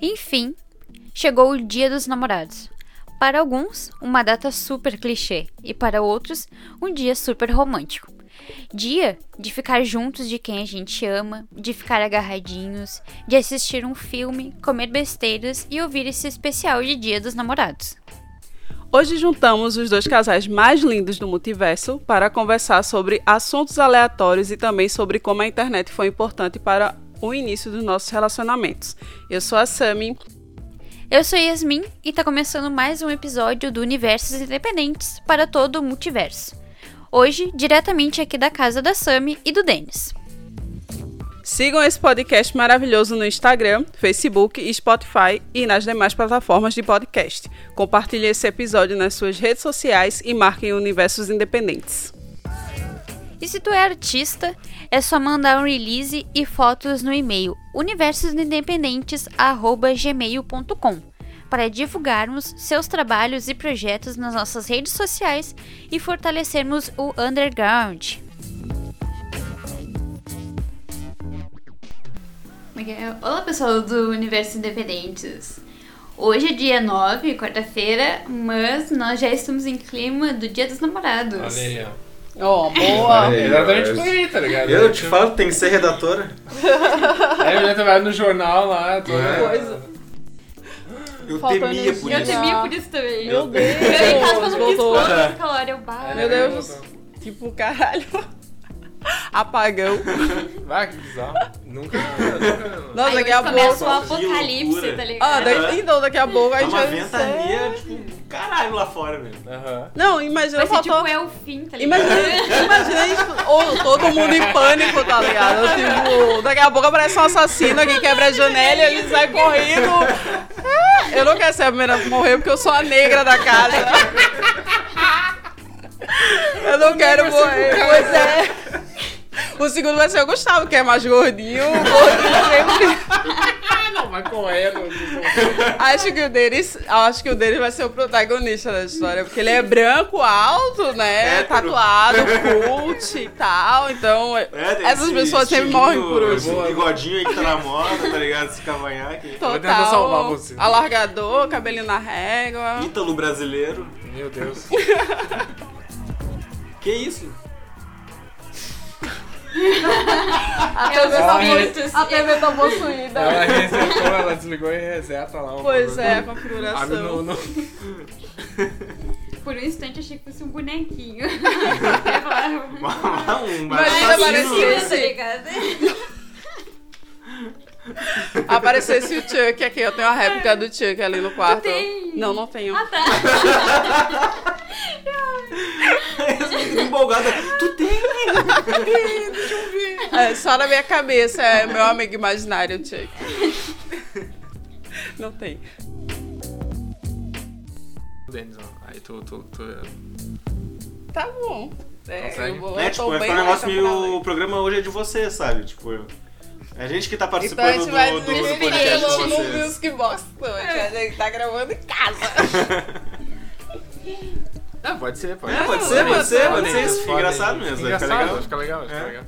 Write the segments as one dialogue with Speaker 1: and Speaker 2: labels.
Speaker 1: Enfim, chegou o Dia dos Namorados. Para alguns, uma data super clichê, e para outros, um dia super romântico. Dia de ficar juntos de quem a gente ama, de ficar agarradinhos, de assistir um filme, comer besteiras e ouvir esse especial de Dia dos Namorados.
Speaker 2: Hoje juntamos os dois casais mais lindos do multiverso para conversar sobre assuntos aleatórios e também sobre como a internet foi importante para o início dos nossos relacionamentos. Eu sou a Sami.
Speaker 1: Eu sou Yasmin e está começando mais um episódio do Universos Independentes para todo o multiverso. Hoje, diretamente aqui da casa da Sami e do Denis.
Speaker 2: Sigam esse podcast maravilhoso no Instagram, Facebook, Spotify e nas demais plataformas de podcast. Compartilhem esse episódio nas suas redes sociais e marquem Universos Independentes.
Speaker 1: E se tu é artista, é só mandar um release e fotos no e-mail universosindependentes@gmail.com para divulgarmos seus trabalhos e projetos nas nossas redes sociais e fortalecermos o underground. é Olá pessoal do Universo Independentes. Hoje é dia 9, quarta-feira, mas nós já estamos em clima do Dia dos Namorados.
Speaker 3: Olha aí, ó.
Speaker 2: Ó,
Speaker 3: É,
Speaker 2: boa!
Speaker 4: Aí,
Speaker 3: exatamente
Speaker 4: mas-
Speaker 3: por aí, tá ligado?
Speaker 4: Eu te falo, tem que ser redatora.
Speaker 3: É, eu já trabalho no jornal lá, toda
Speaker 4: É.
Speaker 2: Coisa.
Speaker 4: Eu
Speaker 2: Faltou
Speaker 4: temia por
Speaker 1: Eu
Speaker 2: energia.
Speaker 4: isso.
Speaker 1: temia por isso também.
Speaker 4: Meu Deus. É, né?
Speaker 1: Eu em casa fazendo
Speaker 2: Voltou.
Speaker 1: biscoito né, naquela hora, eu bah.
Speaker 2: Meu Deus. Tipo, caralho. Apagão.
Speaker 3: Vai, que bizarro. Nunca, nunca.
Speaker 2: Nossa,
Speaker 1: Aí
Speaker 2: daqui a
Speaker 1: começa o
Speaker 2: pouco.
Speaker 1: apocalipse,
Speaker 4: loucura.
Speaker 1: tá
Speaker 2: Ah,
Speaker 1: ligado?
Speaker 2: daqui... Então, daqui a pouco a
Speaker 4: É
Speaker 2: gente
Speaker 4: uma
Speaker 2: vai. ser-
Speaker 4: ventania, tipo, caralho lá fora, velho.
Speaker 3: Aham.
Speaker 2: Não, imagina,
Speaker 1: Vai ser
Speaker 2: faltou.
Speaker 1: tipo é o fim, tá ligado?
Speaker 2: Imagina, imagina isso, ou todo mundo em pânico, tá ligado? Tipo, daqui a pouco aparece um assassino que quebra a janela e ele sai correndo. Ah, Eu não quero ser a primeira a morrer porque eu sou a negra da casa. Eu não quero morrer. Pois é. O segundo vai ser o Gustavo, que é mais gordinho. o Gordinho sempre.
Speaker 3: Ah, não, vai correndo.
Speaker 2: Acho que o Denis, acho que o Denis vai ser o protagonista da história, porque ele é branco, alto, né?
Speaker 4: Hétero.
Speaker 2: Tatuado, cult e tal. Então,
Speaker 4: É, tem
Speaker 2: essas
Speaker 4: esse
Speaker 2: pessoas sempre morrem
Speaker 4: estilinho,
Speaker 2: por
Speaker 4: Esse
Speaker 2: último.
Speaker 3: boa.
Speaker 4: bigodinho aí que tá na moda, tá ligado? Esse cavanhaque.
Speaker 3: vou tentar salvar
Speaker 2: Total.
Speaker 3: você.
Speaker 2: Alargador, cabelinho na régua.
Speaker 4: Ítalo brasileiro.
Speaker 3: Meu Deus.
Speaker 4: Que isso?
Speaker 2: A
Speaker 1: É os
Speaker 2: TV tá
Speaker 1: favoritos.
Speaker 2: possu- a TV tá possuída.
Speaker 3: Ela resetou, ela desligou e reseta lá. uma
Speaker 2: Pois
Speaker 3: coisa.
Speaker 2: é, com a
Speaker 3: Abre no,
Speaker 2: figuração.
Speaker 3: no...
Speaker 1: Por um instante achei que fosse um bonequinho. Eu ia falar,
Speaker 4: Uma- uma- Um né?
Speaker 2: Imagina
Speaker 4: assassino.
Speaker 2: aparecer.
Speaker 1: tá ligado?
Speaker 2: Aparecesse o Chuck aqui, eu tenho a réplica do Chuck ali no quarto.
Speaker 1: tem?
Speaker 2: Não, não tenho.
Speaker 1: Ah, tá.
Speaker 4: Empolgada. Tu tem?
Speaker 2: É, só na minha cabeça é meu amigo imaginário, Chuck. Não tem.
Speaker 3: Denis, ó. Aí tu, tu, é. tu...
Speaker 2: Tá bom. É,
Speaker 3: Consegue?
Speaker 2: eu vou,
Speaker 4: Né,
Speaker 2: eu
Speaker 4: tipo,
Speaker 2: tô
Speaker 4: vai
Speaker 2: bem
Speaker 4: ficar um negócio
Speaker 2: relacionada.
Speaker 4: meio. O programa hoje é de você, sabe? Tipo, eu- a gente que tá
Speaker 2: Então a
Speaker 4: participando
Speaker 2: gente vai
Speaker 4: do, do, do
Speaker 2: despedir
Speaker 4: podcast com
Speaker 2: no, no
Speaker 4: vocês.
Speaker 2: Music Box hoje. A gente tá gravando em casa.
Speaker 3: Ah, pode ser, pode
Speaker 4: É, pode ser, pode ser, pode ser. Isso fica
Speaker 3: Pode,
Speaker 4: engraçado
Speaker 3: fica
Speaker 4: mesmo. Vai ficar
Speaker 3: Engraçado, vai
Speaker 4: legal.
Speaker 3: ficar legal, vai
Speaker 4: É.
Speaker 3: ficar legal.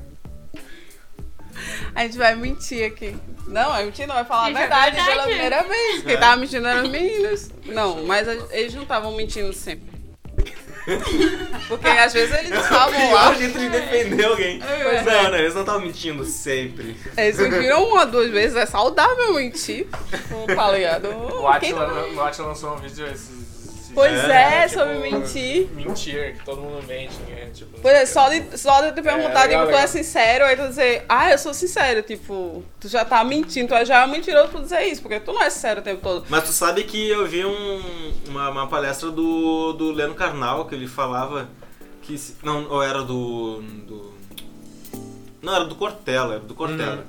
Speaker 2: A gente vai mentir aqui. Não, a gente não vai falar a
Speaker 1: Isso é
Speaker 2: verdade
Speaker 1: verdade.
Speaker 2: pela primeira
Speaker 4: É.
Speaker 2: vez. Quem tava mentindo eram os meninos. Não, mas a- eles não estavam mentindo sempre. Porque às vezes eles falam
Speaker 4: É Pior
Speaker 2: lá.
Speaker 4: jeito de defender alguém.
Speaker 2: Pois é.
Speaker 4: Não, não, eles não estavam mentindo sempre.
Speaker 2: Eles mentiram uma, duas vezes. É saudável mentir. Tipo, Tá ligado? tá-
Speaker 3: O Atila, o Atila lançou um vídeo esses... esses
Speaker 2: Pois
Speaker 3: dias,
Speaker 2: é,
Speaker 3: né,
Speaker 2: sobre
Speaker 4: Tipo,
Speaker 2: mentir.
Speaker 3: Mentira, que todo mundo mente, né? Tipo,
Speaker 2: Pois é, só de, só de tu perguntar,
Speaker 3: legal,
Speaker 2: tipo, tu é
Speaker 3: legal.
Speaker 2: sincero, aí tu dizer, ah, eu sou sincero, tipo, tu já tá mentindo, tu já é mentiroso por dizer isso, porque tu não é sincero o tempo todo.
Speaker 4: Mas tu sabe que eu vi um- uma, uma palestra do, do Leno Carnal que ele falava que. se- não, ou era do, do- Não, era do Cortella, era do Cortella.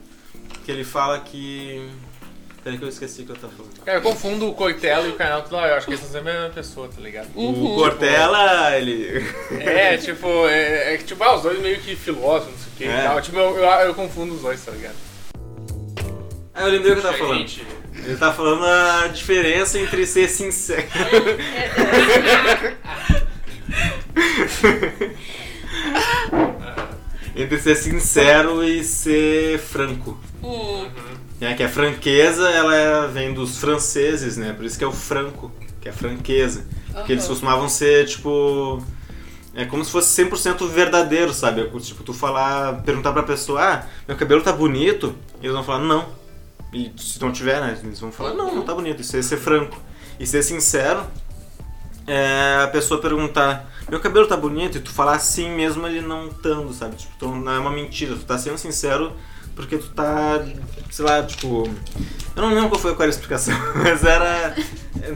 Speaker 4: Que ele fala que. Peraí que eu esqueci o que eu tava falando.
Speaker 3: Cara, eu confundo o Coitelo e o canal toda hora. Eu acho que eles são sempre a mesma pessoa, tá ligado?
Speaker 4: O Cortella, ele.
Speaker 3: É, tipo, é, é que tipo, ah, os dois meio que filósofos, não sei o que
Speaker 4: É.
Speaker 3: e tal. Tipo, eu, eu, eu confundo os dois, tá ligado?
Speaker 4: Ah, eu lembrei o que eu tava falando. Ele tá falando a diferença entre ser sincero. entre ser sincero e ser franco.
Speaker 2: Hum.
Speaker 4: né? Que a franqueza, ela é- vem dos franceses, né? Por isso que é o franco, que é a franqueza. Porque eles costumavam ser, tipo... É como se fosse 100% verdadeiro, sabe? É Tipo, tu falar, perguntar pra pessoa, ah, meu cabelo tá bonito? E eles vão falar, não. E se não tiver, né? Eles vão falar, não, não tá bonito. Isso é ser franco. E ser sincero é a pessoa perguntar, meu cabelo tá bonito? E tu falar assim mesmo ele não tando, sabe? Tipo, tu não é uma mentira. Tu tá sendo sincero porque tu tá, sei lá, tipo... Eu não lembro qual foi qual era a explicação, mas era...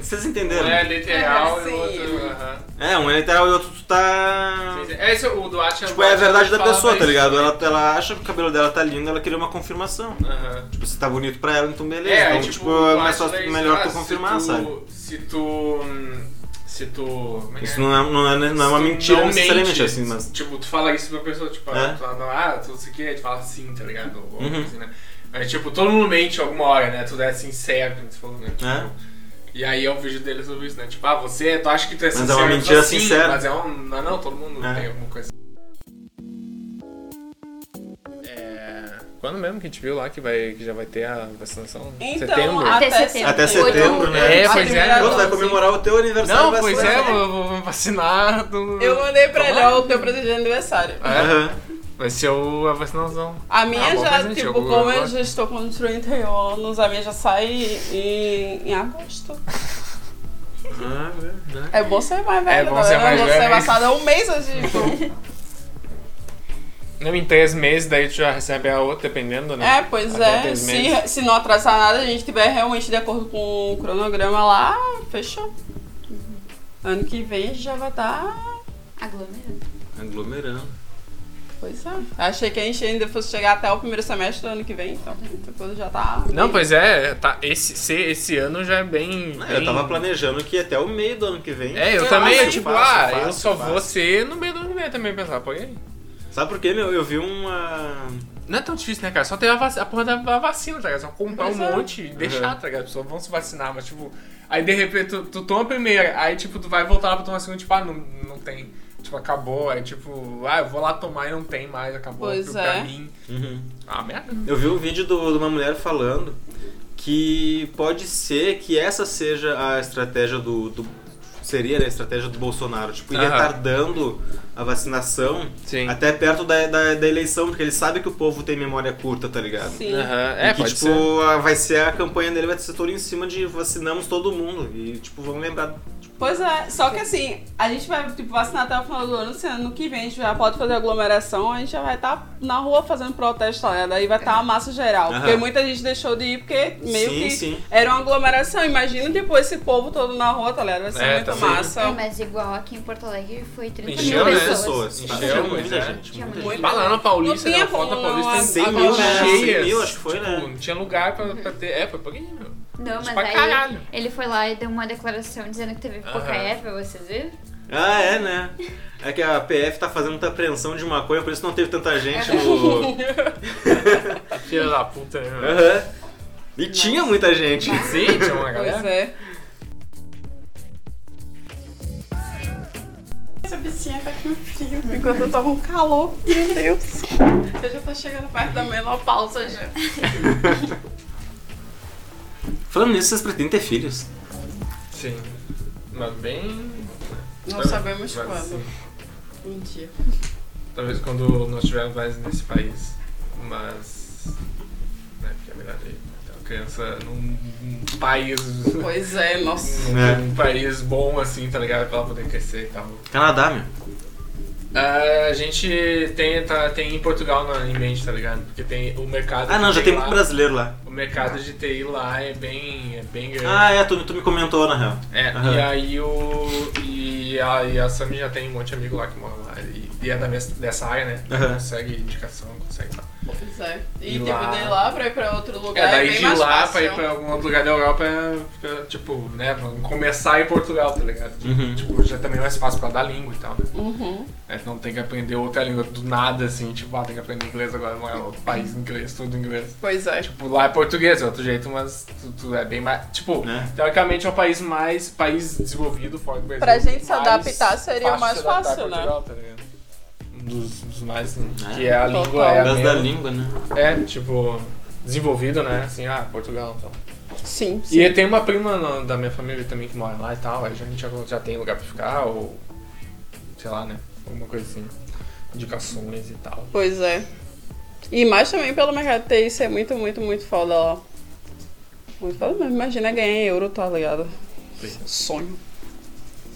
Speaker 4: Vocês entenderam?
Speaker 5: Um é literal
Speaker 2: É,
Speaker 5: e o outro. aham.
Speaker 4: É, um é literal e o outro tu tá...
Speaker 5: Sim, sim. Esse é o do Atcha.
Speaker 4: Tipo, é a verdade da
Speaker 5: fala
Speaker 4: pessoa, tá
Speaker 5: mais-
Speaker 4: ligado? Ela, ela acha que o cabelo dela tá lindo, ela queria uma confirmação.
Speaker 5: Aham.
Speaker 4: Tipo, se tá bonito pra ela, então beleza.
Speaker 5: aí,
Speaker 4: então, tipo, é
Speaker 5: eu
Speaker 4: mais
Speaker 5: acho
Speaker 4: fácil,
Speaker 5: daí,
Speaker 4: melhor
Speaker 5: ah,
Speaker 3: né?
Speaker 4: tu confirmar,
Speaker 5: se tu,
Speaker 4: sabe?
Speaker 5: Se tu. hum, Se tu. como é que
Speaker 4: Isso
Speaker 5: é?
Speaker 4: não é, não é, não é uma
Speaker 5: Se tu
Speaker 4: mentira
Speaker 5: não
Speaker 4: necessariamente,
Speaker 5: mente,
Speaker 4: assim, mas.
Speaker 5: Tipo, tu fala isso pra pessoa, tipo,
Speaker 4: É.
Speaker 5: ah, tu, ah, tu não sei o que, tu fala assim, tá ligado? Ou alguma
Speaker 4: Uhum.
Speaker 5: coisa assim, né? Mas, tipo, todo mundo mente alguma hora, né? Tu é sincero, como tu falou, né? Tipo,
Speaker 4: É.
Speaker 5: E aí é o vídeo dele sobre isso, né? Tipo, ah, você, tu acha que tu é
Speaker 4: Mas é
Speaker 5: sincero.
Speaker 4: uma
Speaker 5: tu
Speaker 4: mentira
Speaker 5: sim,
Speaker 4: sincera.
Speaker 5: Mas é um. Não, não, todo mundo
Speaker 4: É.
Speaker 5: tem alguma coisa.
Speaker 3: É, Quando mesmo que a gente viu lá que, vai, que já vai ter a vacinação?
Speaker 6: Então,
Speaker 3: Setembro?
Speaker 1: Até
Speaker 6: até
Speaker 1: setembro.
Speaker 4: Até
Speaker 1: Oito-
Speaker 4: setembro, né?
Speaker 3: É, pois é.
Speaker 4: Pô, tu vai comemorar o teu aniversário.
Speaker 3: Não,
Speaker 4: vai
Speaker 3: pois
Speaker 4: ser-
Speaker 3: é, mano.
Speaker 5: Eu vou me vacinar. do- É,
Speaker 2: Eu mandei pra ele, ó, o teu presente de aniversário.
Speaker 4: Aham.
Speaker 3: Vai ser o, a vacinação.
Speaker 2: A minha
Speaker 3: Ah, bom
Speaker 2: já,
Speaker 3: presente,
Speaker 2: tipo,
Speaker 3: eu-
Speaker 2: como eu
Speaker 3: agora-
Speaker 2: já estou com 31 anos, a minha já sai em, em agosto.
Speaker 4: Ah, verdade.
Speaker 2: É bom ser mais velho,
Speaker 3: bom ser
Speaker 2: né?
Speaker 3: mais
Speaker 2: Eu vou
Speaker 3: velho.
Speaker 2: ser vacinada um mês antes de
Speaker 3: Não, em três meses, daí tu já recebe a outra, dependendo, né?
Speaker 2: É, pois
Speaker 3: Até
Speaker 2: é.
Speaker 3: três
Speaker 2: Se,
Speaker 3: meses.
Speaker 2: se não atrasar nada, a gente tiver realmente de acordo com o cronograma lá, fechou.
Speaker 3: Uhum.
Speaker 2: Ano que vem já vai tá, estar.
Speaker 1: Aglomerando.
Speaker 4: Aglomerando.
Speaker 2: Pois é. Achei que a gente ainda fosse chegar até o primeiro semestre do ano que vem, então muita coisa já tá.
Speaker 3: Não, pois é, tá, esse, se- esse ano já é bem.
Speaker 4: Não,
Speaker 3: bem-
Speaker 4: Ah, eu tava planejando que até o meio do ano que vem.
Speaker 3: É, eu
Speaker 4: Fácil,
Speaker 3: também, eu, tipo,
Speaker 4: fácil,
Speaker 3: ah,
Speaker 4: fácil,
Speaker 3: eu só
Speaker 4: fácil.
Speaker 3: vou ser no meio do ano que vem também pensar, pô, e aí?
Speaker 4: Sabe por quê, meu? Eu vi uma.
Speaker 3: Não é tão difícil, né, cara? Só ter a, vac- a porra da da vacina, tá ligado? Só comprar
Speaker 2: Pois
Speaker 3: um
Speaker 2: é.
Speaker 3: monte e
Speaker 4: Uhum.
Speaker 3: deixar, tá ligado? As pessoas vão se vacinar, mas tipo. Aí de repente tu, tu toma a primeira, aí tipo, tu vai voltar lá pra tomar a segunda, tipo, ah, não, não tem. Tipo, acabou, aí tipo, ah, eu vou lá tomar e não tem mais, acabou
Speaker 2: Pois
Speaker 3: pra- pra
Speaker 2: é.
Speaker 3: mim.
Speaker 4: Uhum.
Speaker 3: Ah, merda.
Speaker 4: Eu vi um vídeo do- de uma mulher falando que pode ser que essa seja a estratégia do. do- seria né, a estratégia do Bolsonaro, tipo, ir
Speaker 3: Aham.
Speaker 4: retardando a vacinação
Speaker 3: Sim.
Speaker 4: até perto da, da, da eleição, porque ele sabe que o povo tem memória curta, tá ligado?
Speaker 2: Sim.
Speaker 3: é.
Speaker 4: E que, tipo, a- vai ser a campanha dele, vai ser toda em cima de vacinamos todo mundo. E, tipo, vamos lembrar.
Speaker 2: Pois é, só que assim, a gente vai tipo, vacinar até o final do ano, se ano que vem a gente já pode fazer aglomeração, a gente já vai estar na rua fazendo protesto, né? daí vai estar a massa geral.
Speaker 4: Aham.
Speaker 2: Porque muita gente deixou de ir porque meio
Speaker 4: Sim,
Speaker 2: que
Speaker 4: sim.
Speaker 2: era uma aglomeração. Imagina depois esse povo todo na rua, tá ligado? Vai ser
Speaker 3: É,
Speaker 2: muita
Speaker 3: também.
Speaker 2: massa.
Speaker 1: É, mas igual aqui em Porto Alegre foi 30
Speaker 3: Encheu,
Speaker 1: mil
Speaker 3: né,
Speaker 1: pessoas.
Speaker 4: tá?
Speaker 3: Encheu,
Speaker 4: Tinha
Speaker 3: pois
Speaker 4: muita
Speaker 3: é.
Speaker 4: gente.
Speaker 1: Tinha
Speaker 4: Muita
Speaker 1: muito.
Speaker 4: gente.
Speaker 3: Lá na Paulista,
Speaker 2: Não
Speaker 3: na
Speaker 2: tinha
Speaker 3: Foto
Speaker 2: como não
Speaker 3: Paulista, tem
Speaker 4: 100
Speaker 2: aglomerar.
Speaker 4: mil, né?
Speaker 3: cheias.
Speaker 4: 100 mil, acho que foi,
Speaker 3: tipo,
Speaker 4: né?
Speaker 3: Não tinha lugar pra, pra ter. É, foi pra quem, meu?
Speaker 1: Não, mas
Speaker 3: pra
Speaker 1: aí
Speaker 3: caralho.
Speaker 1: ele foi lá e deu uma declaração dizendo que teve Pocaé pra vocês verem.
Speaker 4: Ah, é, né? É que a PF tá fazendo muita apreensão de maconha, por isso não teve tanta gente no, Tá,
Speaker 3: Filha da puta, né, meu?
Speaker 4: Aham. E tinha muita gente.
Speaker 3: Sim, tinha uma
Speaker 2: Pois
Speaker 3: galera.
Speaker 2: é. Essa bichinha tá com frio, enquanto eu tava um calor, meu Deus. Eu já tô chegando perto da menopausa já.
Speaker 4: Falando nisso, vocês pretendem ter
Speaker 2: é.
Speaker 4: filhos?
Speaker 3: Sim. Mas bem.
Speaker 2: Não
Speaker 3: Mas-
Speaker 2: sabemos
Speaker 3: mas
Speaker 2: quando.
Speaker 3: sim.
Speaker 2: Um dia.
Speaker 3: Talvez quando nós estivermos mais nesse país. Mas. Né, porque é melhor aí. ter uma criança num, num país. num-
Speaker 2: Pois é, nossa.
Speaker 4: É.
Speaker 3: num país bom assim, tá ligado? Pra ela poder crescer e tal.
Speaker 4: Canadá, meu.
Speaker 3: Ah, a gente tem, tá, tem em Portugal na, em mente, tá ligado? Porque tem o mercado.
Speaker 4: Ah, não,
Speaker 3: que
Speaker 4: já tem
Speaker 3: lá-
Speaker 4: muito brasileiro lá.
Speaker 3: O mercado de TI lá é bem, é bem grande.
Speaker 4: Ah, é, tu, tu me comentou, na real.
Speaker 3: É,
Speaker 4: Aham.
Speaker 3: e aí o. E a, e a Sammy já tem um monte de amigo lá que mora lá. E, e é da mes- dessa área, né?
Speaker 4: Aham.
Speaker 3: Consegue indicação, consegue tal.
Speaker 2: Pois é. E,
Speaker 3: E
Speaker 2: tipo,
Speaker 3: lá-
Speaker 2: de lá pra ir pra outro lugar.
Speaker 3: É,
Speaker 2: É,
Speaker 3: daí
Speaker 2: bem
Speaker 3: de
Speaker 2: mais
Speaker 3: lá
Speaker 2: fácil. né?
Speaker 3: pra ir pra algum outro lugar da Europa é, fica, tipo, né? Vamos começar em Portugal, tá ligado?
Speaker 4: Uhum.
Speaker 3: Tipo, já também é mais fácil pra dar língua e tal, né?
Speaker 2: Uhum.
Speaker 3: É, não tem que aprender outra língua do nada, assim, tipo, ah, tem que aprender inglês agora, morar em outro país inglês, tudo inglês.
Speaker 2: Pois é.
Speaker 3: Tipo, lá é português, é outro jeito, mas tu, tu é bem mais. Tipo,
Speaker 4: Né?
Speaker 3: teoricamente é o país mais. país desenvolvido fora do Brasil.
Speaker 2: Pra gente se
Speaker 3: mais
Speaker 2: adaptar seria o mais
Speaker 3: se adaptar
Speaker 2: fácil,
Speaker 3: a
Speaker 2: né?
Speaker 3: Portugal, tá ligado? Um dos, dos mais.
Speaker 4: É,
Speaker 3: que é a
Speaker 2: total.
Speaker 3: língua. É, a
Speaker 4: Por causa da
Speaker 3: mesma.
Speaker 4: língua, né?
Speaker 3: é, tipo. desenvolvido, né? Assim, ah, Portugal, então.
Speaker 2: Sim, sim.
Speaker 3: E é- tem uma prima no- da minha família também que mora lá e tal, aí a gente já, já tem lugar pra ficar, ou sei lá, né? Alguma coisa assim. Indicações e tal.
Speaker 2: Pois é. E mais também pelo mercado de TI ser muito, muito, muito foda lá. Muito foda mesmo. Imagina ganhar em euro, tá ligado? Sonho.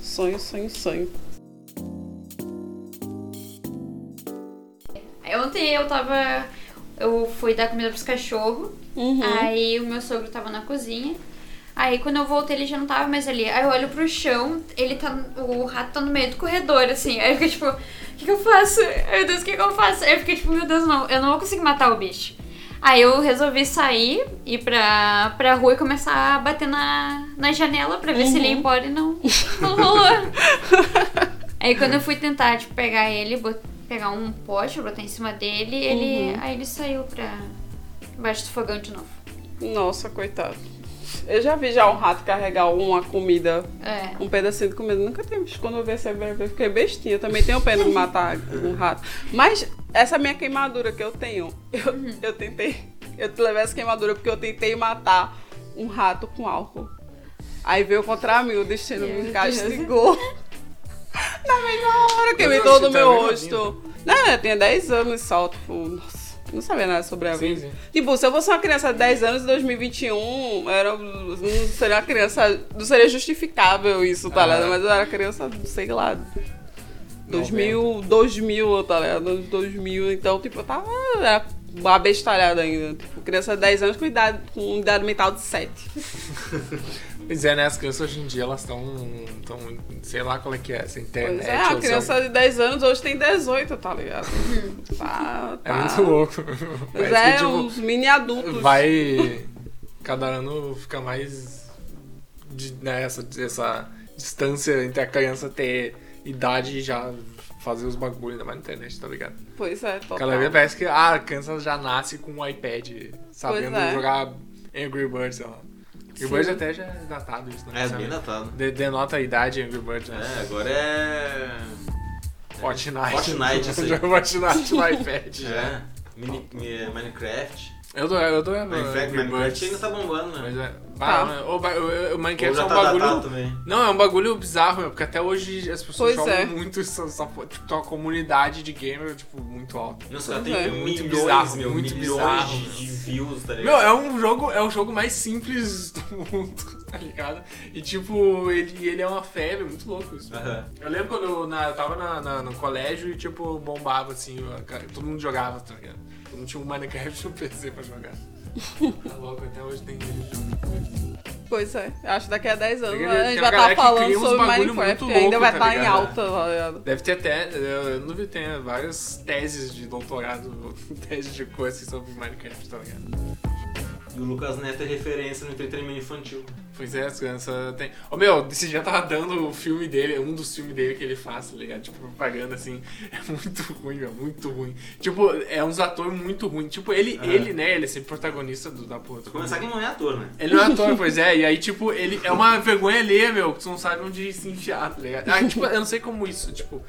Speaker 2: Sonho, sonho, sonho.
Speaker 1: Ontem eu tava. Eu fui dar comida pros cachorros.
Speaker 2: Uhum.
Speaker 1: Aí o meu sogro tava na cozinha. Aí quando eu voltei, ele já não tava mais ali. Aí eu olho pro chão, ele tá. O rato tá no meio do corredor, assim. Aí eu fiquei tipo, o que, que eu faço? Ai, Meu Deus, o que, que eu faço? Aí eu fiquei tipo, meu Deus, não, eu não vou conseguir matar o bicho. Aí eu resolvi sair, ir pra, pra rua e começar a bater na, na janela pra ver se ele ia embora e não, não rolou. Aí quando eu fui tentar, tipo, pegar ele, bot- pegar um poste, botar em cima dele, ele.
Speaker 7: Uhum.
Speaker 1: Aí ele saiu pra baixo do fogão de novo.
Speaker 2: Nossa, coitado. Eu já vi já um rato carregar uma comida,
Speaker 1: É.
Speaker 2: um pedacinho de comida. Nunca tive visto quando eu vi essa bebê. Eu fiquei bestinha. Eu também tenho pena de matar um rato. Mas essa minha queimadura que eu tenho, eu, eu tentei. Eu levei essa queimadura porque eu tentei matar um rato com álcool. Aí veio contra mim, o destino me castigou. Na mesma hora, queimei
Speaker 3: Mas eu
Speaker 2: todo o
Speaker 3: acho que
Speaker 2: meu
Speaker 3: tá
Speaker 2: rosto. Não, eu tinha 10 anos só, tipo, nossa, não sabia nada sobre a vida.
Speaker 3: Sim, sim.
Speaker 2: Tipo, se eu fosse uma criança de 10 anos em 2021, eu um, era, não seria uma criança. Não seria justificável isso, tá
Speaker 3: Ah.
Speaker 2: ligado? Mas eu era criança, sei lá. 2000, 2000, tá ligado? Anos 2000, então, tipo, eu tava era abestalhada ainda. Tipo, criança de 10 anos com idade, com idade mental de 7.
Speaker 3: Pois é, né? As crianças hoje em dia, elas estão. Tão, sei lá qual é que é, essa internet.
Speaker 2: Pois é, a
Speaker 3: ou
Speaker 2: criança de 10 anos hoje tem 18, tá ligado? tá, tá.
Speaker 3: É muito louco.
Speaker 2: Pois
Speaker 3: Parece que,
Speaker 2: é, um uns
Speaker 3: tipo,
Speaker 2: mini adultos.
Speaker 3: Vai. Cada ano fica mais. De, né, essa, essa distância entre a criança ter idade e já fazer os bagulhos, ainda mais na internet, tá ligado?
Speaker 2: Pois é, total.
Speaker 3: Cada vez parece que ah, a criança já nasce com um iPad, sabendo
Speaker 2: Pois é.
Speaker 3: jogar Angry Birds, sei lá. Angry Birds até já é datado isso, né?
Speaker 4: É,
Speaker 3: Sabe?
Speaker 4: bem datado.
Speaker 3: De- denota a idade Angry Birds, né?
Speaker 4: É, agora é.
Speaker 3: Fortnite.
Speaker 4: Fortnite, isso aí.
Speaker 3: Joga Fortnite no iPad. já.
Speaker 4: É. Mini, eh, Minecraft.
Speaker 3: Eu tô, eu tô vendo
Speaker 4: Minecraft,
Speaker 3: Angry Birds.
Speaker 4: Minecraft ainda tá bombando, né?
Speaker 3: Ah, Mas é.
Speaker 2: Tá.
Speaker 3: Ah, mas- ô, ba- o- o- o
Speaker 4: Ou
Speaker 3: Minecraft é
Speaker 4: já
Speaker 3: um
Speaker 4: tá datado
Speaker 3: bagulho.
Speaker 4: também.
Speaker 3: Não, é um bagulho bizarro, meu, porque até hoje as
Speaker 2: Pois
Speaker 3: pessoas jogam
Speaker 2: é.
Speaker 3: muito, só, só, tipo, tem uma comunidade de gamer, tipo, muito alta.
Speaker 4: Nossa, já
Speaker 2: É.
Speaker 4: tem
Speaker 3: Uhum. Muito
Speaker 4: milhões,
Speaker 3: bizarro,
Speaker 4: meu,
Speaker 3: muito
Speaker 4: milhões
Speaker 3: bizarro,
Speaker 4: de de views, tá
Speaker 3: Meu,
Speaker 4: ligado?
Speaker 3: é um jogo, é o jogo mais simples do mundo, tá ligado? E tipo, ele, ele é uma febre, muito louco isso.
Speaker 4: Aham.
Speaker 3: Eu lembro quando eu, na- eu tava na- na- no colégio e tipo, bombava assim, eu- cara, todo mundo jogava, tá ligado? Todo mundo tinha um Minecraft no PC pra jogar. Tá louco, até hoje tem gente jogando.
Speaker 2: Pois é, acho que daqui a 10 anos
Speaker 3: Tem
Speaker 2: a gente
Speaker 3: uma
Speaker 2: vai estar
Speaker 3: galera que
Speaker 2: falando
Speaker 3: cria uns
Speaker 2: sobre
Speaker 3: bagulho
Speaker 2: Minecraft
Speaker 3: muito
Speaker 2: e ainda
Speaker 3: louco,
Speaker 2: vai
Speaker 3: tá
Speaker 2: estar em
Speaker 3: ligado?
Speaker 2: alta, tá ligado?
Speaker 3: Deve ter até, eu não vi, tem várias teses de doutorado, teses de coisa sobre Minecraft, tá ligado?
Speaker 4: E o Lucas Neto é referência no entretenimento infantil.
Speaker 3: Pois é, as crianças tem. Ô meu, esse dia eu tava dando o filme dele, um dos filmes dele que ele faz, tá ligado? Tipo, propaganda assim. É muito ruim, meu, muito ruim. Tipo, é uns atores muito ruim. Tipo, ele,
Speaker 4: Ah.
Speaker 3: ele, né? Ele é sempre protagonista do, da porra. do
Speaker 4: Pra começar que ele não é ator, né?
Speaker 3: ele não é ator, pois é. E aí, tipo, ele é uma vergonha ler, meu, que tu não sabe onde se enfiar, tá ligado? Ah, tipo, eu não sei como isso, tipo.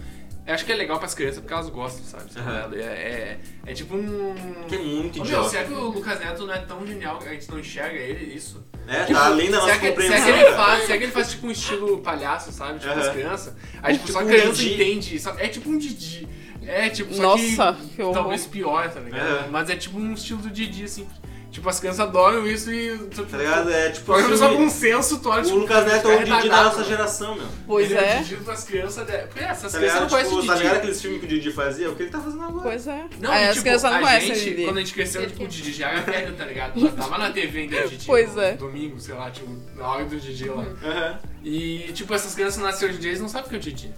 Speaker 3: Eu acho que é legal pras crianças porque elas gostam, sabe?
Speaker 4: Aham.
Speaker 3: É, é, é tipo um.
Speaker 4: Que é muito
Speaker 3: Ô, meu,
Speaker 4: idiota.
Speaker 3: será que o Lucas Neto não é tão genial que a gente não enxerga ele? Isso.
Speaker 4: É, tá além da nossa
Speaker 3: Será que, será
Speaker 4: compreensão.
Speaker 3: que ele
Speaker 4: cara.
Speaker 3: faz, será que ele faz tipo um estilo palhaço, sabe? Tipo
Speaker 4: Aham.
Speaker 3: as crianças. Aí tipo, só
Speaker 4: Tipo um
Speaker 3: criança
Speaker 4: Didi.
Speaker 3: entende. só- é tipo um Didi. É tipo, só
Speaker 2: Nossa,
Speaker 3: que,
Speaker 2: que horror.
Speaker 3: talvez pior, tá ligado?
Speaker 4: Aham.
Speaker 3: Mas é tipo um estilo do Didi, assim. Tipo, as crianças adoram isso e.
Speaker 4: Tá ligado? É tipo
Speaker 3: Pelo menos algum
Speaker 4: assim,
Speaker 3: senso, tu olha,
Speaker 4: o
Speaker 3: tipo,
Speaker 4: Lucas Neto é o Didi da
Speaker 3: retardado, né?
Speaker 4: nossa
Speaker 3: mano.
Speaker 4: geração, meu.
Speaker 2: Pois
Speaker 3: Ele o
Speaker 2: é,
Speaker 3: Didi das crianças. né? Porque essas
Speaker 4: Tá
Speaker 3: crianças
Speaker 4: ligado?
Speaker 3: não conhecem o
Speaker 4: Tipo, tá
Speaker 3: Didi.
Speaker 4: ligado aqueles filmes que o Didi fazia? O que ele tá fazendo agora?
Speaker 2: pois é.
Speaker 3: Não,
Speaker 2: Aí
Speaker 3: e,
Speaker 2: as
Speaker 3: tipo,
Speaker 2: crianças não
Speaker 3: a
Speaker 2: conhecem
Speaker 3: gente,
Speaker 2: hoje em dia.
Speaker 3: Quando a gente cresceu, tipo, o Didi já era velho, tá ligado? Já tava na TV ainda, Didi.
Speaker 2: Pois
Speaker 3: no
Speaker 2: é.
Speaker 3: Domingo, sei lá, tipo, na hora do Didi lá.
Speaker 4: Aham.
Speaker 3: E, tipo, essas crianças nascem hoje em dia, eles não sabem o que é o Didi.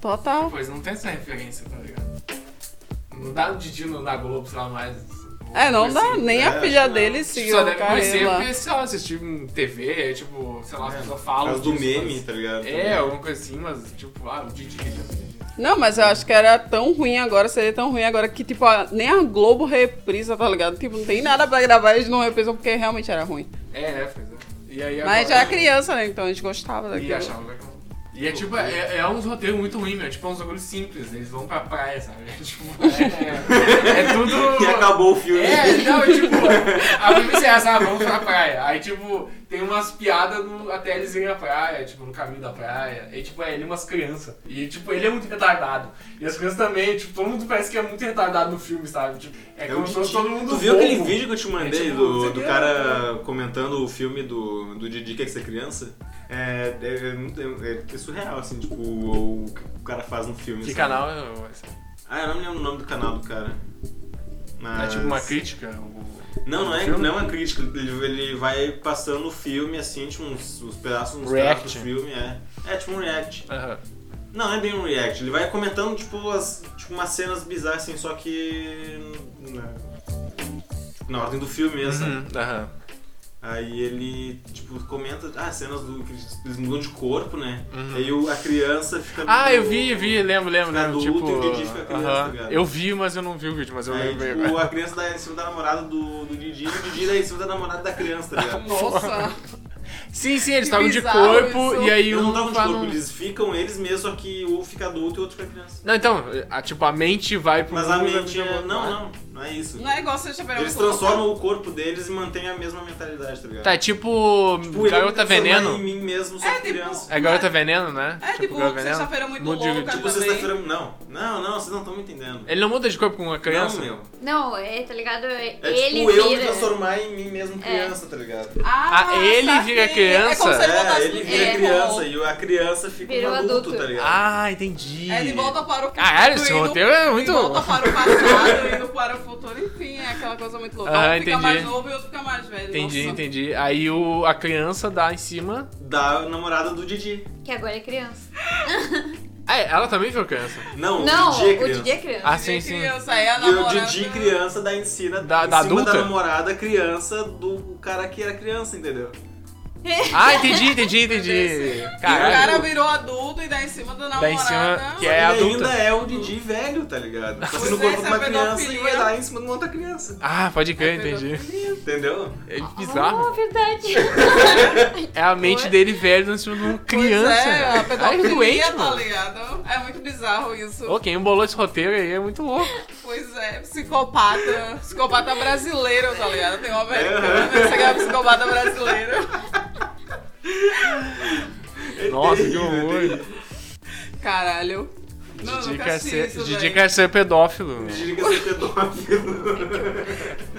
Speaker 2: Total.
Speaker 3: Pois não tem essa referência, tá ligado? Não dá o Didi não dá Globo, sei lá, mais.
Speaker 2: É, não dá, nem
Speaker 4: É,
Speaker 2: a filha
Speaker 4: não.
Speaker 2: dele
Speaker 3: Tipo,
Speaker 2: seguiu
Speaker 3: só
Speaker 2: a
Speaker 3: deve conhecer
Speaker 2: carreira.
Speaker 3: porque, sei lá, assistir em TV, é tipo, sei lá, as pessoas
Speaker 4: Por
Speaker 3: falam.
Speaker 4: causa do
Speaker 3: disso,
Speaker 4: meme,
Speaker 3: mas-
Speaker 4: tá ligado?
Speaker 3: É, alguma coisa assim, mas tipo, ah, o Didi né? já
Speaker 2: Não, mas eu acho que era tão ruim agora, seria tão ruim agora que, tipo, a- nem a Globo reprisa, tá ligado? Tipo, não tem nada pra gravar, eles não reprisam porque realmente era ruim.
Speaker 3: É, é, pois é. E aí
Speaker 2: Mas já
Speaker 3: agora-
Speaker 2: era criança, né? Então a gente gostava
Speaker 3: E
Speaker 2: daquilo.
Speaker 3: achava legal. E E é tipo, é, é uns roteiros muito ruins, meu. Tipo, é uns bagulhos simples. Eles vão pra praia, sabe? É, tipo, é, é- é tudo.
Speaker 4: E acabou o filme.
Speaker 3: É, não, tipo, a premissa é essa, ah, vamos pra praia. Aí, tipo, tem umas piadas no- até eles irem à praia, tipo, no caminho da praia. E, tipo, é ele e umas crianças. E, tipo, ele é muito retardado. E as crianças também, tipo, todo mundo parece que é muito retardado no filme, sabe? Tipo, é
Speaker 4: É
Speaker 3: como
Speaker 4: o
Speaker 3: se
Speaker 4: Didi.
Speaker 3: fosse todo mundo
Speaker 4: Tu viu
Speaker 3: bobo.
Speaker 4: aquele vídeo que eu te mandei
Speaker 3: É, tipo, é,
Speaker 4: do,
Speaker 3: você
Speaker 4: do
Speaker 3: quer-
Speaker 4: cara
Speaker 3: né?
Speaker 4: comentando o filme do, do Didi Quer Que Ser Criança? É, é, é muito- é- é surreal, assim, tipo, o, o que o cara faz no filme.
Speaker 3: Que
Speaker 4: sabe?
Speaker 3: canal é?
Speaker 4: Ah, eu não me lembro o nome do canal do cara.
Speaker 3: É
Speaker 4: Mas-
Speaker 3: tipo uma crítica? o-
Speaker 4: Não, não é,
Speaker 3: filme?
Speaker 4: não é uma crítica. Ele, ele vai passando o filme, assim, tipo, uns, os pedaços, uns
Speaker 3: React.
Speaker 4: pedaços do filme. É. é tipo um react.
Speaker 3: Aham.
Speaker 4: Não, não é bem um react. Ele vai comentando, tipo, as, tipo umas cenas bizarras, assim, só que... Na, tipo, na ordem do filme mesmo. sabe?
Speaker 3: Uhum, Aham.
Speaker 4: Aí ele, tipo, comenta ah, cenas do que eles- eles mudam de corpo, né? Aí o- a criança fica.
Speaker 3: Uhum. Ah,
Speaker 4: meio-
Speaker 3: eu vi, vi, lembro, lembro.
Speaker 4: Fica
Speaker 3: lembro
Speaker 4: adulto
Speaker 3: tipo,
Speaker 4: e o Didi fica criança,
Speaker 3: aham.
Speaker 4: tá ligado?
Speaker 3: Eu vi, mas eu não vi o vídeo, mas eu
Speaker 4: Aí,
Speaker 3: lembrei
Speaker 4: tipo,
Speaker 3: agora.
Speaker 4: a criança dá em cima da namorada do, do Didi e o Didi dá em cima da namorada da criança, tá
Speaker 3: um
Speaker 4: ligado?
Speaker 2: Nossa,
Speaker 3: Sim, sim, eles
Speaker 2: que
Speaker 3: estavam de
Speaker 2: bizarro
Speaker 3: corpo
Speaker 2: isso.
Speaker 3: e aí
Speaker 4: Eles
Speaker 3: um
Speaker 4: não estavam de
Speaker 3: fala
Speaker 4: corpo,
Speaker 3: um-
Speaker 4: eles ficam eles mesmos, só que um fica adulto e o outro fica criança.
Speaker 3: Não, então, a- tipo, a mente vai pro
Speaker 4: Mas a
Speaker 3: mundo,
Speaker 4: mente.
Speaker 3: vai
Speaker 4: é-
Speaker 3: pro-
Speaker 4: Não, não, não é isso.
Speaker 2: não é igual você já
Speaker 4: Eles transformam o corpo deles e mantêm a mesma mentalidade, tá ligado?
Speaker 3: Tá, é tipo,
Speaker 4: Tipo, ele
Speaker 3: Garota
Speaker 4: me transformar
Speaker 3: Veneno.
Speaker 4: Em mim mesmo, só
Speaker 2: É,
Speaker 4: que
Speaker 2: tipo,
Speaker 4: criança.
Speaker 3: É Garota Veneno, né?
Speaker 2: É, tipo,
Speaker 3: Garota
Speaker 2: Sexta-feira Muito
Speaker 3: Muda de-
Speaker 2: Louca.
Speaker 4: Tipo,
Speaker 2: também.
Speaker 4: sexta-feira. Não, não, não, vocês não estão me entendendo.
Speaker 3: Ele não muda de corpo com uma É criança?
Speaker 4: Não, meu.
Speaker 1: Não, é, tá ligado? É,
Speaker 4: É
Speaker 1: ele
Speaker 4: tipo eu me
Speaker 1: vira. É.
Speaker 4: transformar em mim mesmo criança, tá ligado?
Speaker 2: Ah,
Speaker 3: Ah, ele
Speaker 2: saquei.
Speaker 3: vira criança?
Speaker 2: É como se ele
Speaker 4: É,
Speaker 2: voltasse
Speaker 4: ele
Speaker 2: no
Speaker 4: vira
Speaker 2: tempo.
Speaker 4: criança e a criança fica
Speaker 1: Virou
Speaker 4: um adulto,
Speaker 1: adulto.
Speaker 4: tá ligado?
Speaker 3: Ah, entendi.
Speaker 2: É, ele volta para o futuro.
Speaker 3: Caralho, esse
Speaker 2: e no-
Speaker 3: roteiro é muito-
Speaker 2: e volta para o passado, indo para o futuro, enfim, é aquela coisa muito louca.
Speaker 3: Ah,
Speaker 2: um fica
Speaker 3: entendi.
Speaker 2: mais novo e outro fica mais velho.
Speaker 3: Entendi,
Speaker 2: nossa.
Speaker 3: entendi. Aí o, a criança dá em cima.
Speaker 4: Da namorada do Didi.
Speaker 1: Que agora é criança.
Speaker 3: Ah, é, ela também virou criança.
Speaker 4: Não,
Speaker 1: não,
Speaker 4: o Didi é
Speaker 1: o
Speaker 4: criança.
Speaker 1: Didi é criança.
Speaker 3: Ah,
Speaker 2: Didi
Speaker 3: sim, sim.
Speaker 2: criança, aí a
Speaker 4: E o
Speaker 2: namorada...
Speaker 4: Didi criança da ensina
Speaker 3: Da-
Speaker 4: em
Speaker 3: da
Speaker 4: cima
Speaker 3: adulta?
Speaker 4: da namorada criança do cara que era criança, entendeu?
Speaker 3: Ah, entendi, entendi, entendi.
Speaker 2: O
Speaker 3: Caralho.
Speaker 2: cara virou adulto e dá em cima da namorada.
Speaker 3: Dá em cima que é
Speaker 4: Ele
Speaker 3: adulta.
Speaker 4: ainda é o Didi velho, tá ligado? Tá
Speaker 2: Pois
Speaker 4: no
Speaker 2: é,
Speaker 4: corpo de uma
Speaker 2: essa é a
Speaker 4: criança e
Speaker 2: pedofilia.
Speaker 4: vai dar em cima de uma outra criança.
Speaker 3: Ah, pode crer, entendi.
Speaker 4: Entendeu?
Speaker 3: É
Speaker 1: Oh,
Speaker 3: bizarro.
Speaker 1: verdade.
Speaker 3: É a mente
Speaker 1: Foi.
Speaker 3: dele velho em cima de uma criança.
Speaker 2: Ah, Pois é, a
Speaker 3: Ai,
Speaker 2: pedofilia,
Speaker 3: é doente,
Speaker 2: tá
Speaker 3: mano.
Speaker 2: ligado? É muito bizarro isso.
Speaker 3: Ô, quem embolou esse roteiro aí é muito louco.
Speaker 2: Pois é, psicopata. Psicopata brasileiro, tá ligado? Tem um americano, esse aqui é psicopata brasileiro.
Speaker 3: Nossa, que horror.
Speaker 2: Caralho. Não,
Speaker 3: Didi
Speaker 2: nunca
Speaker 3: quer
Speaker 4: assim,
Speaker 2: assisti
Speaker 3: ser,
Speaker 2: isso,
Speaker 3: Didi
Speaker 2: velho.
Speaker 3: quer ser pedófilo.
Speaker 4: O Didi quer ser é pedófilo.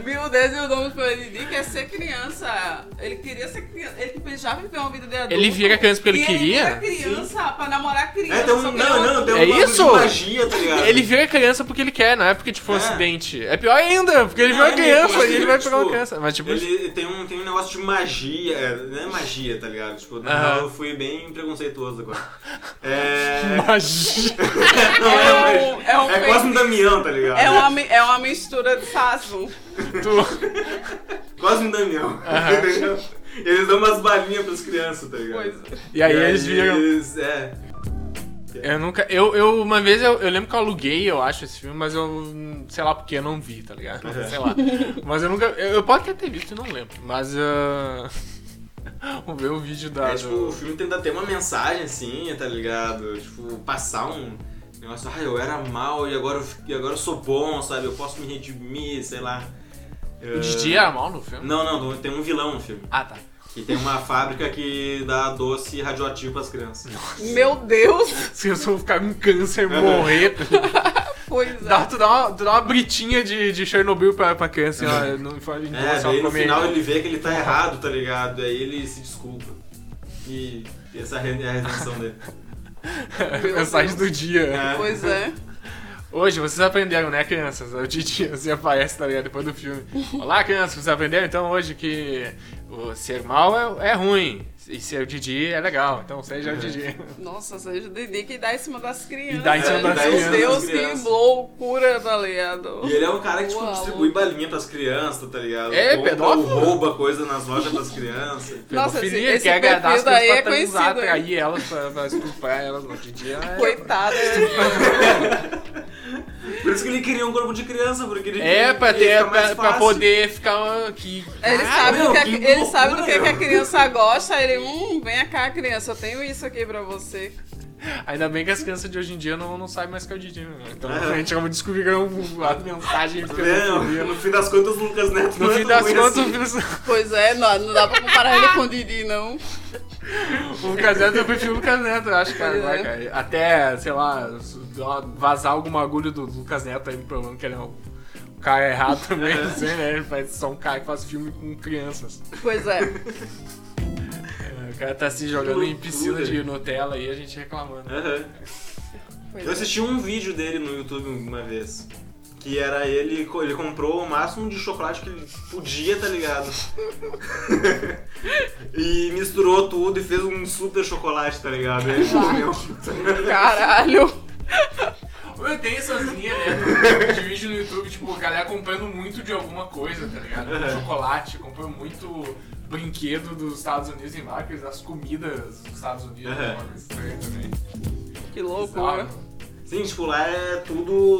Speaker 2: Meu Deus, e o nome foi Didi quer ser criança. Ele queria ser criança. Ele já viveu uma vida de adulto.
Speaker 3: Ele vira criança porque ele
Speaker 2: E
Speaker 3: queria?
Speaker 2: Ele vira criança pra namorar criança.
Speaker 4: É, tem um,
Speaker 2: só
Speaker 4: não,
Speaker 2: que ele é um
Speaker 4: não, tem um
Speaker 3: É
Speaker 4: bagulho
Speaker 3: isso?
Speaker 4: de magia, tá ligado?
Speaker 3: Ele vira criança porque ele quer, não é porque, tipo, um
Speaker 4: É.
Speaker 3: acidente. É pior ainda, porque ele
Speaker 4: Não,
Speaker 3: vira criança
Speaker 4: mas
Speaker 3: e ele
Speaker 4: ele,
Speaker 3: vai
Speaker 4: tipo,
Speaker 3: pegar uma criança. Mas, tipo,
Speaker 4: Ele tem um, tem um negócio de magia, é, não é magia, tá ligado? Tipo, na
Speaker 3: Aham.
Speaker 4: real eu fui bem preconceituoso agora. É.
Speaker 3: magia.
Speaker 4: não, é,
Speaker 2: É um-
Speaker 4: magia.
Speaker 2: é um
Speaker 4: é quase um Damião, tá ligado?
Speaker 2: É
Speaker 3: um
Speaker 2: uma, mi- é uma mistura de Sazu.
Speaker 3: Tu-
Speaker 4: Quase um Damião. entendeu? Eles dão umas balinhas pras crianças, tá ligado?
Speaker 2: Pois é.
Speaker 3: E aí eles viram.
Speaker 4: eles- é.
Speaker 3: Eu nunca. Eu, eu uma vez eu, eu lembro que eu aluguei, eu acho, esse filme, mas eu. Sei lá porque eu não vi, tá ligado?
Speaker 4: Uhum.
Speaker 3: Sei lá. Mas eu nunca. Eu, eu posso até ter visto, eu não lembro. Mas. ah, Vamos ver o vídeo da.
Speaker 4: É, tipo,
Speaker 3: Tá, do-
Speaker 4: o filme tenta ter uma mensagem assim, tá ligado? Tipo, passar um negócio, ah, eu era mal e agora eu, fi- e agora eu sou bom, sabe? Eu posso me redimir, sei lá.
Speaker 3: O
Speaker 4: Eh,
Speaker 3: Didi é- era mal no filme?
Speaker 4: Não, não, tem um vilão no filme.
Speaker 3: Ah, tá.
Speaker 4: Que tem uma fábrica que dá doce radioativo pras crianças.
Speaker 2: Meu Deus.
Speaker 3: Se eu só ficar com câncer e morrer,
Speaker 2: Pois
Speaker 3: dá,
Speaker 2: é.
Speaker 3: tu, dá uma, tu dá uma britinha de, de Chernobyl pra, pra criança, assim, ó, não faz
Speaker 4: É,
Speaker 3: não só
Speaker 4: daí no
Speaker 3: comer.
Speaker 4: final ele vê que ele tá errado, tá ligado? Aí ele se desculpa. E essa é a redenção dele.
Speaker 3: Mensagem do dia.
Speaker 4: É.
Speaker 2: Pois é.
Speaker 3: Hoje vocês aprenderam, né, crianças? O Didi assim aparece, tá ligado? Depois do filme. Olá, crianças, vocês aprenderam então hoje que o ser mal é, é ruim. E ser o Didi é legal. Então seja o Didi.
Speaker 2: Nossa, seja o Didi que dá em cima das crianças.
Speaker 3: E dá em cima
Speaker 2: Meu
Speaker 3: das crianças.
Speaker 2: Deus,
Speaker 4: Crianças.
Speaker 2: que loucura, tá ligado?
Speaker 4: E ele é um cara que tipo,
Speaker 2: Uau.
Speaker 4: distribui balinha pras crianças, tá ligado?
Speaker 3: É,
Speaker 4: Compra
Speaker 3: pedófilo.
Speaker 4: ou Rouba coisa nas lojas das crianças.
Speaker 2: Nossa,
Speaker 3: Pedofilia,
Speaker 2: esse- esse
Speaker 3: quer agradar as
Speaker 2: perfil daí
Speaker 3: crianças
Speaker 2: é
Speaker 3: pra transar,
Speaker 2: conhecido, hein?
Speaker 3: atrair elas, pra, pra estuprar elas. O Didi é...
Speaker 2: Coitada.
Speaker 4: Por isso que ele queria um corpo de criança, porque ele
Speaker 3: É, pra,
Speaker 4: ele
Speaker 3: ter,
Speaker 4: fica mais
Speaker 3: pra, pra
Speaker 4: fácil.
Speaker 3: poder ficar aqui.
Speaker 2: Ele sabe,
Speaker 4: meu,
Speaker 2: do que a,
Speaker 4: Ah, que
Speaker 2: ele sabe do
Speaker 4: loucura,
Speaker 2: que, que a
Speaker 4: meu.
Speaker 2: criança gosta. Ele, hum, vem cá, criança, eu tenho isso aqui pra você.
Speaker 3: Ainda bem que as crianças de hoje em dia não, não sabem mais que é o Didi, né? Então a gente acaba descobrindo a mensagem pelo
Speaker 4: É, no
Speaker 3: poder.
Speaker 4: fim das contas, o Lucas Neto
Speaker 3: No
Speaker 4: não é
Speaker 3: fim
Speaker 4: tão
Speaker 3: das
Speaker 4: ruim
Speaker 3: contas,
Speaker 4: assim.
Speaker 3: o filho-
Speaker 2: Pois é, não, não dá pra comparar ele com o Didi, não.
Speaker 3: O Lucas Neto, eu prefiro o Lucas Neto, eu acho, cara.
Speaker 2: Pois
Speaker 3: Vai,
Speaker 2: é.
Speaker 3: cara. Até, sei lá, se dá- vazar algum agulho do Lucas Neto aí, provando que ele é um cara errado também, não sei, né? Ele faz só um cara que faz filme com crianças.
Speaker 2: Pois é.
Speaker 3: É, O cara tá se jogando em piscina de
Speaker 4: loucura.
Speaker 3: Nutella e a gente reclamando.
Speaker 4: Aham.
Speaker 2: Pois
Speaker 4: Eu
Speaker 2: é.
Speaker 4: assisti um vídeo dele no YouTube uma vez. Que era ele, co- ele comprou o máximo de chocolate que ele podia, tá ligado? e misturou tudo e fez um super chocolate, tá ligado? Ele comeu.
Speaker 2: é. Caralho.
Speaker 3: Eu tenho essas linhas, né? De vídeo no YouTube, tipo, a galera comprando muito de alguma coisa, tá ligado? Chocolate, comprou muito brinquedo dos Estados Unidos em marcas, das comidas dos Estados Unidos,
Speaker 4: Aham.
Speaker 3: uma coisa estranha também.
Speaker 2: Que loucura.
Speaker 3: Bizarro. né?
Speaker 4: Sim, tipo, lá é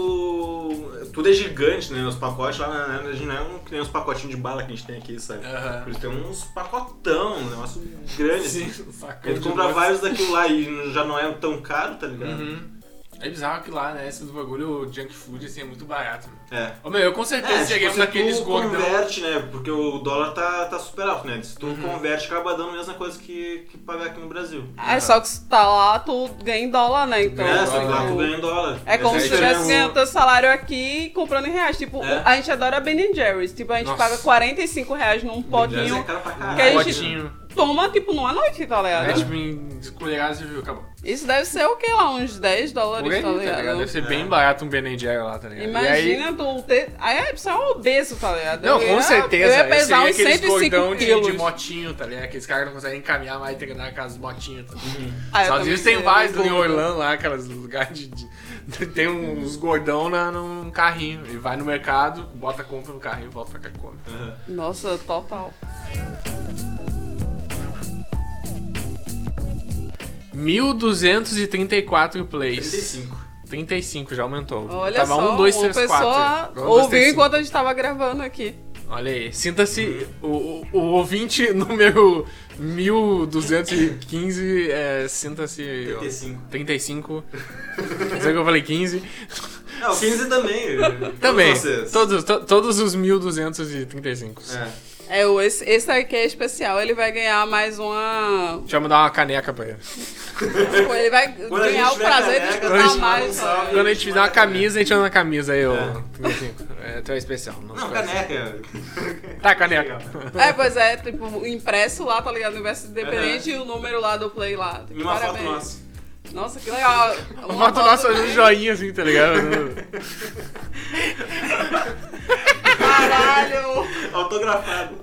Speaker 4: tudo. Tudo é gigante, né? Os pacotes lá na na- não é um, que nem os pacotinhos de bala que a gente tem aqui, sabe?
Speaker 3: Aham.
Speaker 4: Eles têm uns pacotão, um negócio grande. assim.
Speaker 3: Sim, sacou.
Speaker 4: Ele compra vários daquilo lá e já não é tão caro, tá ligado?
Speaker 3: Uhum. É bizarro que lá, né? Esse do bagulho o junk food assim é muito barato. Né?
Speaker 4: É.
Speaker 3: Ô meu, eu com certeza
Speaker 4: É,
Speaker 3: cheguei
Speaker 4: tipo,
Speaker 3: tipo,
Speaker 4: se
Speaker 3: naqueles
Speaker 4: tu
Speaker 3: gordão.
Speaker 4: converte, né? Porque o dólar tá, tá super alto, né? Se tu
Speaker 3: Uhum.
Speaker 4: converte, acaba dando a mesma coisa que, que pagar aqui no Brasil.
Speaker 2: É só que se tá lá, tu ganha em dólar, né? Então.
Speaker 4: é, só que
Speaker 3: dólar,
Speaker 4: lá tu
Speaker 2: tipo,
Speaker 4: ganha em dólar.
Speaker 2: É como
Speaker 3: Mas
Speaker 2: se
Speaker 3: aí tu
Speaker 2: tivesse
Speaker 3: ganha
Speaker 2: ganhando teu salário aqui e comprando em reais. Tipo,
Speaker 4: um É.
Speaker 2: a gente adora Ben Jerry's. Tipo, a gente
Speaker 3: Nossa.
Speaker 2: paga 45 reais num
Speaker 4: É
Speaker 2: potinho.
Speaker 4: caro pra
Speaker 2: que é a
Speaker 4: caralho.
Speaker 2: gente- Toma, tipo, numa noite, tá ligado?
Speaker 3: É né, tipo em descolherado você viu, acabou.
Speaker 2: Isso deve ser o que lá? Uns 10 dólares,
Speaker 3: Por aí,
Speaker 2: tá
Speaker 3: tá ligado?
Speaker 2: ligado?
Speaker 3: Deve ser bem barato um Ben Jerry lá, tá ligado? E aí-
Speaker 2: Imagina tu ter. Aí a pessoa é obeso, tá ligado?
Speaker 3: Não,
Speaker 2: Eu
Speaker 3: com
Speaker 2: ia-
Speaker 3: certeza.
Speaker 2: Eu ia pesar
Speaker 3: seria
Speaker 2: uns
Speaker 3: aqueles
Speaker 2: 105
Speaker 3: gordão de,
Speaker 2: quilos.
Speaker 3: de motinho, tá ligado? Aqueles caras que não conseguem caminhar mais, tem que andar com aquelas motinhas. Tá ligado?
Speaker 2: Ah, eu
Speaker 3: Estados
Speaker 2: também
Speaker 3: Unidos tem
Speaker 2: seria
Speaker 3: vários
Speaker 2: gordo.
Speaker 3: em Orlando lá, aquelas lugares de, de- Tem uns gordão na, num carrinho. E vai no mercado, bota a compra no carrinho, volta pra cá e come.
Speaker 2: Nossa, total.
Speaker 3: 1234 plays.
Speaker 4: 35.
Speaker 3: 35 já aumentou.
Speaker 2: Olha
Speaker 3: Tava
Speaker 2: só,
Speaker 3: um, dois,
Speaker 2: uma
Speaker 3: três,
Speaker 2: pessoa
Speaker 3: quatro. Agora um, dois,
Speaker 2: ouviu
Speaker 3: três, cinco.
Speaker 2: enquanto a gente tava gravando aqui.
Speaker 3: Olha aí, sinta-se o, o, o ouvinte número 1215, é, sinta-se... ó,
Speaker 4: 35.
Speaker 3: 35. Sei que eu falei 15.
Speaker 4: É, o 15 também. Todos
Speaker 3: Também,
Speaker 4: vocês.
Speaker 3: todos, to, todos os 1235.
Speaker 4: É.
Speaker 2: É, o- esse, esse aqui é especial. Ele vai ganhar mais uma.
Speaker 3: Deixa eu mandar uma caneca pra ele.
Speaker 2: Tipo, ele vai
Speaker 4: Quando a gente
Speaker 2: ganhar o
Speaker 4: tiver
Speaker 2: prazer de
Speaker 4: careca,
Speaker 3: a
Speaker 2: escutar
Speaker 3: gente
Speaker 2: mais.
Speaker 4: manda um salve.
Speaker 3: Quando a gente fizer uma camisa, a gente anda na camisa aí, ô.
Speaker 4: É.
Speaker 3: 35. É, tu é especial. nosso
Speaker 4: Não,
Speaker 3: coração.
Speaker 4: caneca.
Speaker 3: Tá, caneca.
Speaker 2: É, pois é, tipo, impresso lá, tá ligado? Universo independente e o número lá do play lá.
Speaker 4: É. E uma foto
Speaker 2: Parabéns.
Speaker 4: nossa.
Speaker 2: Nossa, que legal.
Speaker 3: Uma foto nossa fazendo joinha assim, tá ligado?
Speaker 2: Caralho!
Speaker 4: Autografado.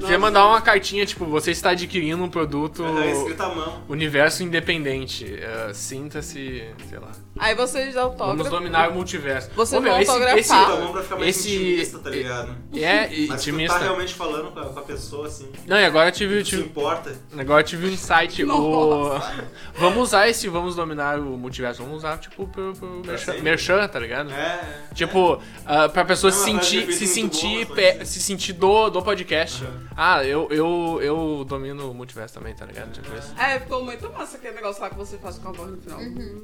Speaker 3: Você ia mandar uma cartinha, tipo, você está adquirindo um produto
Speaker 4: Aham, é escrito à mão.
Speaker 3: universo independente. É, Sinta-se, sei lá.
Speaker 2: Aí vocês
Speaker 3: Vamos
Speaker 2: autógrafo.
Speaker 3: dominar o multiverso.
Speaker 2: Você
Speaker 3: Ô, meu,
Speaker 2: vai
Speaker 3: esse-
Speaker 2: autografar.
Speaker 4: Escrito à mão Então, pra ficar mais
Speaker 3: Esse-
Speaker 4: intimista, tá ligado?
Speaker 3: esse- É, e-
Speaker 4: Mas
Speaker 3: intimista.
Speaker 4: tu tá realmente falando com a, com a pessoa, assim.
Speaker 3: Não, e agora eu tive, eu
Speaker 4: Se
Speaker 3: tive,
Speaker 4: importa.
Speaker 3: agora eu tive um insight. O...
Speaker 2: Nossa.
Speaker 3: Vamos usar esse Vamos Dominar o Multiverso. Vamos usar, tipo, pro, pro merchan,
Speaker 4: sempre.
Speaker 3: merchan, tá ligado?
Speaker 4: É.
Speaker 3: Tipo, ah, pra pessoa
Speaker 4: É
Speaker 3: se
Speaker 4: uma frase de
Speaker 3: sentir,
Speaker 4: efeito
Speaker 3: se
Speaker 4: muito
Speaker 3: sentir,
Speaker 4: boa,
Speaker 3: pe-
Speaker 4: assim.
Speaker 3: se sentir do, do podcast.
Speaker 4: Aham.
Speaker 3: Ah, eu, eu, eu domino o multiverso também, tá ligado? Tipo isso.
Speaker 2: É, ficou muito massa aquele negócio lá que você faz com a voz no final.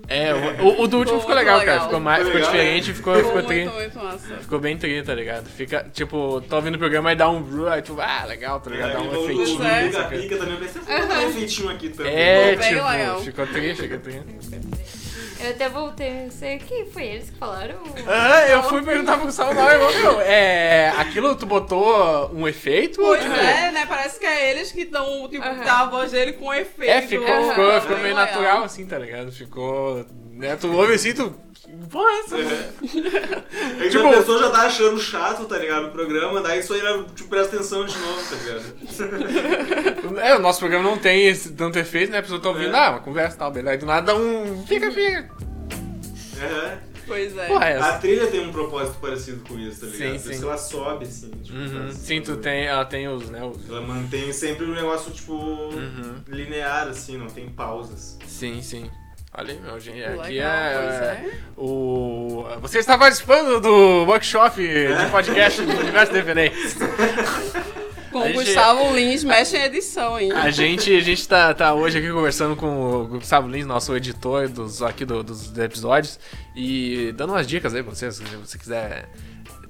Speaker 3: É, o, o- o do último
Speaker 2: Ficou
Speaker 3: ficou
Speaker 2: muito
Speaker 3: legal, cara.
Speaker 2: legal.
Speaker 3: Ficou, mais,
Speaker 4: Ficou
Speaker 3: ficou
Speaker 4: legal, né?
Speaker 3: diferente, ficou,
Speaker 2: Ficou
Speaker 3: ficou,
Speaker 2: muito,
Speaker 3: tri,
Speaker 2: muito massa.
Speaker 3: ficou bem tri, tá ligado? Fica, tipo, tô ouvindo o programa e dá um bru, aí tu, ah, legal, tá ligado? Dá um efeitinho.
Speaker 2: é.
Speaker 3: não sei o quê.
Speaker 4: Pica-pica também, eu pensei, vou botar um efeitinho aqui também. Uhum.
Speaker 3: É,
Speaker 2: Ficou bem
Speaker 3: tipo,
Speaker 2: legal.
Speaker 3: ficou tri, fica tri.
Speaker 7: Eu até voltei, não sei que foi eles que falaram.
Speaker 3: Ah, eu fui perguntar pro Salvador, irmão, meu, é, aquilo tu botou um efeito?
Speaker 2: Pois
Speaker 3: Tipo,
Speaker 2: é, né? Parece que é eles que dão, tipo,
Speaker 7: Aham.
Speaker 2: dá a voz dele com efeito.
Speaker 3: É, ficou,
Speaker 2: Aham.
Speaker 3: ficou, ficou
Speaker 2: Bem
Speaker 3: meio
Speaker 2: legal.
Speaker 3: natural assim, tá ligado? Ficou, né, tu ouve assim, tu, que porra é essa?
Speaker 4: Aí
Speaker 3: Tipo-
Speaker 4: a pessoa já tá achando chato, tá ligado? O programa, daí isso aí ela, tipo, presta atenção de novo, tá ligado?
Speaker 3: É, o nosso programa não tem esse, tanto efeito, né, a pessoa tá ouvindo,
Speaker 4: É.
Speaker 3: ah, uma conversa e tal, beleza, aí do nada dá um, fica, fica,
Speaker 4: É.
Speaker 2: Pois é.
Speaker 3: porra é
Speaker 4: A
Speaker 3: essa?
Speaker 4: trilha tem um propósito parecido com isso, tá ligado?
Speaker 3: Sim,
Speaker 4: Por
Speaker 3: sim.
Speaker 4: isso ela sobe, assim. Tipo,
Speaker 3: Uhum.
Speaker 4: faz-
Speaker 3: Sim, tu tem, ela tem Uhum. os, né, os...
Speaker 4: Ela mantém sempre um negócio, tipo, linear, assim, não tem pausas.
Speaker 3: Sim, sim. Olha aí, meu, gente,
Speaker 2: Legal,
Speaker 3: aqui é,
Speaker 2: pois é.
Speaker 3: o... Você está É. participando do workshop de podcast do Universo Independente.
Speaker 2: Com
Speaker 3: A
Speaker 2: o
Speaker 3: gente-
Speaker 2: Gustavo Lins, mexe em edição, hein?
Speaker 3: A gente, a gente tá, tá hoje aqui conversando com o Gustavo Lins, nosso editor dos, aqui do- dos episódios, e dando umas dicas aí pra você, se você quiser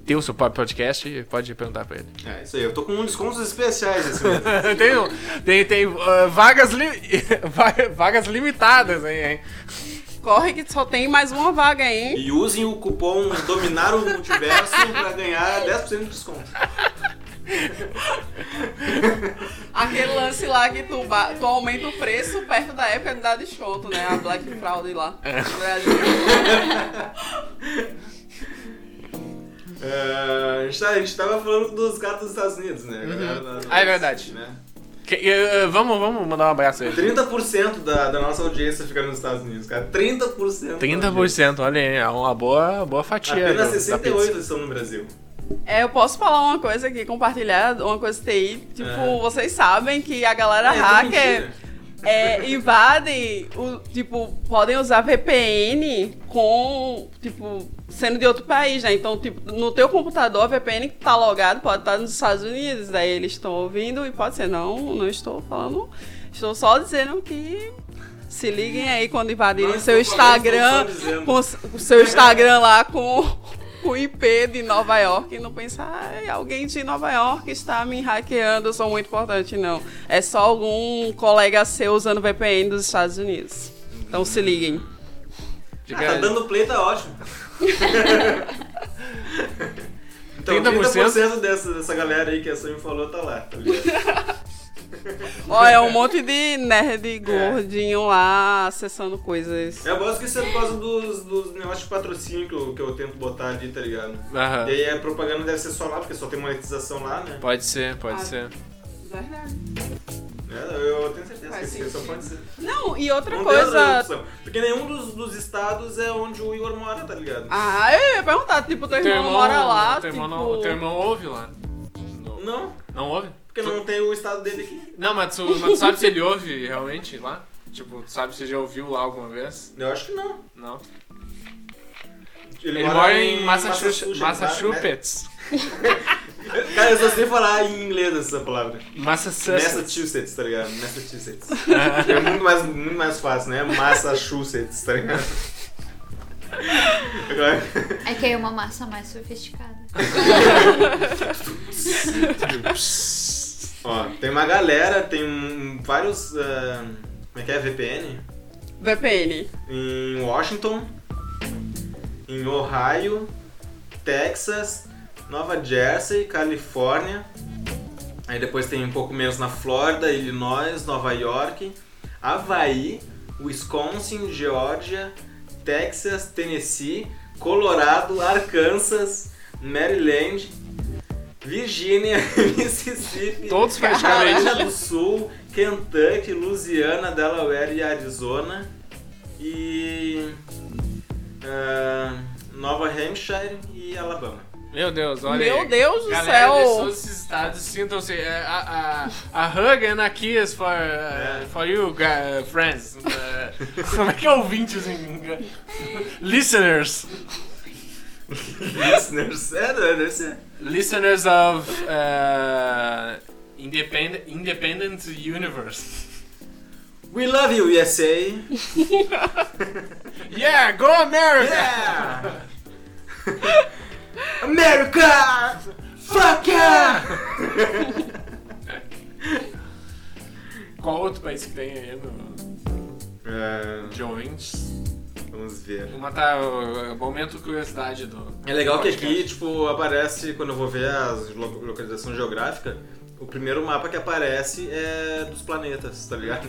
Speaker 3: ter o seu próprio podcast, pode perguntar pra ele.
Speaker 4: É isso aí, eu tô com uns descontos especiais assim, né? esse mês.
Speaker 3: tem um- tem, tem ah, vagas, li- va- vagas limitadas aí, hein?
Speaker 2: Corre que só tem mais uma vaga, hein?
Speaker 4: E usem o cupom Dominar o Multiverso pra ganhar 10% de desconto.
Speaker 2: Aquele lance lá que tu, ba- tu aumenta o preço perto da época de dar desconto, né? A Black Fraud lá.
Speaker 4: É, a, gente tá- a gente tava falando dos gatos dos Estados Unidos, né? A galera da-
Speaker 3: Ah, é verdade.
Speaker 4: Né?
Speaker 3: Que- eh, vamos, vamos mandar um abraço aí.
Speaker 4: 30% da, da nossa audiência fica nos Estados Unidos, cara. 30%.
Speaker 3: 30%, olha aí, é uma boa, boa fatia.
Speaker 4: Apenas
Speaker 3: é do- da pizza.
Speaker 4: 68 estão no Brasil.
Speaker 2: É, eu posso falar uma coisa aqui, compartilhar uma coisa TI. Tipo,
Speaker 4: É.
Speaker 2: vocês sabem que a
Speaker 3: Ah,
Speaker 2: galera
Speaker 4: É, é tudo
Speaker 2: hacker
Speaker 4: mentira.
Speaker 2: é, invadem, o, tipo, podem usar VPN com, tipo, sendo de outro país, né? Então, tipo, no teu computador, a VPN que tá logado pode estar nos Estados Unidos, daí eles estão ouvindo e pode ser, não, não estou falando, estou só dizendo que se liguem aí quando invadirem
Speaker 4: Não,
Speaker 2: seu
Speaker 4: estou falando, estou só
Speaker 2: Instagram,
Speaker 4: dizendo.
Speaker 2: com s- o seu Instagram lá com o IP de Nova York e não pensar, "Ai, alguém de Nova York está me hackeando, eu sou muito importante, não. É só algum colega seu usando VPN dos Estados Unidos. Então se liguem.
Speaker 4: Ah, tá dando play, tá ótimo. então,
Speaker 3: 30%?
Speaker 4: 30%, dessa, dessa galera aí que a Sam falou tá lá, tá ligado?
Speaker 2: Olha, é um monte de
Speaker 3: É.
Speaker 2: nerd gordinho lá acessando coisas.
Speaker 4: Eu gosto que isso é por causa dos, dos negócios de patrocínio que eu, que eu tento botar ali, tá ligado?
Speaker 3: Aham.
Speaker 4: E aí a propaganda deve ser só lá, porque só tem monetização lá, né?
Speaker 3: Pode ser,
Speaker 2: Ah,
Speaker 3: pode ser.
Speaker 2: Verdade.
Speaker 4: É, eu tenho certeza
Speaker 2: Faz
Speaker 4: que isso só
Speaker 2: sentido.
Speaker 4: pode ser.
Speaker 2: Não, e outra
Speaker 4: Não tem outra
Speaker 2: coisa.
Speaker 4: opção. Porque nenhum dos, dos estados é onde o Igor mora, tá ligado?
Speaker 2: Ah, eu ia perguntar, tipo, teu irmão, mora lá.
Speaker 3: Teu
Speaker 2: tipo...
Speaker 3: irmão, não, teu irmão ouve lá. Não,
Speaker 4: Não,
Speaker 3: não ouve?
Speaker 4: porque não tem o estado dele aqui.
Speaker 3: Não, mas tu, mas tu sabe se ele ouve realmente lá? Tipo, tu sabe se já ouviu lá alguma vez?
Speaker 4: Eu acho que não.
Speaker 3: Não. Ele, mora em Massachusetts. Massachusetts.
Speaker 4: né? Cara, eu só sei falar em inglês essa palavra.
Speaker 3: Massachusetts.
Speaker 4: Massachusetts, tá ligado? Massachusetts. É muito mais, muito mais fácil, né? Massachusetts, tá ligado? Agora,
Speaker 7: É que aí é uma massa mais sofisticada.
Speaker 4: ó, tem uma galera, tem um- vários. ah, como é que é? VPN?
Speaker 2: VPN.
Speaker 4: Em Washington, em Ohio, Texas, Nova Jersey, Califórnia. Aí depois tem um pouco menos na Flórida, Illinois, Nova York, Havaí, Wisconsin, Geórgia, Texas, Tennessee, Colorado, Arkansas, Maryland, Virgínia, Mississippi,
Speaker 3: Todos praticamente.
Speaker 4: Carolina do Sul, Kentucky, Louisiana, Delaware e Arizona. E. ah, Nova Hampshire e Alabama.
Speaker 3: Meu Deus, olha aí.
Speaker 2: Meu Deus do
Speaker 3: Galera de
Speaker 2: céu!
Speaker 3: todos esses estados, sintam-se. eh, a, a, a hug and a kiss for, eh, for you, ga- friends. Eh, como é que é ouvintes em inglês? Listeners.
Speaker 4: Listeners, é, deve ser.
Speaker 3: Listeners of eh, independent, independent Universe.
Speaker 4: We love you, USA!
Speaker 3: Yeah, go America!
Speaker 4: Yeah! America! Fuck yeah!
Speaker 3: Qual outro país que tem aí né? no
Speaker 4: Ah,
Speaker 3: de ouvintes?
Speaker 4: vamos ver.
Speaker 3: Vou matar o o tá, uh, momento curiosidade do.
Speaker 4: É legal que
Speaker 3: podcast.
Speaker 4: aqui, tipo, aparece, quando eu vou ver a localização geográfica, o primeiro mapa que aparece é dos planetas, tá ligado?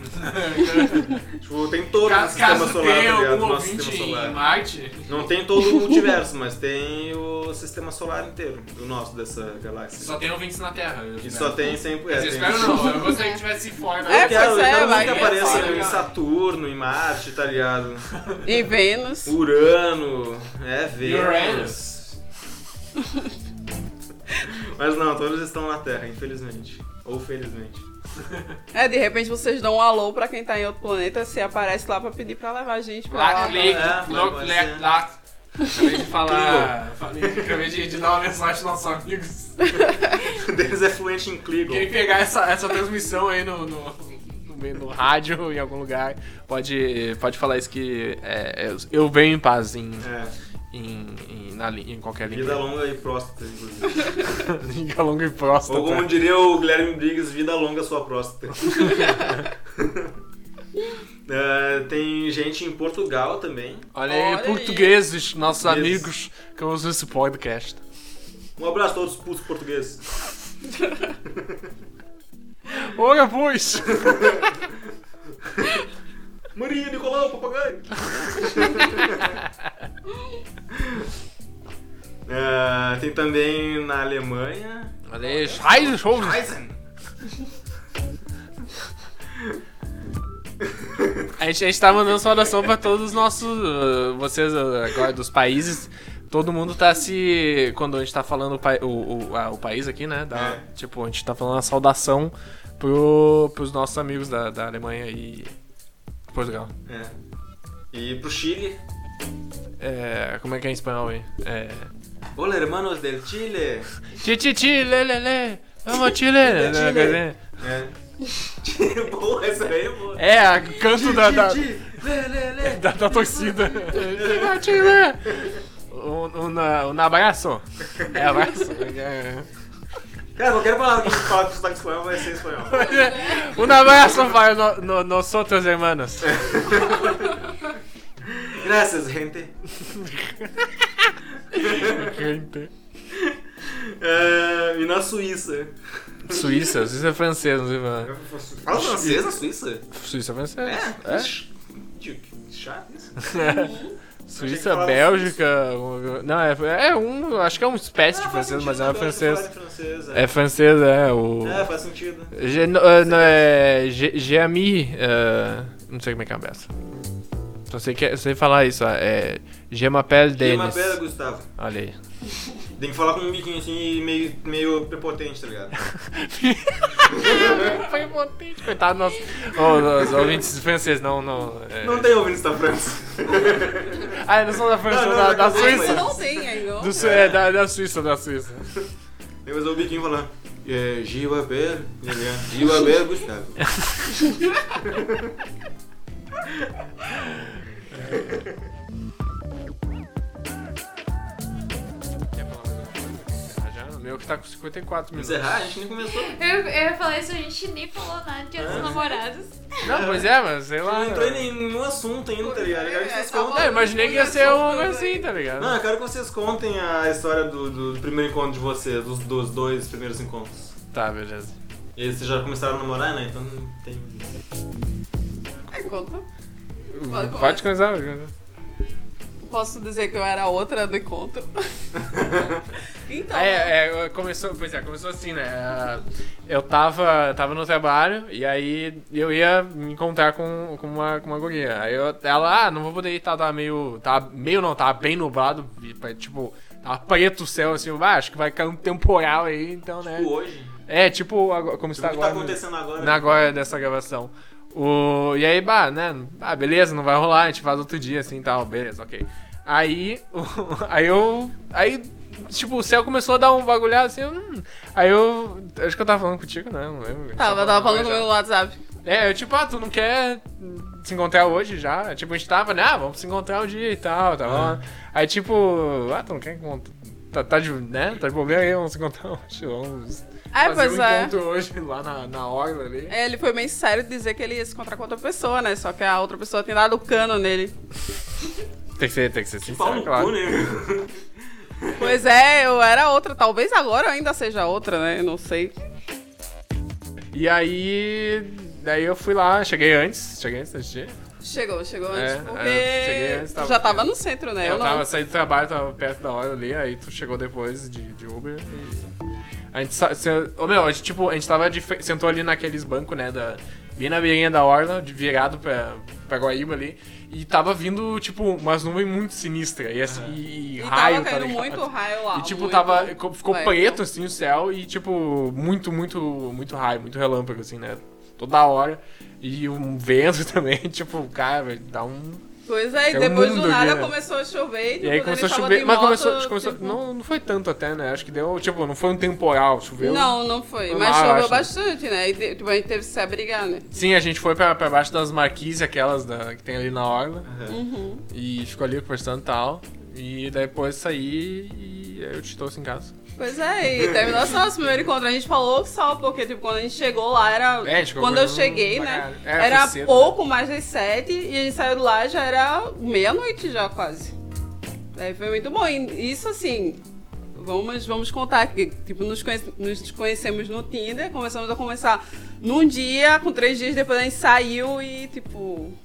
Speaker 4: tipo, tem todo o
Speaker 3: Ca-
Speaker 4: sistema
Speaker 3: Caso
Speaker 4: solar,
Speaker 3: tenha
Speaker 4: tá ligado?
Speaker 3: algum
Speaker 4: Nosso
Speaker 3: ouvinte
Speaker 4: sistema
Speaker 3: em
Speaker 4: solar.
Speaker 3: Marte,
Speaker 4: Não tem todo o multiverso, mas tem o sistema solar inteiro, o nosso dessa galáxia.
Speaker 3: só tem ouvintes na Terra. eu
Speaker 4: E
Speaker 3: espero.
Speaker 4: só tem sempre.
Speaker 3: Mas
Speaker 4: É,
Speaker 3: eu
Speaker 4: tem...
Speaker 3: espero não, eu gostaria que tivesse fora.
Speaker 2: É,
Speaker 4: Eu quero,
Speaker 2: pois é, né?
Speaker 4: eu quero
Speaker 2: vai
Speaker 4: que
Speaker 2: que
Speaker 4: apareça
Speaker 3: é,
Speaker 4: em Saturno, em Marte, tá ligado?
Speaker 2: E Vênus.
Speaker 4: Urano, é Vênus.
Speaker 3: Uranus.
Speaker 4: Mas não, todos estão na Terra, infelizmente. Ou felizmente.
Speaker 2: É, de repente vocês dão um alô pra quem tá em outro planeta, você aparece lá pra pedir pra levar a gente pra lá.
Speaker 3: Lá, clique,
Speaker 4: É,
Speaker 3: look,
Speaker 4: pode
Speaker 3: left,
Speaker 4: ser.
Speaker 3: lá, Acabei de falar. falei- acabei de, de dar uma mensagem aos nossos amigos.
Speaker 4: O Denis é fluente em
Speaker 3: Quem
Speaker 4: Klingon.
Speaker 3: pegar essa, essa transmissão aí no, no, no, meio- no rádio, em algum lugar, pode, pode falar isso que é, eu- eu venho em paz em,
Speaker 4: É,
Speaker 3: em, em, na li- em qualquer língua.
Speaker 4: vida longa e próstata, inclusive.
Speaker 3: Liga longa e próstata.
Speaker 4: Ou como diria o Guilherme Briggs, vida longa sua próstata. É, tem gente em Portugal também.
Speaker 3: Olha aí,
Speaker 2: Olha aí.
Speaker 3: portugueses, nossos
Speaker 4: Isso.
Speaker 3: amigos que usam esse podcast.
Speaker 4: Um abraço a todos os putos portugueses.
Speaker 3: Ora, pois!
Speaker 4: Maria, Nicolau, papagaio. É, tem também na Alemanha.
Speaker 3: Olha aí, Scheiße,
Speaker 4: Eisen.
Speaker 3: A gente, a gente tá mandando saudação pra todos os nossos. uh, vocês uh, agora dos países. Todo mundo tá se. Quando a gente tá falando o, pai- o, o- ah, o país aqui, né? da-
Speaker 4: É.
Speaker 3: Tipo, a gente tá falando uma saudação pro, pros nossos amigos da, da Alemanha e Portugal.
Speaker 4: É. E pro Chile.
Speaker 3: É, como é que é em espanhol aí? É.
Speaker 4: Olá, hermanos del Chile.
Speaker 3: Titi, lelele, vamos Chile! né, quer dizer,
Speaker 4: É. boa, essa aí é boa.
Speaker 3: É, a canto da, da,
Speaker 4: Lê, lê, lê.
Speaker 3: da, da torcida. Chile, Chile! Um, um, na- um abraço. É abraço. É.
Speaker 4: Cara, qualquer palavra que a gente fala com sotaque espanhol vai ser espanhol.
Speaker 3: Um abraço para no, no, nosotros, hermanos.
Speaker 4: Graças, gente. É, e na Suíça?
Speaker 3: Suíça, Suíça é francês, não sei falar.
Speaker 4: Fala francês na Suíça?
Speaker 3: Suíça é francês.
Speaker 4: Tio, que chato isso.
Speaker 3: Suíça, Bélgica. alguma- Não, é, é um. Acho que é uma espécie
Speaker 4: Ah,
Speaker 3: de francês, mas é francês. É
Speaker 4: É,
Speaker 3: francês, é. O.
Speaker 4: é, faz sentido.
Speaker 3: Ge- no- eh, no- é, Ge- Geami. eh, não sei como é que é a peça. Só sei, que, eu sei falar isso, ó, é. Gemapel
Speaker 4: Tem uma
Speaker 3: Denis.
Speaker 4: pedra, Gustavo.
Speaker 3: Olha aí.
Speaker 4: Tem que falar com um biquinho assim e meio, meio prepotente, tá ligado?
Speaker 3: Foi potente, coitado. Nosso, oh, os ouvintes franceses, não. Não, é.
Speaker 4: Não tem tá ouvintes da França.
Speaker 3: Ah, não são da França,
Speaker 4: Não, não,
Speaker 3: da,
Speaker 4: não,
Speaker 3: da
Speaker 4: não,
Speaker 3: Suíça.
Speaker 4: não.
Speaker 2: Não tem ainda.
Speaker 3: Do Su- é, da, da Suíça, da Suíça.
Speaker 4: Tem que fazer o biquinho falando. É, Giba Bel, tá ligado? Giba Bel, Gustavo.
Speaker 3: O meu que tá com 54
Speaker 4: Vamos
Speaker 3: minutos.
Speaker 4: encerrar? A gente nem começou.
Speaker 7: Eu, eu ia falar isso, a gente nem falou nada de Dia
Speaker 4: Ah.
Speaker 7: dos namorados.
Speaker 3: Não, pois é, mas sei lá.
Speaker 4: Não entrou em nenhum assunto ainda, tá ligado? Eu quero que vocês
Speaker 2: tá bom.
Speaker 4: contem.
Speaker 3: Ah, eu imaginei que ia ser algo assim, tá ligado?
Speaker 4: Não, eu quero que vocês contem a história do, do primeiro encontro de vocês, dos, dos dois primeiros encontros.
Speaker 3: Tá, beleza.
Speaker 4: E aí vocês já começaram a namorar, né? Então não tem.
Speaker 2: É, conta.
Speaker 3: Pode começar, pode começar.
Speaker 2: Posso dizer que eu era outra do encontro. então,
Speaker 3: Ah, É, é, começou, pois é, começou assim, né? Ah, Eu tava, tava no trabalho e aí eu ia me encontrar com, com, uma, com uma guria. Aí eu- ela, ah, não vou poder ir, tá, tava meio. Tava meio não, tava bem nublado, e, pa- tipo, tava preto o céu assim, eu, ah, acho que vai cair um temporal aí, então, né?
Speaker 4: Tipo hoje.
Speaker 3: É, tipo, agora- como
Speaker 4: Tipo,
Speaker 3: está
Speaker 4: o que tá
Speaker 3: agora. né?
Speaker 4: acontecendo agora?
Speaker 3: na agora dessa gravação. O, e aí, bah, né? Ah, beleza, não vai rolar, a gente faz outro dia assim e tal, beleza, ok. Aí, o- aí eu. Aí, tipo, o céu começou a dar um bagulhado assim. hum. aí eu. Acho que eu tava falando contigo, né? Não lembro.
Speaker 2: tava, tava falando no
Speaker 3: já.
Speaker 2: meu WhatsApp.
Speaker 3: É, eu tipo, ah, tu não quer se encontrar hoje já? Tipo, a gente tava, né? Ah, vamos se encontrar um dia e tal, tava lá. Aí tipo, ah, tu não quer encontrar. Tá, tá de, né? Tá de bobeira aí, vamos se encontrar hoje. Vamos
Speaker 2: É,
Speaker 3: fazer
Speaker 2: pois
Speaker 3: um
Speaker 2: é.
Speaker 3: encontro hoje lá na, na orla ali.
Speaker 2: É, Ele foi meio sério de dizer que ele ia se encontrar com outra pessoa, né? Só que a outra pessoa tem dado cano nele.
Speaker 3: Tem que ser, tem que ser
Speaker 4: Pau no
Speaker 3: sincero,
Speaker 4: cu,
Speaker 3: claro.
Speaker 4: né?
Speaker 2: Pois é, eu era outra. Talvez agora eu ainda seja outra, né? Eu não sei.
Speaker 3: E aí. Daí eu fui lá, cheguei antes. Cheguei antes desse dia.
Speaker 2: Chegou, chegou
Speaker 3: É,
Speaker 2: antes,
Speaker 3: é,
Speaker 2: porque
Speaker 3: cheguei antes, tava-
Speaker 2: tu já tava no centro, né?
Speaker 3: eu
Speaker 2: não.
Speaker 3: tava saindo do trabalho, tava perto da hora ali, aí tu chegou depois de, de Uber. E... A gente sa- se- Ô meu, a gente tipo, a gente tava de fre- sentou ali naqueles bancos, né? Da... Bem na beirinha da Orla, de- virado pra, pra Guaíba ali. E tava vindo, tipo, umas nuvens muito sinistras. E, assim, e, e
Speaker 2: E
Speaker 3: raio,
Speaker 2: tava
Speaker 3: tá
Speaker 2: caindo
Speaker 3: ligado?
Speaker 2: muito raio lá.
Speaker 3: E tipo,
Speaker 2: muito
Speaker 3: tava. co- Ficou
Speaker 2: raio.
Speaker 3: preto assim o céu e, tipo, muito, muito, muito raio, muito relâmpago, assim, né? Toda hora. E um vento também, tipo, cara, velho, dá um.
Speaker 2: Pois é, e
Speaker 3: É o
Speaker 2: depois
Speaker 3: mundo
Speaker 2: do nada
Speaker 3: ali, né?
Speaker 2: começou a chover e,
Speaker 3: E aí
Speaker 2: quando
Speaker 3: começou a
Speaker 2: ele tava
Speaker 3: chover.
Speaker 2: de
Speaker 3: Mas
Speaker 2: moto,
Speaker 3: começou. começou
Speaker 2: tipo,
Speaker 3: Não, não foi tanto até, né? Acho que deu. Tipo, não foi um temporal, choveu.
Speaker 2: Não, não foi.
Speaker 3: Foi
Speaker 2: Mas
Speaker 3: lá, eu
Speaker 2: choveu
Speaker 3: acho.
Speaker 2: bastante, né? E de- tipo, a gente teve que se abrigar, né?
Speaker 3: Sim, a gente foi pra, pra baixo das marquises, aquelas da- que tem ali na orla.
Speaker 2: Uhum.
Speaker 3: E ficou ali conversando e tal. E daí depois saí e aí eu te trouxe em casa.
Speaker 2: Pois é, e terminou assim, nosso primeiro encontro. A gente falou só porque, tipo, quando a gente chegou lá, era.
Speaker 3: É, a gente ficou
Speaker 2: quando eu
Speaker 3: conversando
Speaker 2: cheguei,
Speaker 3: pra
Speaker 2: né?
Speaker 3: caralho. É,
Speaker 2: Era
Speaker 3: foi cedo,
Speaker 2: pouco mais das sete e a gente saiu de lá já era meia-noite já, quase. Daí foi muito bom. E isso assim. Vamos, vamos contar que tipo, nos, conhece- nos conhecemos no Tinder, começamos a conversar num dia, com três dias depois a gente saiu e, tipo,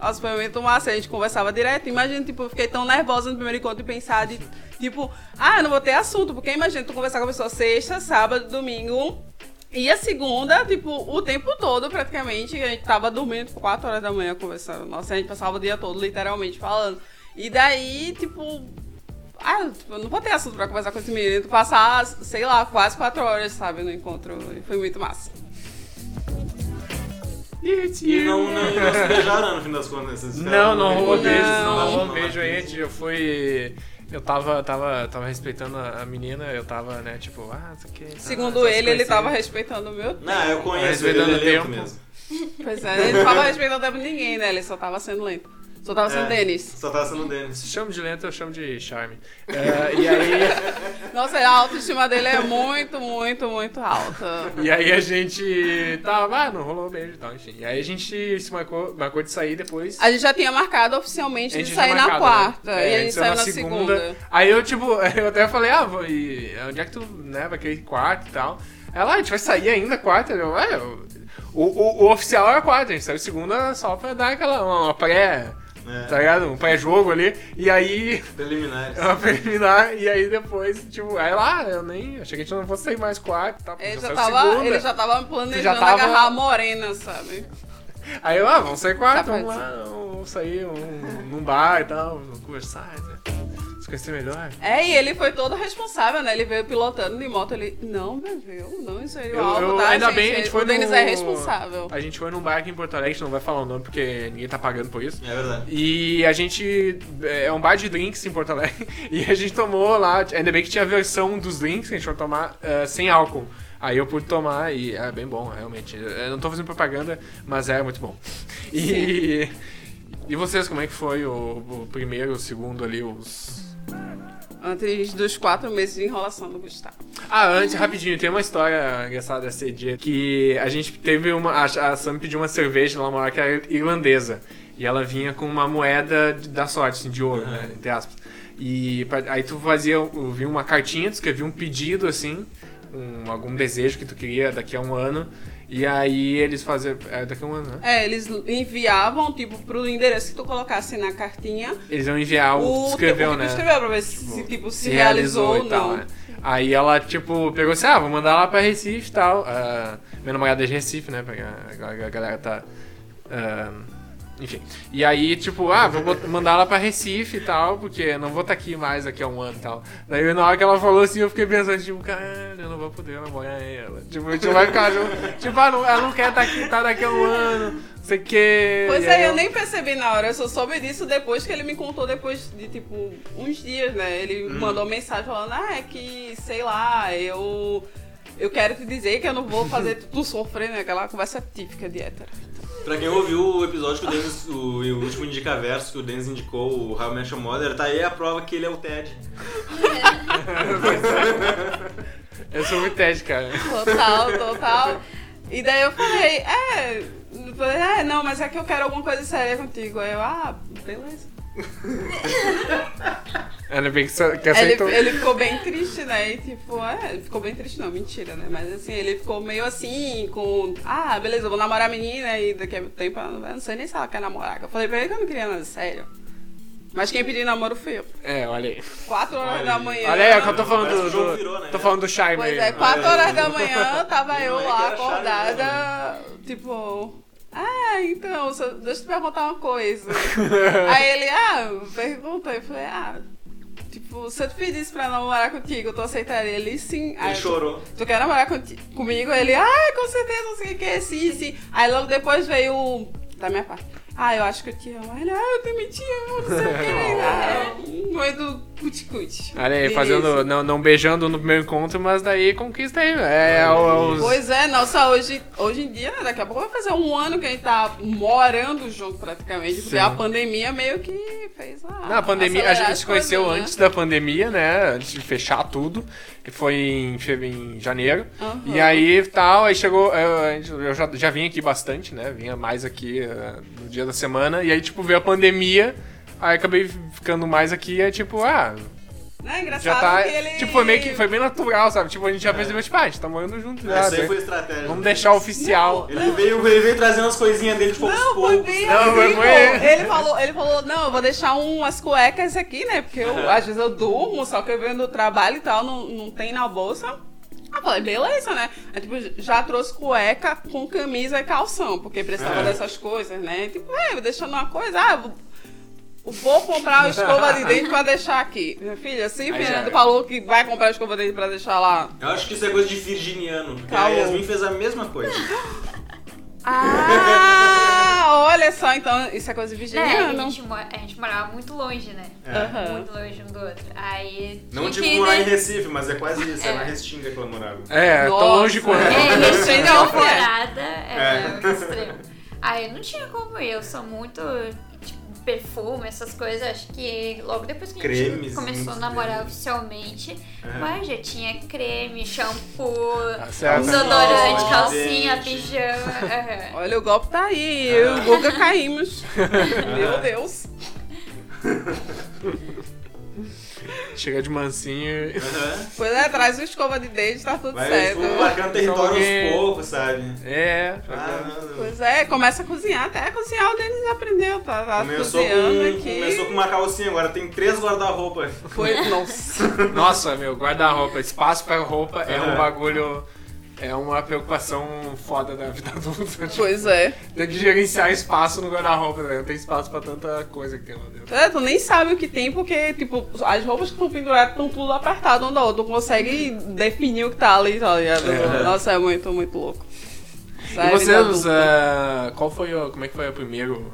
Speaker 2: nossa, foi muito massa, a gente conversava direto. Imagina, tipo, eu fiquei tão nervosa no primeiro encontro e pensar de, tipo, ah, eu não vou ter assunto, porque imagina tu conversar com a pessoa sexta, sábado, domingo. E a segunda, tipo, o tempo todo praticamente, a gente tava dormindo tipo, 4 horas da manhã conversando. Nossa, a gente passava o dia todo literalmente falando. E daí, tipo, ah, tipo, eu não vou ter assunto pra conversar com esse menino. Passar, sei lá, quase 4 horas, sabe, no encontro. E foi muito massa.
Speaker 4: E não, não, não se beijaram no fim das contas. vocês
Speaker 3: Não,
Speaker 4: ficaram-
Speaker 3: não rolou
Speaker 2: Não.
Speaker 3: beijo, não rolou
Speaker 4: Não.
Speaker 3: beijo aí, eu fui. Eu tava, tava, tava respeitando a a menina, eu tava, né, tipo, ah, isso aqui. tá,
Speaker 2: Segundo
Speaker 3: essas
Speaker 2: ele, ele
Speaker 3: coisinhas.
Speaker 2: tava respeitando o meu
Speaker 4: Não, eu
Speaker 3: Mas
Speaker 4: conheço
Speaker 3: vai
Speaker 4: ele, ele
Speaker 3: dando
Speaker 4: é lento
Speaker 3: tempo.
Speaker 4: mesmo.
Speaker 2: Pois é, ele não tava respeitando tempo de ninguém, né? Ele só tava sendo lento. Só tava sendo
Speaker 4: É.
Speaker 2: Denis.
Speaker 4: Só tá sendo Denis.
Speaker 3: Se chama de lento, eu chamo de charme. É, e aí.
Speaker 2: Nossa, a autoestima dele é muito, muito, muito alta.
Speaker 3: E aí a gente tava, ah, não rolou beijo e tal, enfim. E aí a gente se marcou, marcou de sair depois.
Speaker 2: A gente já tinha marcado oficialmente de
Speaker 3: tinha
Speaker 2: sair na
Speaker 3: marcado,
Speaker 2: quarta.
Speaker 3: né? É,
Speaker 2: E a gente saiu na segunda.
Speaker 3: Aí eu, tipo, eu até falei, ah, vou, e onde é que tu, né, vai querer quarto e tal. Ela, ah, a gente vai sair ainda quarta. Eu, ah, eu- o, o, o oficial é a quarta, a gente saiu segunda só pra dar aquela, uma, uma pré,
Speaker 4: É.
Speaker 3: tá ligado? Um pré-jogo ali. E aí...
Speaker 4: Preliminares.
Speaker 3: Ela preliminar, e aí depois, tipo, aí lá, eu nem. Achei que a gente não fosse sair mais quarto e tal. porque
Speaker 2: Ele já,
Speaker 3: saiu
Speaker 2: tava,
Speaker 3: segunda.
Speaker 2: ele já tava planejando
Speaker 3: Já tava-
Speaker 2: agarrar a morena, sabe?
Speaker 3: Aí eu, ah, vamos sair quarto,
Speaker 2: Tá
Speaker 3: vamos lá, vamos sair um, num bar e tal, vamos conversar, né? se conhecer melhor.
Speaker 2: É, e ele foi todo responsável, né? Ele veio pilotando de moto. Ele, não bebeu, não inseriu
Speaker 3: Eu- eu-
Speaker 2: álcool, tá,
Speaker 3: ainda
Speaker 2: gente?
Speaker 3: bem, a gente foi
Speaker 2: O Denis
Speaker 3: no-
Speaker 2: é responsável.
Speaker 3: A gente foi num bar aqui em Porto Alegre, a gente não vai falar o nome porque ninguém tá pagando por isso.
Speaker 4: É verdade.
Speaker 3: E a gente. É um bar de drinks em Porto Alegre. E a gente tomou lá. Ainda bem que tinha a versão dos drinks que a gente foi tomar eh, sem álcool. Aí eu pude tomar e é bem bom, realmente. Eu não tô fazendo propaganda, mas é muito bom. E. E vocês, como é que foi o, o primeiro, o segundo ali, os.
Speaker 2: Antes dos quatro meses de enrolação do Gustavo.
Speaker 3: Ah, antes, rapidinho, tem uma história engraçada desse dia que a gente teve uma. A, a Sam pediu uma cerveja lá, uma hora que era irlandesa. E ela vinha com uma moeda de- da sorte, assim, de ouro, né? Entre aspas. E pra- aí tu fazia, vinha uma cartinha, tu escrevia um pedido, assim, um- algum desejo que tu queria daqui a um ano. E aí eles faziam. É daqui a um ano, né?
Speaker 2: É, eles enviavam, tipo, pro endereço que tu colocasse na cartinha.
Speaker 3: Eles iam enviar o, que tu escreveu,
Speaker 2: o que
Speaker 3: né?
Speaker 2: tu escreveu pra ver se, tipo, se realizou ou
Speaker 3: e tal,
Speaker 2: não.
Speaker 3: né? Aí ela, tipo, pegou assim, ah, vou mandar lá pra Recife e tal. Ah, minha namorada é de Recife, né? Porque a, a- a galera tá... ah, enfim. E aí, tipo, ah, vou bot- mandar ela pra Recife e tal, porque não vou estar aqui mais daqui a um ano e tal. Daí na hora que ela falou assim, eu fiquei pensando, tipo, cara, eu não vou poder namorar ela. Tipo, a gente não vai ficar junto. Tipo, ah, não- ela não quer estar aqui, tá daqui a um ano, não sei o quê.
Speaker 2: Pois
Speaker 3: E
Speaker 2: é, eu nem percebi na hora, eu só soube disso depois que ele me contou depois de, tipo, uns dias, né? Ele
Speaker 3: Hum.
Speaker 2: me mandou mensagem falando, ah, é que, sei lá, eu. Eu quero te dizer que eu não vou fazer tu sofrer, né? Aquela conversa típica de hétero.
Speaker 4: Pra quem ouviu o episódio que o Denis, o, o último Indicaverso que o Denis indicou, o How I Met Your Mother, tá aí a prova que ele é o Ted.
Speaker 3: Eu sou muito né? Ted, cara.
Speaker 2: Total, total. E daí eu falei, é. eu falei, é, não, mas é que eu quero alguma coisa séria contigo. Aí eu, ah, beleza.
Speaker 3: Ela bem que só- que
Speaker 2: Ele,
Speaker 3: aceitou.
Speaker 2: ele ficou bem triste, né? E tipo, é, ficou bem triste, não, mentira, né? Mas assim, ele ficou meio assim, com. Ah, beleza, eu vou namorar a menina e daqui a tempo ela não vai. Não sei nem se ela quer namorar. Eu falei pra ele que eu não queria nada sério. Mas quem pediu namoro foi eu.
Speaker 3: É, olha aí.
Speaker 2: Quatro horas
Speaker 4: Olha
Speaker 2: da
Speaker 4: aí.
Speaker 2: manhã.
Speaker 3: Olha aí, é que eu tô falando
Speaker 4: Parece que
Speaker 3: do.
Speaker 4: o jogo
Speaker 3: do-
Speaker 4: virou, né?
Speaker 3: Tô falando do Shime
Speaker 2: Pois
Speaker 3: aí.
Speaker 2: é, quatro
Speaker 4: Olha aí.
Speaker 2: horas da manhã tava eu
Speaker 4: Minha
Speaker 2: lá
Speaker 4: mãe que era chata,
Speaker 2: acordada, tipo. Ah, então, só- deixa eu te perguntar uma coisa. Aí ele, ah, pergunta. Eu falei, ah, tipo, se eu te pedisse pra namorar contigo, tu aceitaria? Ele, sim. Aí
Speaker 4: Ele
Speaker 2: eu,
Speaker 4: chorou.
Speaker 2: Tu quer namorar conti- comigo? Ele, ah, com certeza, não sei o que, sim, sim. Aí logo depois veio o. Da minha parte. Ah, eu acho que eu te amo. Ele, ah, eu também te amo, não sei o que. Ah, Mãe do cuticute.
Speaker 3: Olha aí, fazendo, não, não beijando no primeiro encontro, mas daí conquista aí. É, é, o- é os-
Speaker 2: Pois é, nossa, hoje, hoje em dia, né, daqui a pouco vai fazer um ano que a gente tá morando junto praticamente, porque
Speaker 3: Sim.
Speaker 2: a pandemia meio que fez a.
Speaker 3: Na pandemia, a
Speaker 2: acelerar
Speaker 3: gente
Speaker 2: as
Speaker 3: se conheceu
Speaker 2: coisas, né?
Speaker 3: antes da pandemia, né? Antes de fechar tudo. que Foi em, fe- em janeiro.
Speaker 2: Aham.
Speaker 3: E aí tal, aí chegou. Eu, a gente- eu já, já vim aqui bastante, né? Vinha mais aqui eh, no dia da semana. E aí, tipo, veio a pandemia. Aí acabei ficando mais aqui. É tipo, ah,
Speaker 2: Não é engraçado
Speaker 3: já tá.
Speaker 2: que ele.
Speaker 3: Tipo, foi meio que foi bem natural, sabe? Tipo, a gente já percebeu, tipo, ah, a gente tá morando junto já.
Speaker 4: Essa É. aí
Speaker 3: né?
Speaker 4: foi a estratégia.
Speaker 3: Vamos deixar oficial.
Speaker 4: Ele veio, ele veio trazendo as coisinhas dele de poucos
Speaker 2: Não,
Speaker 4: poucos.
Speaker 2: foi bem
Speaker 3: Não, foi-
Speaker 2: assim, pô.
Speaker 3: foi-
Speaker 2: Ele falou, ele falou, não, eu vou deixar umas cuecas aqui, né? Porque eu, às vezes eu durmo, só que eu venho do trabalho e tal, não, não tem na bolsa. Eu falei, beleza, né? Aí, tipo, já trouxe cueca com camisa e calção, porque
Speaker 3: É.
Speaker 2: precisava dessas coisas, né? Tipo, é, vou deixando uma coisa, ah, vou- vou comprar uma escova de dente pra deixar aqui. Minha filha, assim,
Speaker 3: Aí já
Speaker 2: Fernando
Speaker 3: era.
Speaker 2: falou que vai comprar a escova de dente pra deixar lá.
Speaker 4: Eu acho que isso é coisa de virginiano. Porque
Speaker 2: Calma.
Speaker 4: a Yasmin fez a mesma coisa.
Speaker 2: Ah, olha só, então, isso é coisa
Speaker 7: Né,
Speaker 2: virginiana.
Speaker 7: a gente, mo- a gente morava muito longe, né?
Speaker 2: Aham. né?
Speaker 7: Muito longe um do outro. Aí.
Speaker 4: É. Não
Speaker 7: tinha
Speaker 4: tipo
Speaker 7: que
Speaker 4: morar em
Speaker 7: de-
Speaker 4: Recife, mas é quase isso. É na Restinga que ela morava.
Speaker 3: É,
Speaker 2: Nossa.
Speaker 3: tão longe quanto.
Speaker 7: É,
Speaker 2: Não sei
Speaker 7: Restinga
Speaker 2: não,
Speaker 7: Alvorada
Speaker 4: É.
Speaker 7: é, muito extremo. Aí não tinha como ir, eu sou muito tipo, perfume, essas coisas, acho que logo depois que a
Speaker 4: Cremes,
Speaker 7: gente começou a
Speaker 4: muitos
Speaker 7: namorar
Speaker 4: cremes.
Speaker 7: oficialmente,
Speaker 4: É.
Speaker 7: mas já tinha creme, shampoo,
Speaker 3: Tá certo.
Speaker 7: desodorante,
Speaker 4: Ah, Nossa,
Speaker 7: calcinha,
Speaker 4: gente.
Speaker 7: pijama. aham.
Speaker 2: Olha, o golpe tá aí.
Speaker 4: Ah.
Speaker 2: Eu e o Guga caímos. Meu Deus.
Speaker 3: Chega de mansinho.
Speaker 4: Aham.
Speaker 2: Pois é, traz uma escova de dente, tá tudo
Speaker 4: Vai
Speaker 2: certo.
Speaker 4: tipo, marcando território
Speaker 3: Alguém-
Speaker 4: aos poucos, sabe?
Speaker 3: É.
Speaker 4: Ah, não, não.
Speaker 2: Pois é, começa a cozinhar. Até cozinhar o Denis aprendeu, tá, tá
Speaker 4: Começou
Speaker 2: cozinhando
Speaker 4: com,
Speaker 2: aqui.
Speaker 4: começou com uma calcinha, agora tem três guarda-roupa. É,
Speaker 2: Foi, nossa.
Speaker 3: Nossa, meu, guarda-roupa, espaço pra roupa é um
Speaker 4: É.
Speaker 3: bagulho. É uma preocupação foda da vida adulta. Tipo,
Speaker 2: pois é.
Speaker 3: tem que gerenciar espaço no guarda-roupa, né? Não tem espaço pra tanta coisa que tem lá dentro.
Speaker 2: É, tu nem sabe o que tem, porque, tipo, as roupas que estão penduradas estão tudo apertadas um da outra. Tu consegue definir o que tá ali, tá ligado?
Speaker 3: É.
Speaker 2: Nossa, é muito, muito louco. Isso é vida
Speaker 3: E vocês,
Speaker 2: adulta.
Speaker 3: ah, qual foi o. Como é que foi o primeiro.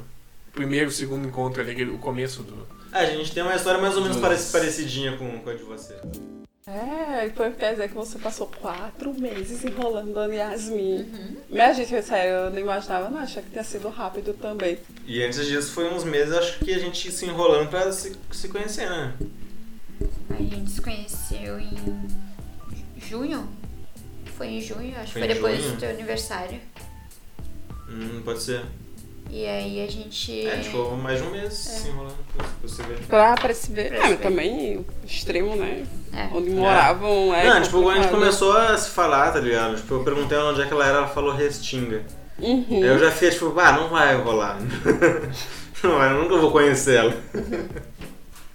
Speaker 3: Primeiro, segundo encontro ali, aquele- o começo do.
Speaker 4: A gente tem uma história mais ou menos parec- parecidinha com, com a de você.
Speaker 2: É, então quer dizer que você passou quatro meses enrolando Dona Yasmin. Minha gente, sério, eu não imaginava, não, achei que tinha sido rápido também.
Speaker 4: E antes disso foi uns meses, acho que a gente se enrolando pra se, se conhecer, né?
Speaker 7: A gente se conheceu em junho? Foi em junho, acho que
Speaker 4: Foi
Speaker 7: foi
Speaker 4: em
Speaker 7: depois
Speaker 4: junho?
Speaker 7: do teu aniversário.
Speaker 4: Hum, pode ser.
Speaker 7: E aí a gente.
Speaker 4: É, a gente ficou mais de um mês se enrolando pra pra você ver.
Speaker 2: Pra perceber, é, mas também o extremo, né?
Speaker 7: É.
Speaker 2: Onde moravam, é.
Speaker 4: não, tipo, quando a gente
Speaker 2: complicado.
Speaker 4: começou a se falar, tá ligado? Tipo, eu perguntei onde é que ela era, ela falou Restinga.
Speaker 2: Uhum.
Speaker 4: Aí eu já fiz, tipo, ah, não vai rolar. não, eu nunca vou conhecer ela.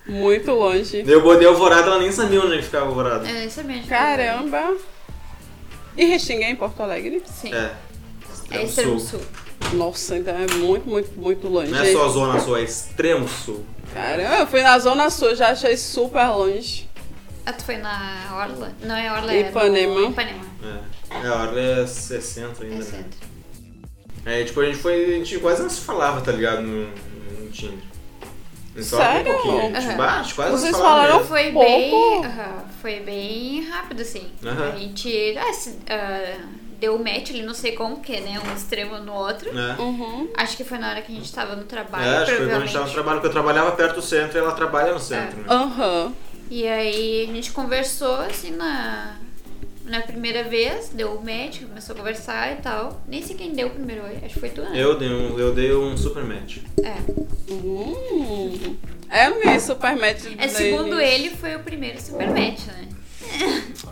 Speaker 2: Muito longe.
Speaker 4: Daí Eu botei Alvorada, ela nem sabia onde ficava Alvorada.
Speaker 2: É.
Speaker 7: Eu nem sabia onde
Speaker 2: Caramba! E Restinga é em Porto Alegre?
Speaker 7: Sim.
Speaker 4: É.
Speaker 7: É
Speaker 4: Extremo
Speaker 7: extremo
Speaker 4: Sul.
Speaker 7: sul.
Speaker 2: Nossa, então é muito, muito, muito longe.
Speaker 4: Não é só Zona Sul, é Extremo Sul.
Speaker 2: Caramba, eu fui na Zona Sul, já achei super longe.
Speaker 7: Ah, tu foi na Orla? Não é Orla,
Speaker 2: Ipanema.
Speaker 7: é no Ipanema.
Speaker 4: É. É, a hora é 60
Speaker 7: É
Speaker 4: ainda, né?
Speaker 7: centro.
Speaker 4: É, tipo, a gente foi. A gente quase não se falava, tá ligado? No, no Tinder. Só
Speaker 2: Sério?
Speaker 4: um pouquinho. A gente,
Speaker 7: Aham.
Speaker 4: bah, a gente quase não se
Speaker 2: Vocês
Speaker 4: falava
Speaker 2: falaram-
Speaker 4: mesmo.
Speaker 7: Então Foi
Speaker 2: Pouco.
Speaker 7: bem, aham, foi bem rápido, assim.
Speaker 4: Aham.
Speaker 7: A gente ah, se- ah, deu match ali, não sei como que, né? Um extremo no outro.
Speaker 4: É.
Speaker 2: Uhum.
Speaker 7: Acho que foi na hora que a gente tava no trabalho,
Speaker 4: É, acho que foi quando a
Speaker 7: provavelmente.
Speaker 4: gente tava no trabalho, porque eu trabalhava perto do centro e ela trabalha no centro,
Speaker 2: É.
Speaker 4: né?
Speaker 2: Aham.
Speaker 7: E aí a gente conversou assim na, na primeira vez, deu o match, começou a conversar e tal. Nem sei quem deu o primeiro oi, acho que foi tu, né?
Speaker 4: Eu dei um, eu dei um super match.
Speaker 7: É.
Speaker 2: Hum. É, eu ganhei super match
Speaker 7: É, segundo ele, foi o primeiro super match, né?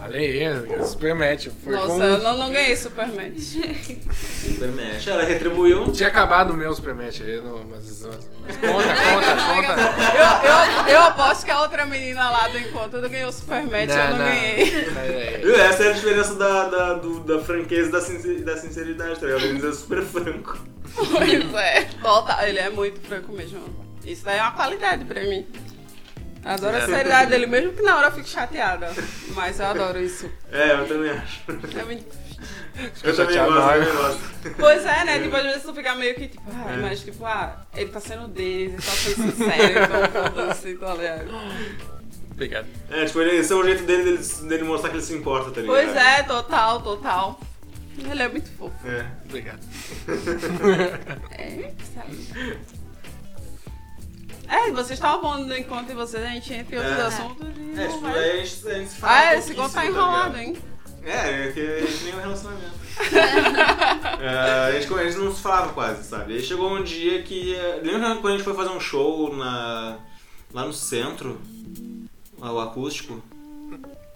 Speaker 3: Olha aí, super match. né? Foi
Speaker 2: Nossa,
Speaker 3: como-
Speaker 2: eu não, não ganhei super match.
Speaker 4: Super match. Ela retribuiu.
Speaker 3: Tinha acabado o meu super match aí, não- mas, mas conta, conta, conta.
Speaker 2: Eu, eu, eu aposto que a outra menina lá do encontro não ganhou super match, eu não, ganhei.
Speaker 3: Peraí.
Speaker 4: Viu? Essa é a diferença da, da, do- da franqueza e da, sincer- da sinceridade, tá ligado? Ele é super franco.
Speaker 2: Pois é. Volta, ele é muito franco mesmo. Isso daí é uma qualidade pra mim. Adoro a seriedade dele, mesmo que na hora eu fique chateada. Mas eu adoro isso.
Speaker 4: É, eu também acho.
Speaker 2: É muito-
Speaker 4: Eu também
Speaker 5: chateado,
Speaker 4: gosto, eu
Speaker 5: né?
Speaker 4: também gosto.
Speaker 2: Pois é, né? Tipo, às vezes tu fica meio que tipo, ah, mas tipo, ah, ele tá sendo dele, ele tá sendo sincero, então foda-se, tá ligado?
Speaker 5: Obrigado.
Speaker 4: É, tipo, ele, esse é o jeito dele, dele, dele mostrar que ele se importa, tá ligado?
Speaker 2: Pois é, total, total. Ele é muito fofo.
Speaker 4: É.
Speaker 5: Obrigado.
Speaker 2: É, sabe? É, vocês estavam falando do encontro e vocês, a gente entra em outros
Speaker 4: É.
Speaker 2: assuntos e
Speaker 4: É,
Speaker 2: não
Speaker 4: tipo,
Speaker 2: vai.
Speaker 4: aí a gente, a gente se fala.
Speaker 2: Ah,
Speaker 4: um
Speaker 2: esse
Speaker 4: pouquinho,
Speaker 2: gol tá
Speaker 4: ligado?
Speaker 2: enrolado, hein?
Speaker 4: É, é que a gente nem um relacionamento. É, a, gente, a gente não se falava quase, sabe? Aí chegou um dia que. é, Lembra quando a gente foi fazer um show na, lá no centro? Lá, o acústico?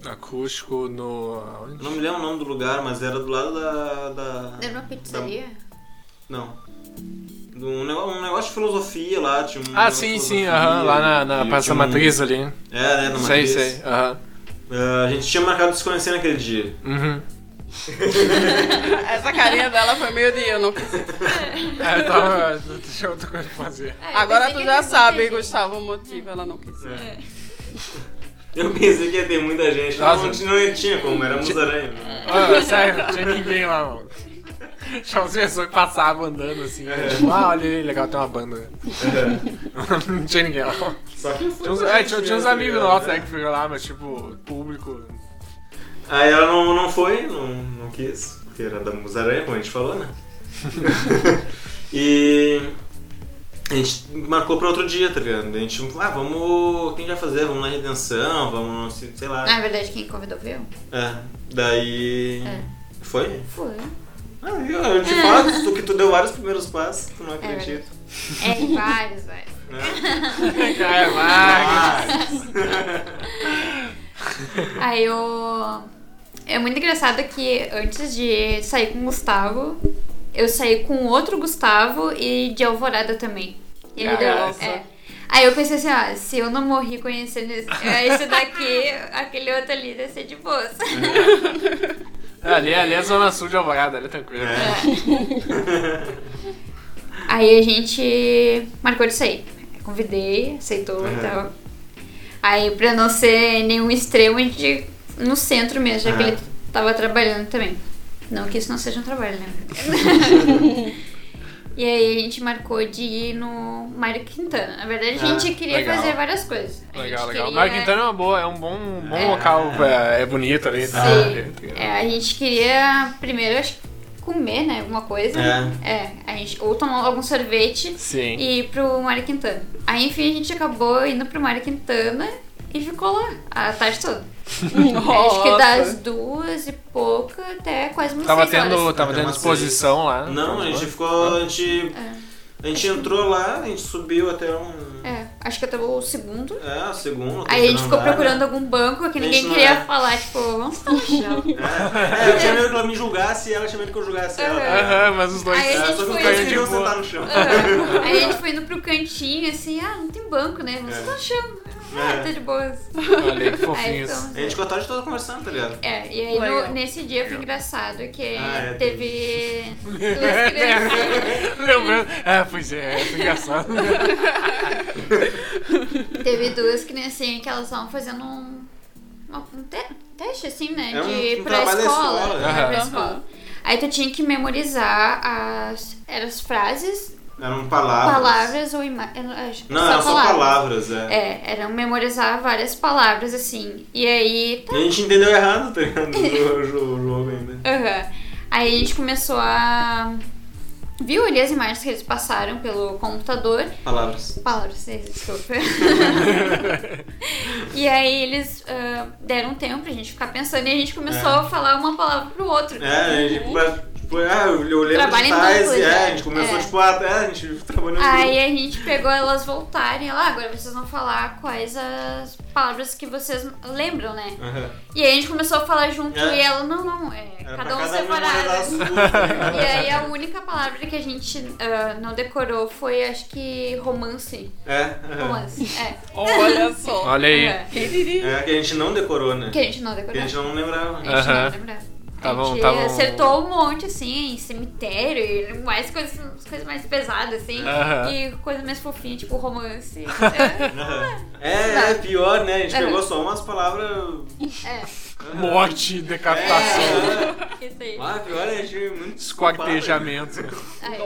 Speaker 5: Acústico no. aonde?
Speaker 4: Eu não me lembro o nome do lugar, mas era do lado da. da
Speaker 7: Era uma pizzaria?
Speaker 4: não. Do- Um nego- um negócio de filosofia lá, tinha um
Speaker 5: Ah,
Speaker 4: negócio
Speaker 5: sim,
Speaker 4: de
Speaker 5: sim,
Speaker 4: filosofia,
Speaker 5: aham, lá na,
Speaker 4: e
Speaker 5: na
Speaker 4: tinha
Speaker 5: Praça
Speaker 4: um-
Speaker 5: Matriz ali.
Speaker 4: É, né, na
Speaker 5: Sei,
Speaker 4: Matriz.
Speaker 5: sei, aham.
Speaker 4: Ah, a gente tinha marcado de se conhecer naquele dia.
Speaker 5: Uhum.
Speaker 2: Essa carinha dela foi meio de eu não quis.
Speaker 5: É, eu tava. Deixa outra coisa pra fazer.
Speaker 7: Ah, eu
Speaker 2: Agora
Speaker 7: pensei
Speaker 2: tu
Speaker 7: que
Speaker 2: já
Speaker 7: era
Speaker 2: sabe,
Speaker 7: proteger.
Speaker 2: Gustavo, o motivo, ela não quis.
Speaker 4: É. Eu pensei que ia ter muita gente, mas não,
Speaker 5: Nossa.
Speaker 4: tinha- não tinha como, éramos aranha.
Speaker 5: Ah, sério, não tinha ninguém lá, mano. Tinha umas pessoas que passavam andando assim.
Speaker 4: É.
Speaker 5: Tipo, ah, olha aí, legal, tem uma banda. não tinha ninguém lá.
Speaker 4: Só que
Speaker 5: Tinha uns, é, tinha,
Speaker 4: tá
Speaker 5: tinha uns amigos nossos né, que foram lá, mas tipo, público.
Speaker 4: Aí ela não, não foi, não, não quis, porque era da Musaranha, como a gente falou, né? e a gente marcou pra outro dia, tá ligado? A gente, ah, vamos. Quem vai fazer? Vamos na redenção, vamos, sei sei lá.
Speaker 7: Na verdade, quem convidou foi eu?
Speaker 4: É, daí. Foi?
Speaker 7: Foi.
Speaker 4: Ah, eu, eu te falo tu- que tu deu vários primeiros passos, tu não
Speaker 7: verdade.
Speaker 4: acredita.
Speaker 7: É, vários, velho.
Speaker 4: né?
Speaker 5: Cara, vaga.
Speaker 4: Ah,
Speaker 7: Aí eu. É muito engraçado que antes de sair com o Gustavo, eu saí com outro Gustavo e de Alvorada também. Ele deu.
Speaker 2: Nossa.
Speaker 7: É. Aí eu pensei assim, ó, se eu não morri conhecendo esse, é, esse daqui, aquele outro ali deve ser de boas.
Speaker 5: Ali, ali é a Zona Sul de Alvorada, ali é tranquilo. é.
Speaker 7: Aí a gente marcou de sair. Convidei, aceitou e
Speaker 4: Uhum.
Speaker 7: tal. Aí pra não ser nenhum extremo, a gente no centro mesmo, já que
Speaker 4: Uhum.
Speaker 7: ele tava trabalhando também. Não que isso não seja um trabalho, né? e aí a gente marcou de ir no Mário Quintana. Na verdade, a gente
Speaker 4: Ah,
Speaker 7: queria
Speaker 5: legal.
Speaker 7: fazer várias coisas. A
Speaker 5: Legal,
Speaker 7: gente
Speaker 5: legal.
Speaker 7: queria-
Speaker 5: Mas Quintana é uma boa, é um bom, um bom
Speaker 7: É.
Speaker 5: local, é, é bonito ali. Tá?
Speaker 7: Sim.
Speaker 5: É.
Speaker 7: É, a gente queria primeiro acho, que, comer, né? Alguma coisa.
Speaker 4: É.
Speaker 7: É, a gente, ou tomar algum sorvete
Speaker 5: Sim.
Speaker 7: e ir pro Mário Quintana. Aí, enfim, a gente acabou indo pro Mário Quintana e ficou lá a tarde toda. Acho que
Speaker 2: um
Speaker 7: das duas e pouca até quase umas
Speaker 5: Tava
Speaker 7: seis
Speaker 5: tendo,
Speaker 3: um-
Speaker 7: horas.
Speaker 5: tava
Speaker 4: Até
Speaker 5: tendo
Speaker 4: umas
Speaker 5: exposição
Speaker 3: Ah,
Speaker 5: lá.
Speaker 4: Não, a gente ficou. A gente,
Speaker 7: É.
Speaker 4: a gente entrou lá, a gente subiu até um.
Speaker 7: É, acho que até o segundo.
Speaker 4: É, o segundo.
Speaker 7: Aí a gente
Speaker 4: terceiro
Speaker 7: ficou
Speaker 4: andar, né?
Speaker 7: procurando algum banco que
Speaker 4: A
Speaker 7: ninguém
Speaker 4: gente não
Speaker 7: queria
Speaker 4: é.
Speaker 7: falar, tipo, vamos estar no chão.
Speaker 4: É, eu tinha medo que ela me julgasse e ela tinha medo que eu julgasse ela.
Speaker 5: Aham, mas os dois.
Speaker 7: Aí a
Speaker 4: É,
Speaker 7: gente
Speaker 4: só que os
Speaker 7: foi- assim.
Speaker 4: caras
Speaker 5: Caiu de
Speaker 4: queriam
Speaker 5: boa.
Speaker 4: sentar no chão.
Speaker 7: Aí a gente foi indo pro cantinho, assim, ah, não tem banco, né? Vamos estar no chão. Ah, tá de boas.
Speaker 5: Olha
Speaker 3: É
Speaker 5: que
Speaker 7: Aí
Speaker 5: fofinhos.
Speaker 7: então.
Speaker 4: A gente ficou a tarde toda conversando, tá ligado?
Speaker 7: É, e aí no-
Speaker 2: Legal.
Speaker 7: nesse dia foi engraçado que
Speaker 4: Ah, é,
Speaker 7: teve duas crianças.
Speaker 5: Lembrando. Ah, pois é, é engraçado.
Speaker 7: teve duas criancinhas que elas estavam fazendo um, uma- um te- teste, assim, né?
Speaker 4: É um-
Speaker 7: de
Speaker 4: um
Speaker 7: pra
Speaker 4: trabalho da
Speaker 7: escola.
Speaker 4: escola,
Speaker 7: né,
Speaker 5: aham.
Speaker 7: pra escola. Aí tu tinha que memorizar as, eram as frases,
Speaker 4: Eram palavras.
Speaker 7: palavras ou imagens.
Speaker 4: Ah, Não, eram só palavras, é.
Speaker 7: É, eram memorizar várias palavras, assim. E aí
Speaker 4: E a gente entendeu errado, tá ligado? O jo- o jogo ainda.
Speaker 7: Aham. Aí a gente começou a. Viu ali as imagens que eles passaram pelo computador.
Speaker 4: Palavras.
Speaker 7: Palavras, vocês, desculpa. e aí eles ah, deram um tempo pra gente ficar pensando e a gente começou
Speaker 4: É.
Speaker 7: a falar uma palavra pro outro.
Speaker 4: É, a gente. Tipo, ah, eu olhei pra
Speaker 7: Uhum. Trabalho em
Speaker 4: trás
Speaker 7: dupla,
Speaker 4: e é,
Speaker 7: já.
Speaker 4: a gente começou,
Speaker 7: É.
Speaker 4: tipo, ah, é, a gente trabalhou
Speaker 7: Aí a gente pegou elas voltarem lá, agora vocês vão falar quais as palavras que vocês lembram, né? E aí a gente começou a falar junto
Speaker 4: É.
Speaker 7: e ela, não, não, é cada um separado.
Speaker 4: né?
Speaker 7: E aí a única palavra que a gente ah, não decorou foi, acho que, romance.
Speaker 4: É, aham.
Speaker 7: Romance, é.
Speaker 2: Olha só.
Speaker 5: Olha aí.
Speaker 7: É.
Speaker 4: é que a gente não decorou, né?
Speaker 7: Que É. a gente não
Speaker 4: Que
Speaker 7: decorou.
Speaker 4: a gente não lembrava.
Speaker 7: A gente não
Speaker 5: Aham.
Speaker 7: lembrava. a
Speaker 3: Tavam,
Speaker 7: gente
Speaker 3: tavam...
Speaker 7: acertou um monte, assim, em cemitério e mais coisas, umas coisas mais pesadas, assim.
Speaker 3: Aham.
Speaker 7: E coisa mais fofinha, tipo romance. É,
Speaker 4: É, é pior, né? A gente
Speaker 7: Aham.
Speaker 4: pegou só umas palavras.
Speaker 3: Morte, decapitação,
Speaker 7: é, isso aí.
Speaker 4: Ah, pior é a gente muito desculpado.
Speaker 3: esquartejamento.
Speaker 7: Ai,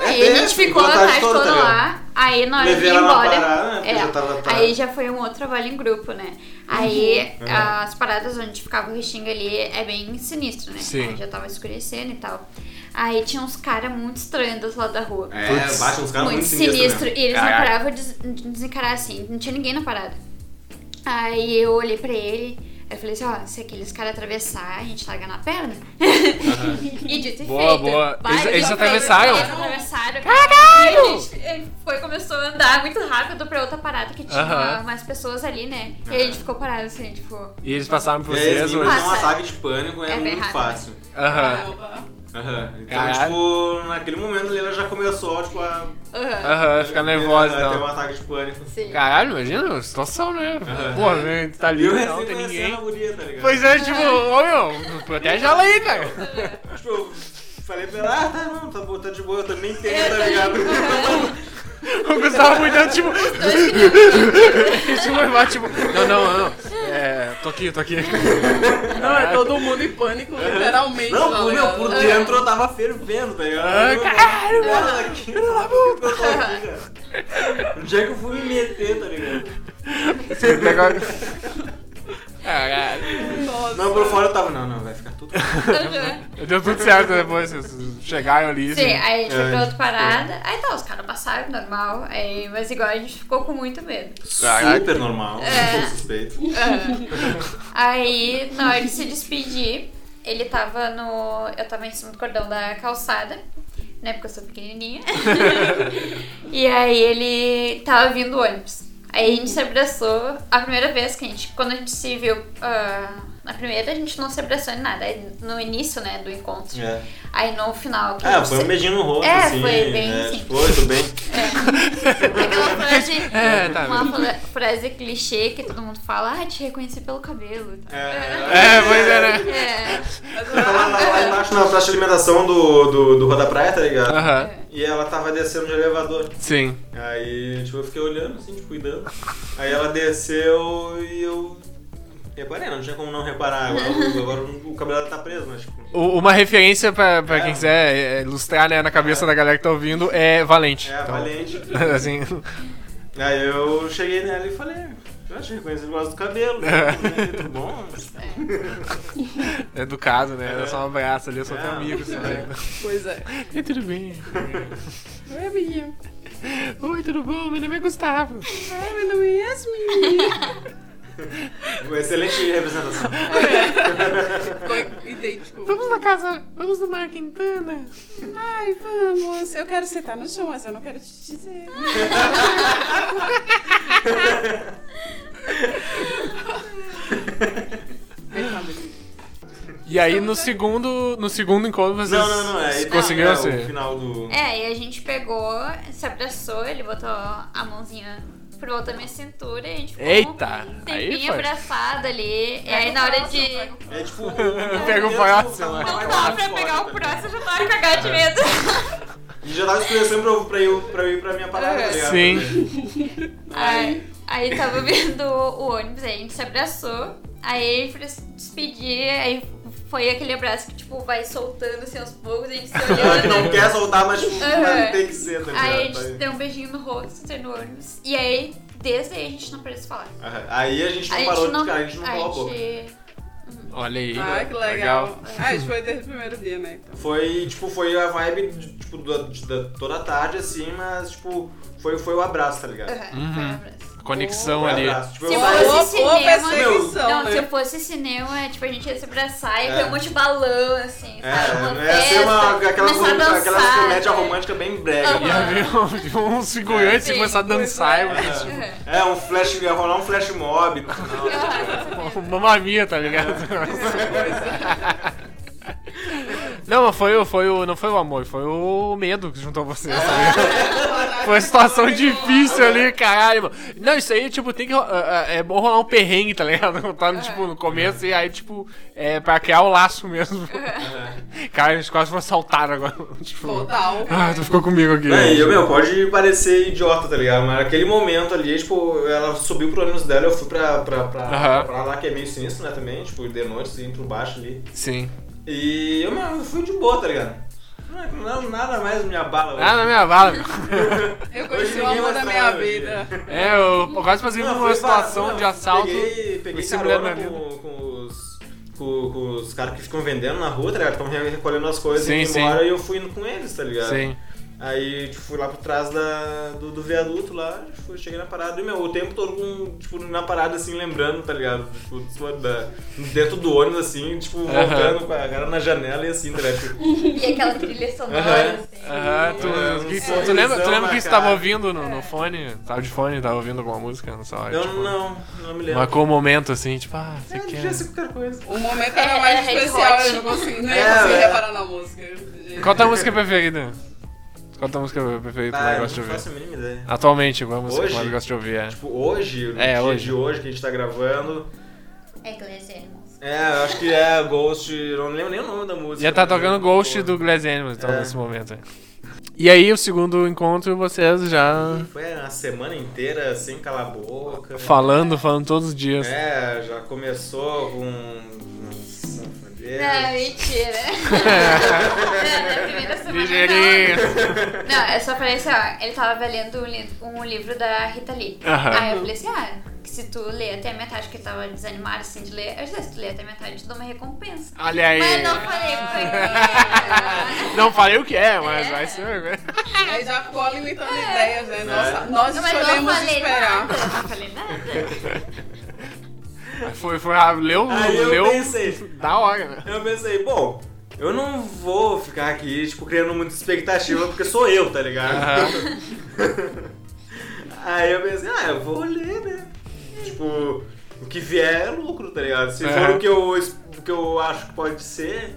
Speaker 4: É,
Speaker 7: Aí a gente
Speaker 4: tem
Speaker 7: ficou a
Speaker 4: vontade
Speaker 7: tarde
Speaker 4: toda,
Speaker 7: toda
Speaker 4: né?
Speaker 7: lá. Aí na hora de
Speaker 4: Levei
Speaker 7: ir
Speaker 4: ela na
Speaker 7: embora.
Speaker 4: parada, né, porque
Speaker 7: é,
Speaker 4: já tava tarde.
Speaker 7: aí já foi um outro trabalho em grupo, né? Aí
Speaker 4: Uhum.
Speaker 7: as paradas onde ficava o Restinga ali é bem sinistro, né?
Speaker 3: Sim.
Speaker 7: Aí já tava escurecendo e tal. Aí tinha uns caras muito estranhos do lado da rua.
Speaker 4: É, bate uns caras
Speaker 7: muito
Speaker 4: muito
Speaker 7: sinistro.
Speaker 4: sinistros. né?
Speaker 7: E eles não
Speaker 3: Caraca.
Speaker 7: paravam de de desencarar assim, não tinha ninguém na parada. Aí eu olhei pra ele, aí eu falei assim, ó, se aqueles caras atravessar, a gente larga na perna. e dito e
Speaker 3: Boa,
Speaker 7: feito.
Speaker 3: boa.
Speaker 7: Vai,
Speaker 3: Eles-
Speaker 7: dito
Speaker 3: eles
Speaker 7: e feito,
Speaker 3: atravessaram?
Speaker 7: Eles atravessaram. Caralho! E a gente eh, foi, começou a andar muito rápido pra outra parada que tinha
Speaker 3: Aham.
Speaker 7: mais pessoas ali, né? E aí a gente ficou parado assim, tipo...
Speaker 3: E eles passaram por
Speaker 4: né? É,
Speaker 3: vocês
Speaker 4: assim,
Speaker 3: hoje.
Speaker 4: mas um
Speaker 7: Passa.
Speaker 4: ataque de pânico é,
Speaker 7: É bem
Speaker 4: muito
Speaker 7: rápido.
Speaker 4: fácil.
Speaker 3: Aham,
Speaker 4: Aham. Então,
Speaker 3: Caralho.
Speaker 4: tipo, naquele momento ali ela já começou, tipo, a.
Speaker 7: Aham.
Speaker 3: aham, fica nervosa
Speaker 4: a ter um
Speaker 3: então.
Speaker 4: ataque de pânico.
Speaker 7: Sim.
Speaker 3: Caralho, imagina a situação, né? Porra, né, tá
Speaker 4: E
Speaker 3: ali,
Speaker 4: eu
Speaker 3: não
Speaker 4: recebo
Speaker 3: tem
Speaker 4: a
Speaker 3: ninguém.
Speaker 4: cena guria, tá ligado?
Speaker 3: Pois é, tipo, ô meu, protege ela aí, cara.
Speaker 4: Tipo, eu falei pra ela, ah, tá, não, tá, bom, tá de boa, eu também tenho, tá ligado?
Speaker 3: O Gustavo cuidando, tipo. tipo, vai, tipo, não, não, não. É, tô aqui, tô aqui.
Speaker 2: Não, é todo mundo em pânico, literalmente. tá
Speaker 4: Não, o meu
Speaker 2: ligado?
Speaker 7: É.
Speaker 4: por dentro eu tava fervendo, tá ligado?
Speaker 3: Ah,
Speaker 4: Eu-
Speaker 3: caralho,
Speaker 4: Ela aqui, ela eu tô aqui, cara. Onde é que eu fui me meter, tá ligado?
Speaker 3: Caralho.
Speaker 4: Não, por fora eu tava, não, não, vai ficar tudo.
Speaker 3: Ah, Deu tudo certo depois, vocês chegaram ali. assim.
Speaker 7: Sim, aí a gente foi
Speaker 4: É.
Speaker 7: pra outra parada. Aí tá, os caras passaram normal. Aí, mas igual a gente ficou com muito medo.
Speaker 3: Caraca.
Speaker 4: Super normal,
Speaker 7: É.
Speaker 4: suspeito.
Speaker 7: Aí, na hora de se despedir, ele tava no. Eu tava em cima do cordão da calçada, né? Porque eu sou pequenininha. e aí ele tava vindo o ônibus. Aí a gente se abraçou a primeira vez que a gente. Quando a gente se viu. ah, na primeira a gente não se abraçou em nada. Aí no início, né, do encontro.
Speaker 4: É.
Speaker 7: Aí no final. que a
Speaker 4: Ah,
Speaker 7: gente
Speaker 4: foi um
Speaker 7: se-
Speaker 4: beijinho no rosto,
Speaker 7: É,
Speaker 4: assim.
Speaker 7: foi bem,
Speaker 4: né?
Speaker 7: sim.
Speaker 4: Tipo, oi, tudo bem?
Speaker 7: Aquela frase.
Speaker 3: É, tá.
Speaker 7: Uma fra- frase clichê que todo mundo fala, ah, te reconheci pelo cabelo.
Speaker 3: É, pois é, né?
Speaker 7: É.
Speaker 4: Tava lá, lá embaixo na praça de alimentação do, do, do Rua da Praia, tá ligado?
Speaker 3: Aham,
Speaker 4: E ela tava descendo de elevador.
Speaker 3: sim.
Speaker 4: Aí, tipo, eu fiquei olhando, assim, tipo, cuidando. Aí ela desceu e eu. Reparei, não tinha como não reparar. Agora, o- agora o cabelo dela tá preso, mas, tipo.
Speaker 3: U- Uma referência pra, pra
Speaker 4: É.
Speaker 3: quem quiser é, ilustrar né, na cabeça da galera que tá ouvindo é Valente.
Speaker 4: É,
Speaker 3: Então,
Speaker 4: valente.
Speaker 3: assim,
Speaker 4: Aí eu cheguei nela e falei. Eu te reconheci por causa do cabelo. né? Tudo bom?
Speaker 3: educado, né? Dá
Speaker 4: É.
Speaker 3: só um abraço ali, eu sou
Speaker 4: É.
Speaker 3: teu amigo. assim, né?
Speaker 2: Pois é.
Speaker 3: E tudo bem?
Speaker 2: Oi, amiguinho.
Speaker 3: Oi, tudo bom? Meu nome é Gustavo.
Speaker 2: Ai, meu nome é Yasmin.
Speaker 4: Uma excelente representação.
Speaker 2: Foi idêntico.
Speaker 3: Vamos na casa, vamos no Mar Quintana.
Speaker 2: Ai, vamos. Eu quero sentar no chão, mas eu não quero te dizer.
Speaker 3: E aí no segundo, no segundo encontro vocês
Speaker 4: Não, não, não. Aí
Speaker 3: conseguiram
Speaker 4: é,
Speaker 3: se...
Speaker 4: o final do.
Speaker 7: É, e a gente pegou, se abraçou, ele botou a mãozinha por volta da minha cintura e a gente ficou
Speaker 3: Eita,
Speaker 7: um
Speaker 3: aí
Speaker 7: tempinho
Speaker 3: foi.
Speaker 7: abraçado ali. E aí na hora de.
Speaker 4: É tá, tipo.
Speaker 3: Pega o palhaço, né?
Speaker 7: Não dava pra pegar o próximo, eu já tá tava cagada
Speaker 3: É.
Speaker 7: de medo.
Speaker 4: tá, E já tava escurecendo pra eu, pra eu, pra eu ir pra minha parada, tá ligado?
Speaker 3: Sim.
Speaker 7: Aí, aí tava vendo o ônibus, aí a gente se abraçou, aí pra se despedir, aí foi aquele abraço que tipo vai soltando assim aos poucos, a gente se
Speaker 4: Ela que não
Speaker 7: olhando.
Speaker 4: quer soltar, mas tipo,
Speaker 7: Aham.
Speaker 4: mas tem que ser, tá ligado?
Speaker 7: Aí a gente
Speaker 4: Tá
Speaker 7: deu um beijinho no rosto, saiu no ônibus. E aí, desde aí a gente não parou de se falar.
Speaker 4: aí. Aham. Aí a gente
Speaker 7: A
Speaker 4: não
Speaker 7: gente
Speaker 4: parou
Speaker 7: não.
Speaker 4: de ficar, a gente não falou a boca.
Speaker 7: gente-
Speaker 3: Olha aí.
Speaker 2: Ai, que legal. Ah, isso foi desde o primeiro dia, né? Então.
Speaker 4: Foi, tipo, foi a vibe, de, tipo, da, de- da- toda a tarde, assim, mas, tipo, foi, foi o abraço, tá ligado?
Speaker 7: Aham, foi um abraço.
Speaker 3: Conexão
Speaker 4: Foi o
Speaker 3: Então, ali.
Speaker 4: abraço. Tipo,
Speaker 7: Se
Speaker 4: eu
Speaker 7: fosse
Speaker 4: saí-
Speaker 7: assim, cinema-
Speaker 2: perseguição,
Speaker 7: Não,
Speaker 2: né?
Speaker 7: se fosse cinema, tipo, a gente ia se abraçar e
Speaker 4: É.
Speaker 7: ver um monte de balão, assim, sabe? Uma
Speaker 4: É, ia ser uma,
Speaker 7: festa,
Speaker 4: aquelas,
Speaker 7: começar a
Speaker 4: aquelas
Speaker 7: dançar,
Speaker 4: comédia
Speaker 7: né?
Speaker 4: romântica bem brega.
Speaker 7: Aham.
Speaker 4: né?
Speaker 3: Ia ver um- uns figurantes
Speaker 7: Sim,
Speaker 3: e começar a dançar.
Speaker 4: É.
Speaker 7: Aham.
Speaker 4: É, um flash, ia rolar um flash mob no final. né?
Speaker 3: Uma mamia, tá ligado? não, mas foi, o- foi o, não foi o amor, foi o medo que juntou vocês. tá ligado? Foi uma situação difícil ali, caralho, mano. Não, isso aí, tipo, tem que. ro- ah, ah, É bom rolar um perrengue, tá ligado? Não Tá, no, tipo, no começo e aí, tipo, é pra criar o laço mesmo. Cara, eles quase foram assaltados agora. Tipo,
Speaker 2: Total.
Speaker 3: ah, tu ficou comigo aqui.
Speaker 4: É, e eu, meu, pode parecer idiota, tá ligado? Mas naquele momento ali, tipo, ela subiu pro ônibus dela, eu fui pra, pra, pra,
Speaker 3: Aham.
Speaker 4: pra lá, que é meio sinistro, né, também, tipo, de noite, assim, pro baixo ali.
Speaker 3: Sim.
Speaker 4: E eu, meu, eu fui de boa, tá ligado? Não, não, nada mais minha bala. hoje.
Speaker 3: Ah, na minha vala. meu.
Speaker 2: Eu
Speaker 4: Hoje
Speaker 2: conheci o
Speaker 4: ninguém
Speaker 2: amor
Speaker 4: vai
Speaker 2: da
Speaker 4: falar,
Speaker 2: minha vida.
Speaker 3: É, eu quase passei por
Speaker 4: Não,
Speaker 3: uma
Speaker 4: fui
Speaker 3: situação
Speaker 4: pra-
Speaker 3: de assalto.
Speaker 4: Peguei, peguei
Speaker 3: Esse
Speaker 4: carona
Speaker 3: mulher na
Speaker 4: com, com os, com, com os caras que ficam vendendo na rua, tá ligado? Ficam re- recolhendo as coisas
Speaker 3: Sim,
Speaker 4: e indo
Speaker 3: sim.
Speaker 4: embora e eu fui indo com eles, tá ligado?
Speaker 3: Sim.
Speaker 4: Aí, tipo, fui lá por trás da, do, do viaduto lá, tipo, cheguei na parada e, meu, o tempo todo, com, tipo, na parada, assim, lembrando, tá ligado? Tipo, tipo, da- dentro do ônibus, assim, tipo, voltando com a cara na janela e assim, tá ligado? Tipo,
Speaker 7: E aquela trilha sonora,
Speaker 4: Aham.
Speaker 7: assim.
Speaker 3: Aham, tu, que-
Speaker 4: É, um
Speaker 3: tu lembra, tu
Speaker 4: sorrisão
Speaker 3: lembra
Speaker 4: na
Speaker 3: que você
Speaker 4: cara.
Speaker 3: tava ouvindo no, no fone? Tava de fone, tava ouvindo alguma música nessa hora?
Speaker 4: eu
Speaker 3: tipo,
Speaker 4: não, não me lembro.
Speaker 3: Marcou o momento assim, tipo, ah, você
Speaker 4: É,
Speaker 3: quer.
Speaker 4: deixa ser qualquer coisa.
Speaker 2: O momento
Speaker 7: É,
Speaker 2: era mais
Speaker 7: é
Speaker 2: especial,
Speaker 7: hot.
Speaker 2: eu não consegui, não
Speaker 4: É,
Speaker 2: ia conseguir
Speaker 4: é.
Speaker 2: reparar na música.
Speaker 3: Qual a tua música preferida? Qual a tua música preferida é que tu
Speaker 4: Ah,
Speaker 3: mais
Speaker 4: eu
Speaker 3: gosta de
Speaker 4: não
Speaker 3: ouvir?
Speaker 4: faço a mínima ideia.
Speaker 3: Atualmente, qual a música que tu mais
Speaker 4: Hoje?
Speaker 3: gosta de ouvir? É.
Speaker 4: Tipo, hoje, no
Speaker 3: É,
Speaker 4: dia
Speaker 3: hoje.
Speaker 4: de hoje que a gente tá gravando,
Speaker 7: É Glass Animals.
Speaker 4: É, eu acho que é Ghost, eu não lembro nem o nome da música. né? Tipo,
Speaker 3: Já tá tocando Ghost do Glass Animals, então,
Speaker 4: É.
Speaker 3: nesse momento. aí. E aí, o segundo encontro, vocês já
Speaker 4: Foi a semana inteira sem calar a boca.
Speaker 3: falando, falando todos os dias.
Speaker 4: É, já começou com. um,
Speaker 7: Não,
Speaker 4: sanfoneira.
Speaker 7: É, mentira. Na- na primeira semana,
Speaker 3: Ligeirinho.
Speaker 7: não. Não, eu só falei assim, ó, ele tava lendo um, li- um livro da Rita Lee.
Speaker 3: Aham.
Speaker 7: Aí eu falei assim, ah, que se tu ler até a metade, que ele tava desanimado assim de ler, eu disse, se tu ler até a metade, eu te dou uma recompensa.
Speaker 3: Olha
Speaker 4: É.
Speaker 3: aí.
Speaker 7: Mas eu não falei pra
Speaker 3: Não falei o que é, mas vai ser. né?
Speaker 2: Aí já ficou limitando ideias, né?
Speaker 4: É.
Speaker 2: Nossa, nós
Speaker 7: É. Não, mas não
Speaker 2: escolhemos
Speaker 7: falei
Speaker 2: esperar.
Speaker 7: nada, não é? falei nada.
Speaker 3: Foi, foi, ah, leu,
Speaker 4: Aí eu
Speaker 3: leu
Speaker 4: pensei,
Speaker 3: da hora, né?
Speaker 4: eu pensei, bom, eu não vou ficar aqui, tipo, criando muita expectativa, porque sou eu, tá ligado? Aí eu pensei, ah, eu vou ler, né? Tipo, o que vier é lucro, tá ligado? Se
Speaker 3: É.
Speaker 4: for o que, eu, es- o que eu acho que pode ser,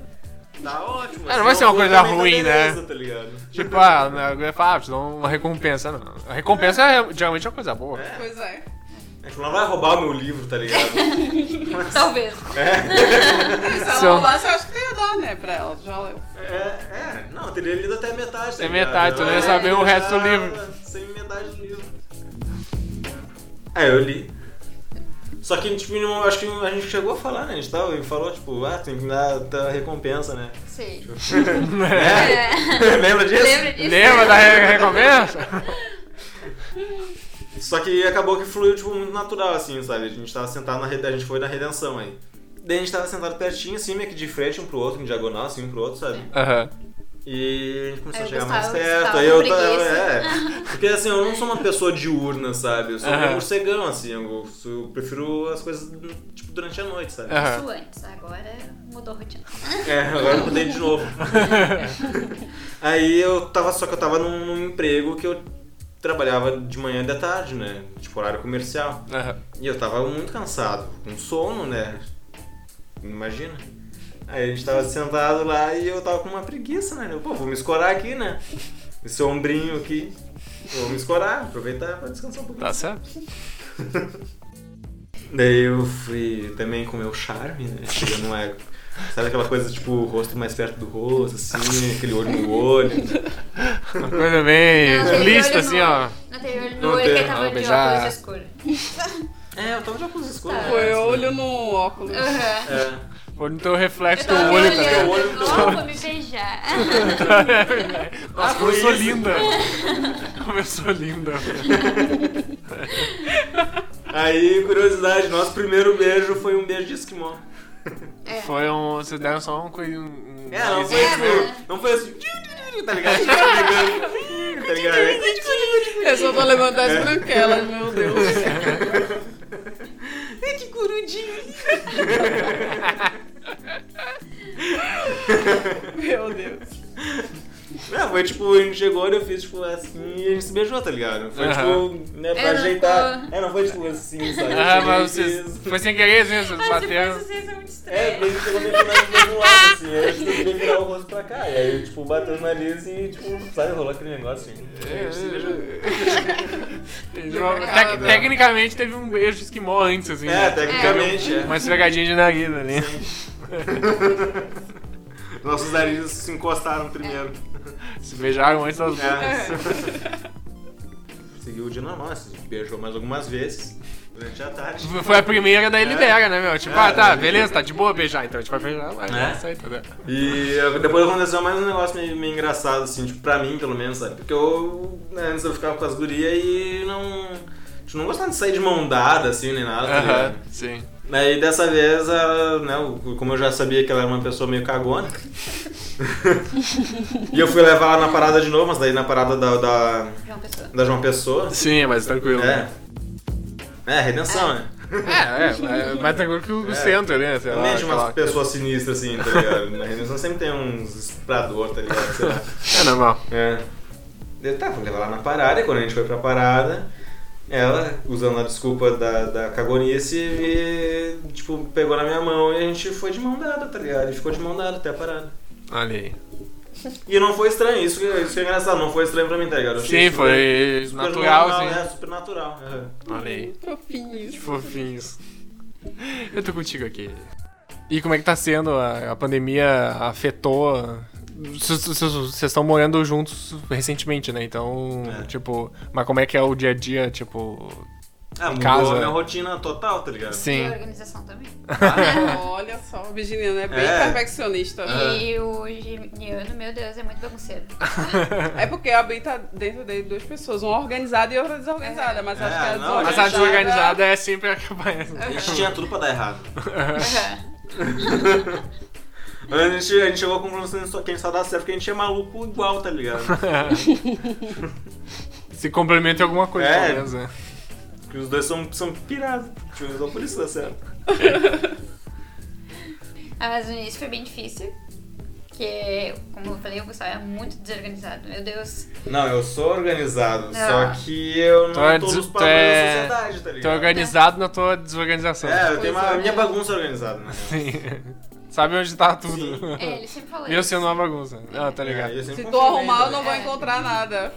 Speaker 4: tá ótimo.
Speaker 3: É, não
Speaker 4: Se
Speaker 3: vai ser uma
Speaker 4: for
Speaker 3: coisa
Speaker 4: também, tá
Speaker 3: ruim, né?
Speaker 4: beleza, Tá ligado?
Speaker 3: Tipo, ah, né, eu ia falar, ah, te dou uma recompensa, não. A recompensa é, geralmente é uma coisa boa.
Speaker 2: Pois é.
Speaker 4: É que não vai roubar o meu livro, tá ligado?
Speaker 7: Talvez.
Speaker 2: Se
Speaker 3: Seu-
Speaker 2: ela rolasse, eu acho que ia dar, né, pra ela. Já leu.
Speaker 4: É, é, não, eu teria lido até metade. tá É,
Speaker 3: Até metade, tu não ia saber o resto do livro.
Speaker 4: Sem metade do livro. É, eu li. Só que, tipo, não- acho que a gente chegou a falar, né? A gente tava, e falou, tipo, ah, tem que dar dar recompensa, né?
Speaker 7: Sim.
Speaker 4: É. Lembra disso?
Speaker 7: Lembra disso?
Speaker 3: Lembra da re- recompensa?
Speaker 4: Só que acabou que fluiu, tipo, muito natural, assim, sabe? A gente tava sentado na rede, a gente foi na redenção aí. Daí a gente tava sentado pertinho, assim, meio que de frente um pro outro, em diagonal, assim, um pro outro, sabe?
Speaker 3: Aham.
Speaker 4: E a gente começou
Speaker 7: Aí
Speaker 4: a
Speaker 7: o
Speaker 4: chegar
Speaker 7: Gustavo-
Speaker 4: mais perto.
Speaker 7: Gustavo
Speaker 4: Aí eu
Speaker 7: com
Speaker 4: tava.
Speaker 7: preguiça.
Speaker 4: É. Porque assim, eu não sou uma pessoa diurna, sabe? Eu sou
Speaker 3: Aham.
Speaker 4: um morcegão, assim. Eu, eu prefiro as coisas, tipo, durante a noite, sabe?
Speaker 3: aham.
Speaker 7: Isso antes, agora mudou a rotina.
Speaker 4: É, agora eu mudei de novo. Aí eu tava. Só que eu tava num, num emprego que eu trabalhava de manhã e da tarde, né? Tipo, horário comercial.
Speaker 3: Aham.
Speaker 4: E eu tava muito cansado, com sono, né? Imagina. Aí a gente tava sentado lá e eu tava com uma preguiça, né? Eu, pô, vou me escorar aqui, né? Esse ombrinho aqui. Vou me escorar, aproveitar pra descansar um pouquinho.
Speaker 3: Tá certo?
Speaker 4: Daí eu fui também com o meu charme, né? Chegando uma. Sabe aquela coisa, tipo, o rosto mais perto do rosto, assim, aquele olho no olho.
Speaker 3: Uma coisa bem
Speaker 7: Não teve
Speaker 3: lista,
Speaker 7: olho
Speaker 3: assim,
Speaker 7: no-
Speaker 3: ó.
Speaker 7: Não teve olho
Speaker 4: Não
Speaker 7: no olho, que
Speaker 4: teve.
Speaker 7: ele tava
Speaker 3: Ah,
Speaker 7: de
Speaker 3: beijar.
Speaker 7: óculos escuros.
Speaker 4: É, eu tava de óculos escuros. né?
Speaker 2: Foi olho no óculos.
Speaker 7: Aham.
Speaker 4: É.
Speaker 3: Foi no teu reflexo do
Speaker 7: Tava me
Speaker 3: olho, tá ligado?
Speaker 7: olhando,
Speaker 4: olho no teu
Speaker 7: "Oh,
Speaker 4: olho."
Speaker 7: vou me beijar.
Speaker 3: Nossa,
Speaker 4: Ah, foi
Speaker 3: começou
Speaker 4: isso.
Speaker 3: linda. Começou linda.
Speaker 4: Aí, curiosidade, nosso primeiro beijo foi um beijo de esquimó.
Speaker 7: É.
Speaker 3: Foi um. Vocês deram só um coisa. Um,
Speaker 4: É, não foi
Speaker 7: né?
Speaker 4: tipo. Não foi assim. Tá ligado? Tá ligado?
Speaker 2: Eu só tô levando as branquelas, meu Deus. Ai, que curudinho. meu Deus.
Speaker 4: É, foi foi tipo, a gente chegou e eu fiz tipo assim e a gente se beijou, tá ligado? Foi
Speaker 3: Aham.
Speaker 4: tipo, né, pra
Speaker 7: É, não
Speaker 4: ajeitar.
Speaker 7: ficou-
Speaker 4: É, não foi tipo assim, sabe?
Speaker 3: Ah,
Speaker 4: Eu
Speaker 3: mas
Speaker 4: cheguei e
Speaker 3: vocês.
Speaker 4: fiz-
Speaker 3: Foi sem querer, assim, vocês
Speaker 7: Mas depois
Speaker 3: bateram.
Speaker 7: vocês são muito
Speaker 4: É,
Speaker 7: estranhos.
Speaker 4: porque a gente chegou meio que nós do mesmo lado, assim, aí a gente teve que virar o rosto pra cá. E aí, tipo, bateu o nariz e, tipo, sabe, rolou aquele negócio assim.
Speaker 3: É,
Speaker 4: E a gente se beijou.
Speaker 3: Tec- Tecnicamente teve um beijo esquimó antes, assim.
Speaker 4: É,
Speaker 3: né?
Speaker 4: tecnicamente, é.
Speaker 3: Uma esfregadinha de nariz ali.
Speaker 4: Nossos narizes se encostaram primeiro.
Speaker 3: Se beijaram antes
Speaker 4: É,
Speaker 3: das
Speaker 2: É,
Speaker 3: bocas.
Speaker 4: Seguiu o dia normal, se beijou mais algumas vezes durante a tarde.
Speaker 3: Foi a primeira, daí libera, né, meu? Tipo,
Speaker 4: É,
Speaker 3: ah, tá,
Speaker 4: daí-
Speaker 3: beleza, tá de boa beijar, então a gente vai beijar, mas
Speaker 4: É.
Speaker 3: é isso aí, tá vendo?
Speaker 4: E depois aconteceu mais um negócio meio, meio engraçado, assim, tipo, pra mim, pelo menos, sabe? Porque eu, né, antes eu ficava com as gurias e não... A gente não gostava de sair de mão dada, assim, nem nada, tá ligado?
Speaker 3: Aham, sim.
Speaker 4: Daí dessa vez, ela, né, o- como eu já sabia que ela era uma pessoa meio cagona. e eu fui levar ela na parada de novo, mas daí na parada da, da,
Speaker 7: É uma pessoa.
Speaker 4: da João Pessoa.
Speaker 3: Sim, é mais tranquilo.
Speaker 4: É. É, redenção, né?
Speaker 3: É, é, é mais tranquilo que o
Speaker 4: É.
Speaker 3: centro ali, né? Sei lá,
Speaker 4: Realmente
Speaker 3: sei
Speaker 4: umas
Speaker 3: lá.
Speaker 4: pessoas sinistras, assim, tá ligado? Na redenção sempre tem uns estuprador, tá ligado? Sei lá.
Speaker 3: É normal.
Speaker 4: É. Eu tava levar lá na parada, e quando a gente foi pra parada, ela, usando a desculpa da, da cagonice, e, tipo, pegou na minha mão e a gente foi de mão dada, tá ligado? E ficou de mão dada até a parada.
Speaker 3: Olha aí.
Speaker 4: E não foi estranho, isso, que- isso que é engraçado, não foi estranho pra mim, tá ligado? Eu achei
Speaker 3: Sim, foi
Speaker 4: super
Speaker 3: natural,
Speaker 4: normal,
Speaker 3: sim.
Speaker 4: É, super natural. aham.
Speaker 3: Olha aí.
Speaker 2: Fofinhos.
Speaker 3: Fofinhos. Eu tô contigo aqui. E como é que tá sendo? A, a pandemia afetou. Vocês vocês- vocês estão morando juntos recentemente, né? Então,
Speaker 4: É.
Speaker 3: tipo. Mas como é que é o dia a dia? Tipo.
Speaker 4: Ah, mudou
Speaker 3: casa.
Speaker 4: a minha rotina total, tá ligado?
Speaker 7: E a
Speaker 3: Sim.
Speaker 7: organização também.
Speaker 2: Olha só, a Virginiana é bem
Speaker 4: É.
Speaker 2: perfeccionista.
Speaker 7: E o geminiano, meu Deus, é muito bagunceiro.
Speaker 2: É porque a Bia tá dentro dele duas pessoas, uma organizada e outra desorganizada, mas
Speaker 4: É,
Speaker 2: acho que a
Speaker 4: não,
Speaker 2: desorganizada...
Speaker 3: Mas a desorganizada é sempre a que aparece.
Speaker 4: A gente tinha tudo pra dar errado.
Speaker 7: Aham.
Speaker 4: A gente, a gente chegou à conclusão que só- que a gente só dá certo porque a gente é maluco igual, tá ligado?
Speaker 3: Se complementa em alguma coisa,
Speaker 4: É.
Speaker 3: talvez, né?
Speaker 4: Porque os dois são, são pirados. Tipo, Então por isso dá certo.
Speaker 7: Ah, mas no início foi bem difícil. Porque, como eu falei, o Gustavo é muito desorganizado. Meu Deus.
Speaker 4: Não, eu sou organizado,
Speaker 2: Ah.
Speaker 7: Não.
Speaker 4: só que eu não
Speaker 3: Tu é
Speaker 4: tô
Speaker 3: des-
Speaker 4: nos
Speaker 3: tu
Speaker 4: padrões
Speaker 3: é-
Speaker 4: da sociedade, tá
Speaker 3: Tô
Speaker 4: ligado?
Speaker 3: organizado na tua desorganização.
Speaker 4: É, eu tenho uma, minha bagunça organizada, né?
Speaker 3: Sim. Sabe onde tá tudo.
Speaker 4: Sim.
Speaker 7: É, ele sempre falou
Speaker 3: Eu
Speaker 7: isso.
Speaker 3: sendo uma bagunça. Ah, tá ligado.
Speaker 4: É, eu sempre
Speaker 2: Se tu
Speaker 4: confirmei,
Speaker 2: arrumar,
Speaker 4: tá
Speaker 2: eu não vou
Speaker 4: ligado?
Speaker 2: encontrar nada.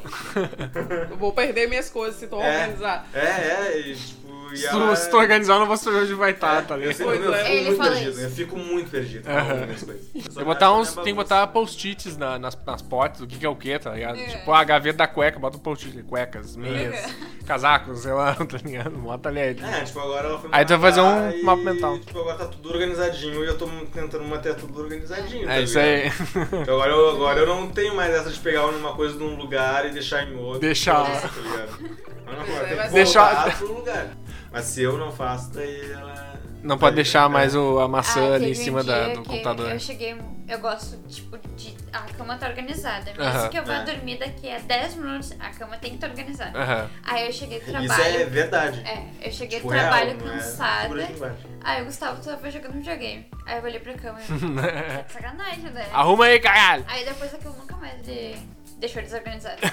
Speaker 2: Eu vou perder minhas coisas se tu
Speaker 4: É.
Speaker 2: organizar.
Speaker 4: É, é, e tipo... E
Speaker 3: Se
Speaker 4: ela-
Speaker 3: tu, se tu organizar, eu não vou saber onde vai estar, tá
Speaker 4: Eu,
Speaker 3: ligado?
Speaker 4: sempre, eu
Speaker 2: Pois
Speaker 4: fico
Speaker 2: é.
Speaker 7: Ele
Speaker 4: muito
Speaker 7: fala
Speaker 4: perdido,
Speaker 7: isso.
Speaker 4: eu fico muito perdido com
Speaker 3: Aham.
Speaker 4: algumas coisas. Eu
Speaker 3: Tem
Speaker 4: só
Speaker 3: que
Speaker 4: acho
Speaker 3: botar
Speaker 4: a
Speaker 3: uns.
Speaker 4: minha
Speaker 3: Tem que
Speaker 4: bagunça.
Speaker 3: botar post-its na- nas, nas portas, do que, que é o que, tá ligado? Tipo, a gaveta da cueca, bota um post-it, cuecas, meias, casacos, sei lá, tá ligado? Bota ali. aí.
Speaker 4: É, tipo, agora ela foi
Speaker 3: Aí tu vai
Speaker 4: matar
Speaker 3: fazer um
Speaker 4: e,
Speaker 3: mapa mental.
Speaker 4: Tipo, agora tá tudo organizadinho e eu tô tentando manter tudo organizadinho. tá
Speaker 3: É isso
Speaker 4: ligado?
Speaker 3: aí.
Speaker 4: Então agora eu, agora eu não tenho mais essa de pegar uma coisa num lugar e deixar em outro.
Speaker 3: Deixar lá.
Speaker 4: Tá ligado? Mas não, agora tem que
Speaker 3: Deixar-
Speaker 4: voltar pro lugar. Mas se eu não faço, daí ela...
Speaker 3: Não pode deixar
Speaker 4: É.
Speaker 3: mais o, a maçã ali
Speaker 7: Ah, teve
Speaker 3: em
Speaker 7: um
Speaker 3: cima da-
Speaker 7: dia
Speaker 3: do
Speaker 7: que
Speaker 3: computador.
Speaker 7: Eu cheguei, eu gosto, tipo, de. A cama tá organizada. Mesmo
Speaker 3: Aham.
Speaker 7: que eu vá
Speaker 4: É.
Speaker 7: dormir daqui a 10 minutos, a cama tem que estar organizada.
Speaker 3: Aham.
Speaker 7: Aí eu cheguei do trabalho.
Speaker 4: Isso é verdade.
Speaker 7: É, eu cheguei
Speaker 4: Tipo,
Speaker 7: do trabalho né?
Speaker 4: real, não é
Speaker 7: cansada.
Speaker 4: figura de linguagem.
Speaker 7: Aí o Gustavo tava jogando videogame. Aí eu olhei pra câmera e falei, "Tá de sacanagem, né?
Speaker 3: Arruma aí, caralho!
Speaker 7: Aí depois aquilo nunca mais ele deixou desorganizado.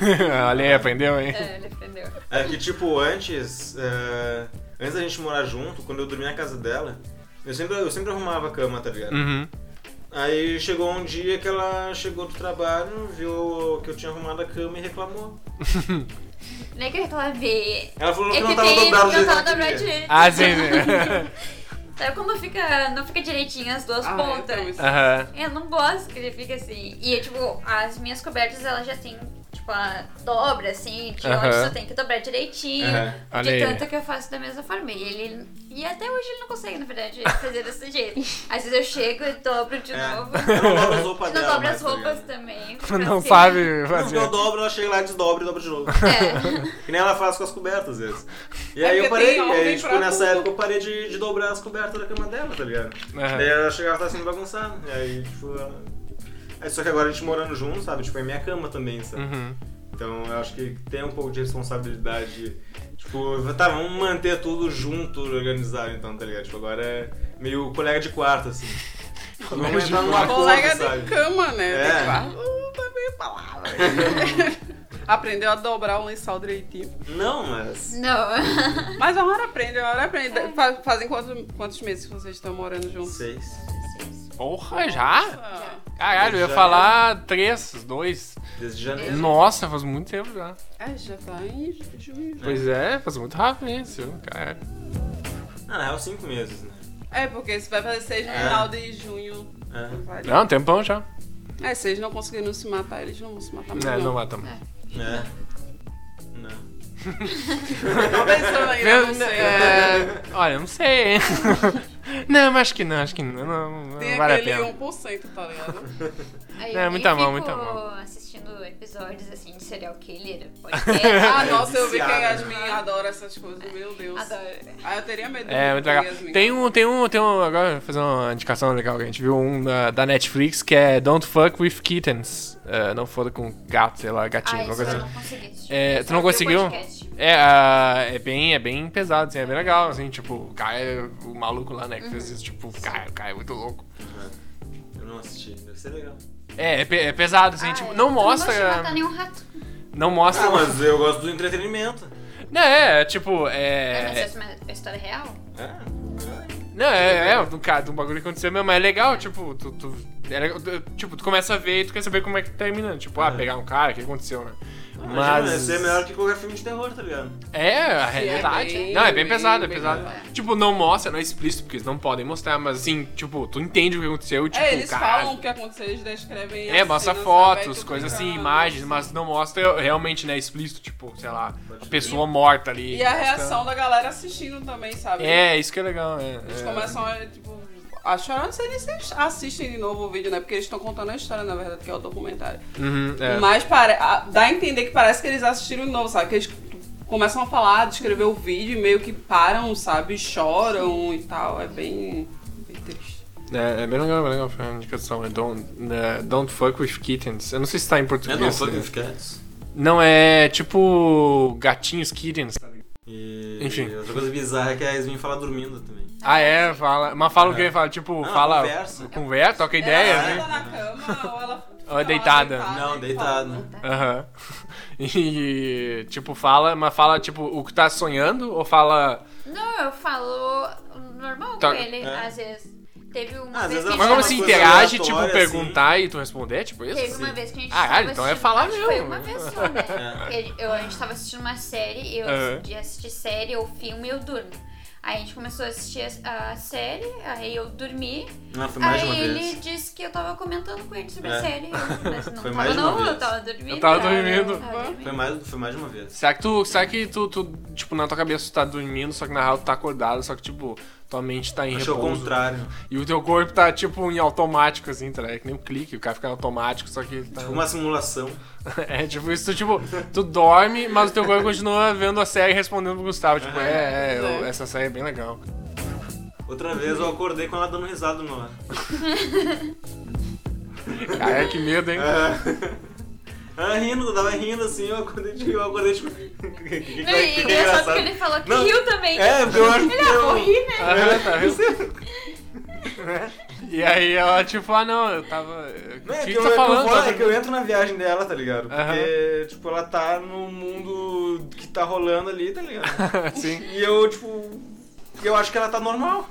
Speaker 3: Olha aí, aprendeu, hein?
Speaker 7: é, ele aprendeu.
Speaker 4: É que, tipo, antes. é, Antes da gente morar junto, quando eu dormia na casa dela, eu sempre, eu sempre arrumava a cama, tá ligado?
Speaker 3: Uhum.
Speaker 4: Aí chegou um dia que ela chegou do trabalho, viu que eu tinha arrumado a cama e reclamou.
Speaker 7: Nem que eu reclamei.
Speaker 4: Ela falou que,
Speaker 7: É
Speaker 4: não
Speaker 7: que
Speaker 4: tava
Speaker 7: tem,
Speaker 4: dobrado do
Speaker 7: não
Speaker 4: jeito
Speaker 7: tava
Speaker 4: que eu
Speaker 7: dobrado
Speaker 4: queria.
Speaker 7: direito.
Speaker 3: Ah, sim, sim.
Speaker 7: Sabe quando fica, não fica direitinho as duas
Speaker 2: Ah,
Speaker 7: pontas?
Speaker 2: então isso-
Speaker 3: Aham.
Speaker 7: Eu não gosto que ele fica assim. E, tipo, as minhas cobertas, elas já tem, tipo, a dobra, assim, de onde
Speaker 3: Aham.
Speaker 7: você tem que dobrar direitinho.
Speaker 4: Aham.
Speaker 3: Olha aí.
Speaker 7: De tanto que eu faço da mesma forma. E ele... E até hoje ele não consegue, na verdade, fazer desse jeito. Às vezes eu chego e dobro de
Speaker 4: É.
Speaker 7: novo.
Speaker 4: Eu não dobro as roupas
Speaker 7: E não
Speaker 4: dela.
Speaker 7: dobra
Speaker 4: mais,
Speaker 7: as
Speaker 4: tá
Speaker 7: roupas
Speaker 4: ligado?
Speaker 7: também. assim, né?
Speaker 3: Não
Speaker 2: Assim.
Speaker 7: Porque-
Speaker 3: sabe
Speaker 4: Não, porque eu
Speaker 3: fazer.
Speaker 4: dobro, ela chega lá, desdobra e dobra de novo.
Speaker 7: É.
Speaker 4: que nem ela faz com as cobertas, às vezes. E
Speaker 2: É
Speaker 4: aí eu
Speaker 2: porque
Speaker 4: parei,
Speaker 2: tem
Speaker 4: e aí,
Speaker 2: ordem
Speaker 4: tipo,
Speaker 2: pra
Speaker 4: nessa
Speaker 2: tudo.
Speaker 4: época eu parei de, de dobrar as cobertas da cama dela, tá ligado?
Speaker 3: Aham.
Speaker 4: Daí ela chegava e tava sendo bagunçada. E aí, tipo, ela... Aí, só que agora a gente morando junto, sabe? Tipo, é minha cama também, sabe?
Speaker 3: Uhum.
Speaker 4: Então eu acho que tem um pouco de responsabilidade. Tipo, tá, vamos manter tudo junto, organizado então, tá ligado? Tipo, agora é meio colega de quarto, assim. Vamos entrar numa
Speaker 2: é Colega
Speaker 4: coisa,
Speaker 2: de
Speaker 4: sabe?
Speaker 2: cama, né?
Speaker 4: É.
Speaker 2: Tem que falar, "Uh, tá meio palavras. Aprendeu a dobrar o lençol direitinho.
Speaker 4: Não, mas.
Speaker 7: Não.
Speaker 2: Mas uma hora aprende, uma hora aprende. Fa- Fazem quantos, quantos meses que vocês estão morando juntos?
Speaker 4: Seis.
Speaker 3: Porra, já?
Speaker 2: Ah,
Speaker 3: Caralho, eu ia
Speaker 4: Já.
Speaker 3: falar três, dois.
Speaker 4: Desde janeiro.
Speaker 3: Nossa, faz muito tempo já.
Speaker 2: É, já tá em junho.
Speaker 3: Pois é, faz muito rápido isso. Caralho.
Speaker 4: Ah, na real, cinco meses, né?
Speaker 2: É, porque se vai fazer seis no final de junho.
Speaker 4: É.
Speaker 2: vai.
Speaker 3: Não, um tempão já.
Speaker 2: É, se eles não conseguiram se matar, eles não vão se matar mais.
Speaker 3: É, Não, não
Speaker 2: não.
Speaker 3: vai também.
Speaker 4: É. Não.
Speaker 2: Tô pensando aí, eu não
Speaker 3: Mesmo-
Speaker 2: sei.
Speaker 3: é, olha, não sei. hein? não, mas acho que não, acho que não. Não, não
Speaker 2: Tem
Speaker 3: vale a
Speaker 2: aquele
Speaker 3: pena.
Speaker 2: 1%, tá ligado?
Speaker 7: Aí
Speaker 3: É,
Speaker 7: eu
Speaker 3: muita
Speaker 7: nem
Speaker 3: mão,
Speaker 7: fico
Speaker 3: muita mão.
Speaker 7: assistindo episódios assim de serial killer,
Speaker 2: Ah,
Speaker 7: podcast.
Speaker 2: nossa, eu vi que a
Speaker 4: Viciada.
Speaker 2: Yasmin adora essas coisas, meu Deus.
Speaker 7: Adoro.
Speaker 2: Ah, eu teria medo
Speaker 3: É, muito legal. Tem um, tem um, tem um. Agora eu vou fazer uma indicação legal que a gente viu um da, da Netflix que é Don't Fuck with Kittens. É, não foda com gato, sei lá, gatinho,
Speaker 7: Ah,
Speaker 3: alguma
Speaker 7: isso
Speaker 3: coisa
Speaker 7: eu
Speaker 3: assim.
Speaker 7: não consegui assistir.
Speaker 3: É, tu não
Speaker 7: Só vi o
Speaker 3: conseguiu?
Speaker 7: podcast.
Speaker 3: É, ah, é, bem, é bem pesado, assim, é bem legal, assim, tipo, o cara, o maluco lá, né, que
Speaker 7: Uhum.
Speaker 3: fez isso, tipo, o cara, o cara é muito louco.
Speaker 4: Eu não assisti. Deve ser legal.
Speaker 3: É, é, pe- é pesado, assim,
Speaker 7: Ah,
Speaker 3: tipo,
Speaker 7: é.
Speaker 3: não
Speaker 7: Tu Não gosta de
Speaker 3: mostra,
Speaker 7: matar nenhum rato.
Speaker 3: não mostra,
Speaker 4: Ah, mas eu gosto do entretenimento.
Speaker 3: não, é, é, tipo,
Speaker 7: É. Mas
Speaker 3: é,
Speaker 7: essa é uma- é história real?
Speaker 4: É.
Speaker 3: não, é, é, do cara, do bagulho que aconteceu mesmo, mas é legal, tipo, tu, tu- é legal, tu- tipo, tu começa a ver e tu quer saber como é que tá terminando, tipo, ah,
Speaker 4: É.
Speaker 3: pegar um cara, o que aconteceu, né,
Speaker 4: Mas. Deve
Speaker 3: mas,
Speaker 4: ser melhor que qualquer filme de terror, tá ligado?
Speaker 3: é, a realidade,
Speaker 2: bem- né?
Speaker 3: não, é bem,
Speaker 2: bem-
Speaker 3: pesado, é
Speaker 2: bem
Speaker 3: pesado, tipo, não mostra, não é explícito, porque eles não podem mostrar, mas, assim, tipo, tu entende o que aconteceu, tipo,
Speaker 2: É, eles
Speaker 3: caralho.
Speaker 2: falam o que aconteceu, eles descrevem.
Speaker 3: É,
Speaker 2: as
Speaker 3: mostra
Speaker 2: cenas, sabe? Aí
Speaker 3: fotos,
Speaker 2: tu
Speaker 3: coisas
Speaker 2: fica,
Speaker 3: assim,
Speaker 2: "Ah,
Speaker 3: imagens,
Speaker 2: nossa".
Speaker 3: mas não mostra realmente, né, explícito, tipo, sei lá,
Speaker 4: Pode
Speaker 3: pessoa morta ali.
Speaker 2: E a
Speaker 3: mostra-
Speaker 2: reação da galera assistindo também, sabe?
Speaker 3: É, isso que é legal, é.
Speaker 2: Eles
Speaker 3: é.
Speaker 2: começam a, tipo, a chorar. Não sei nem se eles assistem de novo o vídeo, né? Porque eles estão contando a história, na verdade, que é o documentário.
Speaker 3: Uhum, é.
Speaker 2: Mas pare... a- dá a entender que parece que eles assistiram de novo, sabe? Que eles começam a falar, a descrever o vídeo e meio que param, sabe? Choram e tal. É bem, bem triste.
Speaker 3: É, é bem legal, bem legal, foi uma indicação. É don't, né, don't fuck with kittens. Eu não sei se tá em
Speaker 4: Eu
Speaker 3: português.
Speaker 4: É, não
Speaker 3: né?
Speaker 4: fucking cats.
Speaker 3: Não, é tipo gatinhos kittens. tá ligado?
Speaker 4: E
Speaker 3: Enfim.
Speaker 4: e outra coisa bizarra é que a Yasmin fala dormindo também.
Speaker 3: Ah, é, fala. Mas fala o quê? Fala, tipo,
Speaker 4: Não,
Speaker 3: fala.
Speaker 4: conversa. É,
Speaker 3: Conversa, toca
Speaker 2: ela
Speaker 3: ideia,
Speaker 2: senta
Speaker 3: né?
Speaker 2: na cama ou ela.
Speaker 3: Ou é deitada.
Speaker 7: Ah, né?
Speaker 4: Não, deitado.
Speaker 7: tá.
Speaker 3: Aham. E, tipo, fala, mas fala, tipo, o que tá sonhando ou fala.
Speaker 7: Não, eu falo normal
Speaker 3: Tá.
Speaker 7: com ele,
Speaker 4: É.
Speaker 7: às vezes. Teve uma
Speaker 4: Ah, às
Speaker 7: vez
Speaker 4: vezes
Speaker 7: que
Speaker 4: ela
Speaker 3: Mas como
Speaker 4: Uma
Speaker 3: se
Speaker 4: coisa
Speaker 3: interage, tipo,
Speaker 4: aleatória, assim.
Speaker 3: perguntar e tu responder, tipo isso?
Speaker 7: Teve uma
Speaker 4: Sim.
Speaker 7: vez que a gente
Speaker 3: Ah,
Speaker 7: tava
Speaker 3: então é
Speaker 7: assistindo-
Speaker 3: falar
Speaker 7: acho que Foi
Speaker 3: mesmo.
Speaker 7: uma vez só, né?
Speaker 4: É.
Speaker 7: Ele- eu- a gente tava assistindo uma série, e eu
Speaker 3: É.
Speaker 7: de assistir série ou filme eu durmo. Aí a gente começou a assistir a, a série, aí eu dormi.
Speaker 4: Não, foi mais de uma
Speaker 7: aí ele
Speaker 4: vez.
Speaker 7: disse que eu tava comentando com ele sobre a
Speaker 4: É.
Speaker 7: série. Eu, mas não
Speaker 4: Foi
Speaker 7: tava
Speaker 4: mais de uma
Speaker 7: não,
Speaker 4: vez.
Speaker 7: eu tava dormindo.
Speaker 3: Eu tava
Speaker 7: cara,
Speaker 3: dormindo.
Speaker 7: eu tava dormindo.
Speaker 4: Foi mais, foi mais de uma vez.
Speaker 3: Será que tu. Será que tu, tu, tipo, na tua cabeça tu tá dormindo, só que na real tu tá acordado, só que, tipo, tua mente tá em
Speaker 4: Achei o
Speaker 3: repouso.
Speaker 4: contrário. Tipo,
Speaker 3: E o teu corpo tá, tipo, em automático, assim, tá ligado? É Que nem um clique, o cara fica em automático, só que. Tá...
Speaker 4: Tipo Uma simulação.
Speaker 3: É, tipo, isso tu, tipo, tu dorme, mas o teu corpo continua vendo a série e respondendo pro Gustavo. Tipo, é, é, eu- essa série é bem legal.
Speaker 4: Outra vez eu acordei com ela dando risada no ar.
Speaker 3: Cara, que medo, hein?
Speaker 4: É. Ela rindo, eu tava rindo assim, eu acordei de eu acordei tipo. que- que- que-
Speaker 7: Não, e
Speaker 4: que
Speaker 7: engraçado que é ele falou que
Speaker 4: Não.
Speaker 7: riu também.
Speaker 4: É, porque eu acho que.
Speaker 7: Ele ah, vou
Speaker 4: Eu...
Speaker 7: rir, né?
Speaker 3: Ah, tá vendo? E aí ela, tipo, ah, não, eu tava. O
Speaker 4: Não, é
Speaker 3: que,
Speaker 4: que,
Speaker 3: que tu
Speaker 4: eu,
Speaker 3: tá
Speaker 4: é que eu
Speaker 3: falando?
Speaker 4: vou-
Speaker 3: Tá
Speaker 4: é que eu entro na viagem dela, tá ligado? Porque,
Speaker 3: Aham.
Speaker 4: tipo, ela tá no mundo que tá rolando ali, tá ligado?
Speaker 3: dormindo? Sim.
Speaker 4: E eu, tipo. Eu acho que ela tá normal.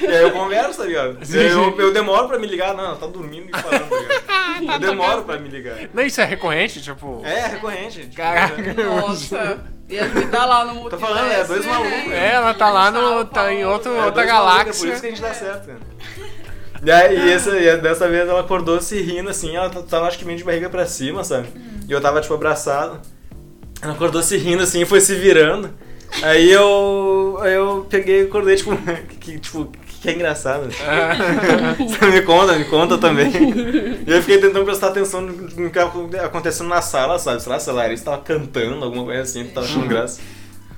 Speaker 4: E aí eu converso, tá ligado? E aí eu, eu demoro pra me ligar, não, ela tá dormindo e falando, tá ligado? Eu demoro pra me ligar.
Speaker 3: Não, isso é recorrente, tipo.
Speaker 4: É, recorrente. Tipo,
Speaker 3: Caraca,
Speaker 2: Nossa. E a gente tá lá no multiverso.
Speaker 4: Tô falando, é dois
Speaker 2: né?
Speaker 4: malucos.
Speaker 3: É, ela tá lá no. tá em outro,
Speaker 4: É,
Speaker 3: outra
Speaker 4: dois malucos,
Speaker 3: galáxia.
Speaker 4: É por isso que a gente dá certo. cara. E, aí, e essa, e dessa vez ela acordou se rindo assim, ela t- tava acho que meio de barriga pra cima, sabe? E eu tava tipo abraçado. Ela acordou se rindo assim e foi se virando. Aí eu. aí eu peguei e acordei, tipo, que, tipo, que é engraçado. né? Você me conta, me conta também. E eu fiquei tentando prestar atenção no no que tava acontecendo na sala, sabe? Sei lá, se a Larissa tava cantando, alguma coisa assim, tu tava
Speaker 3: Uhum.
Speaker 4: achando graça.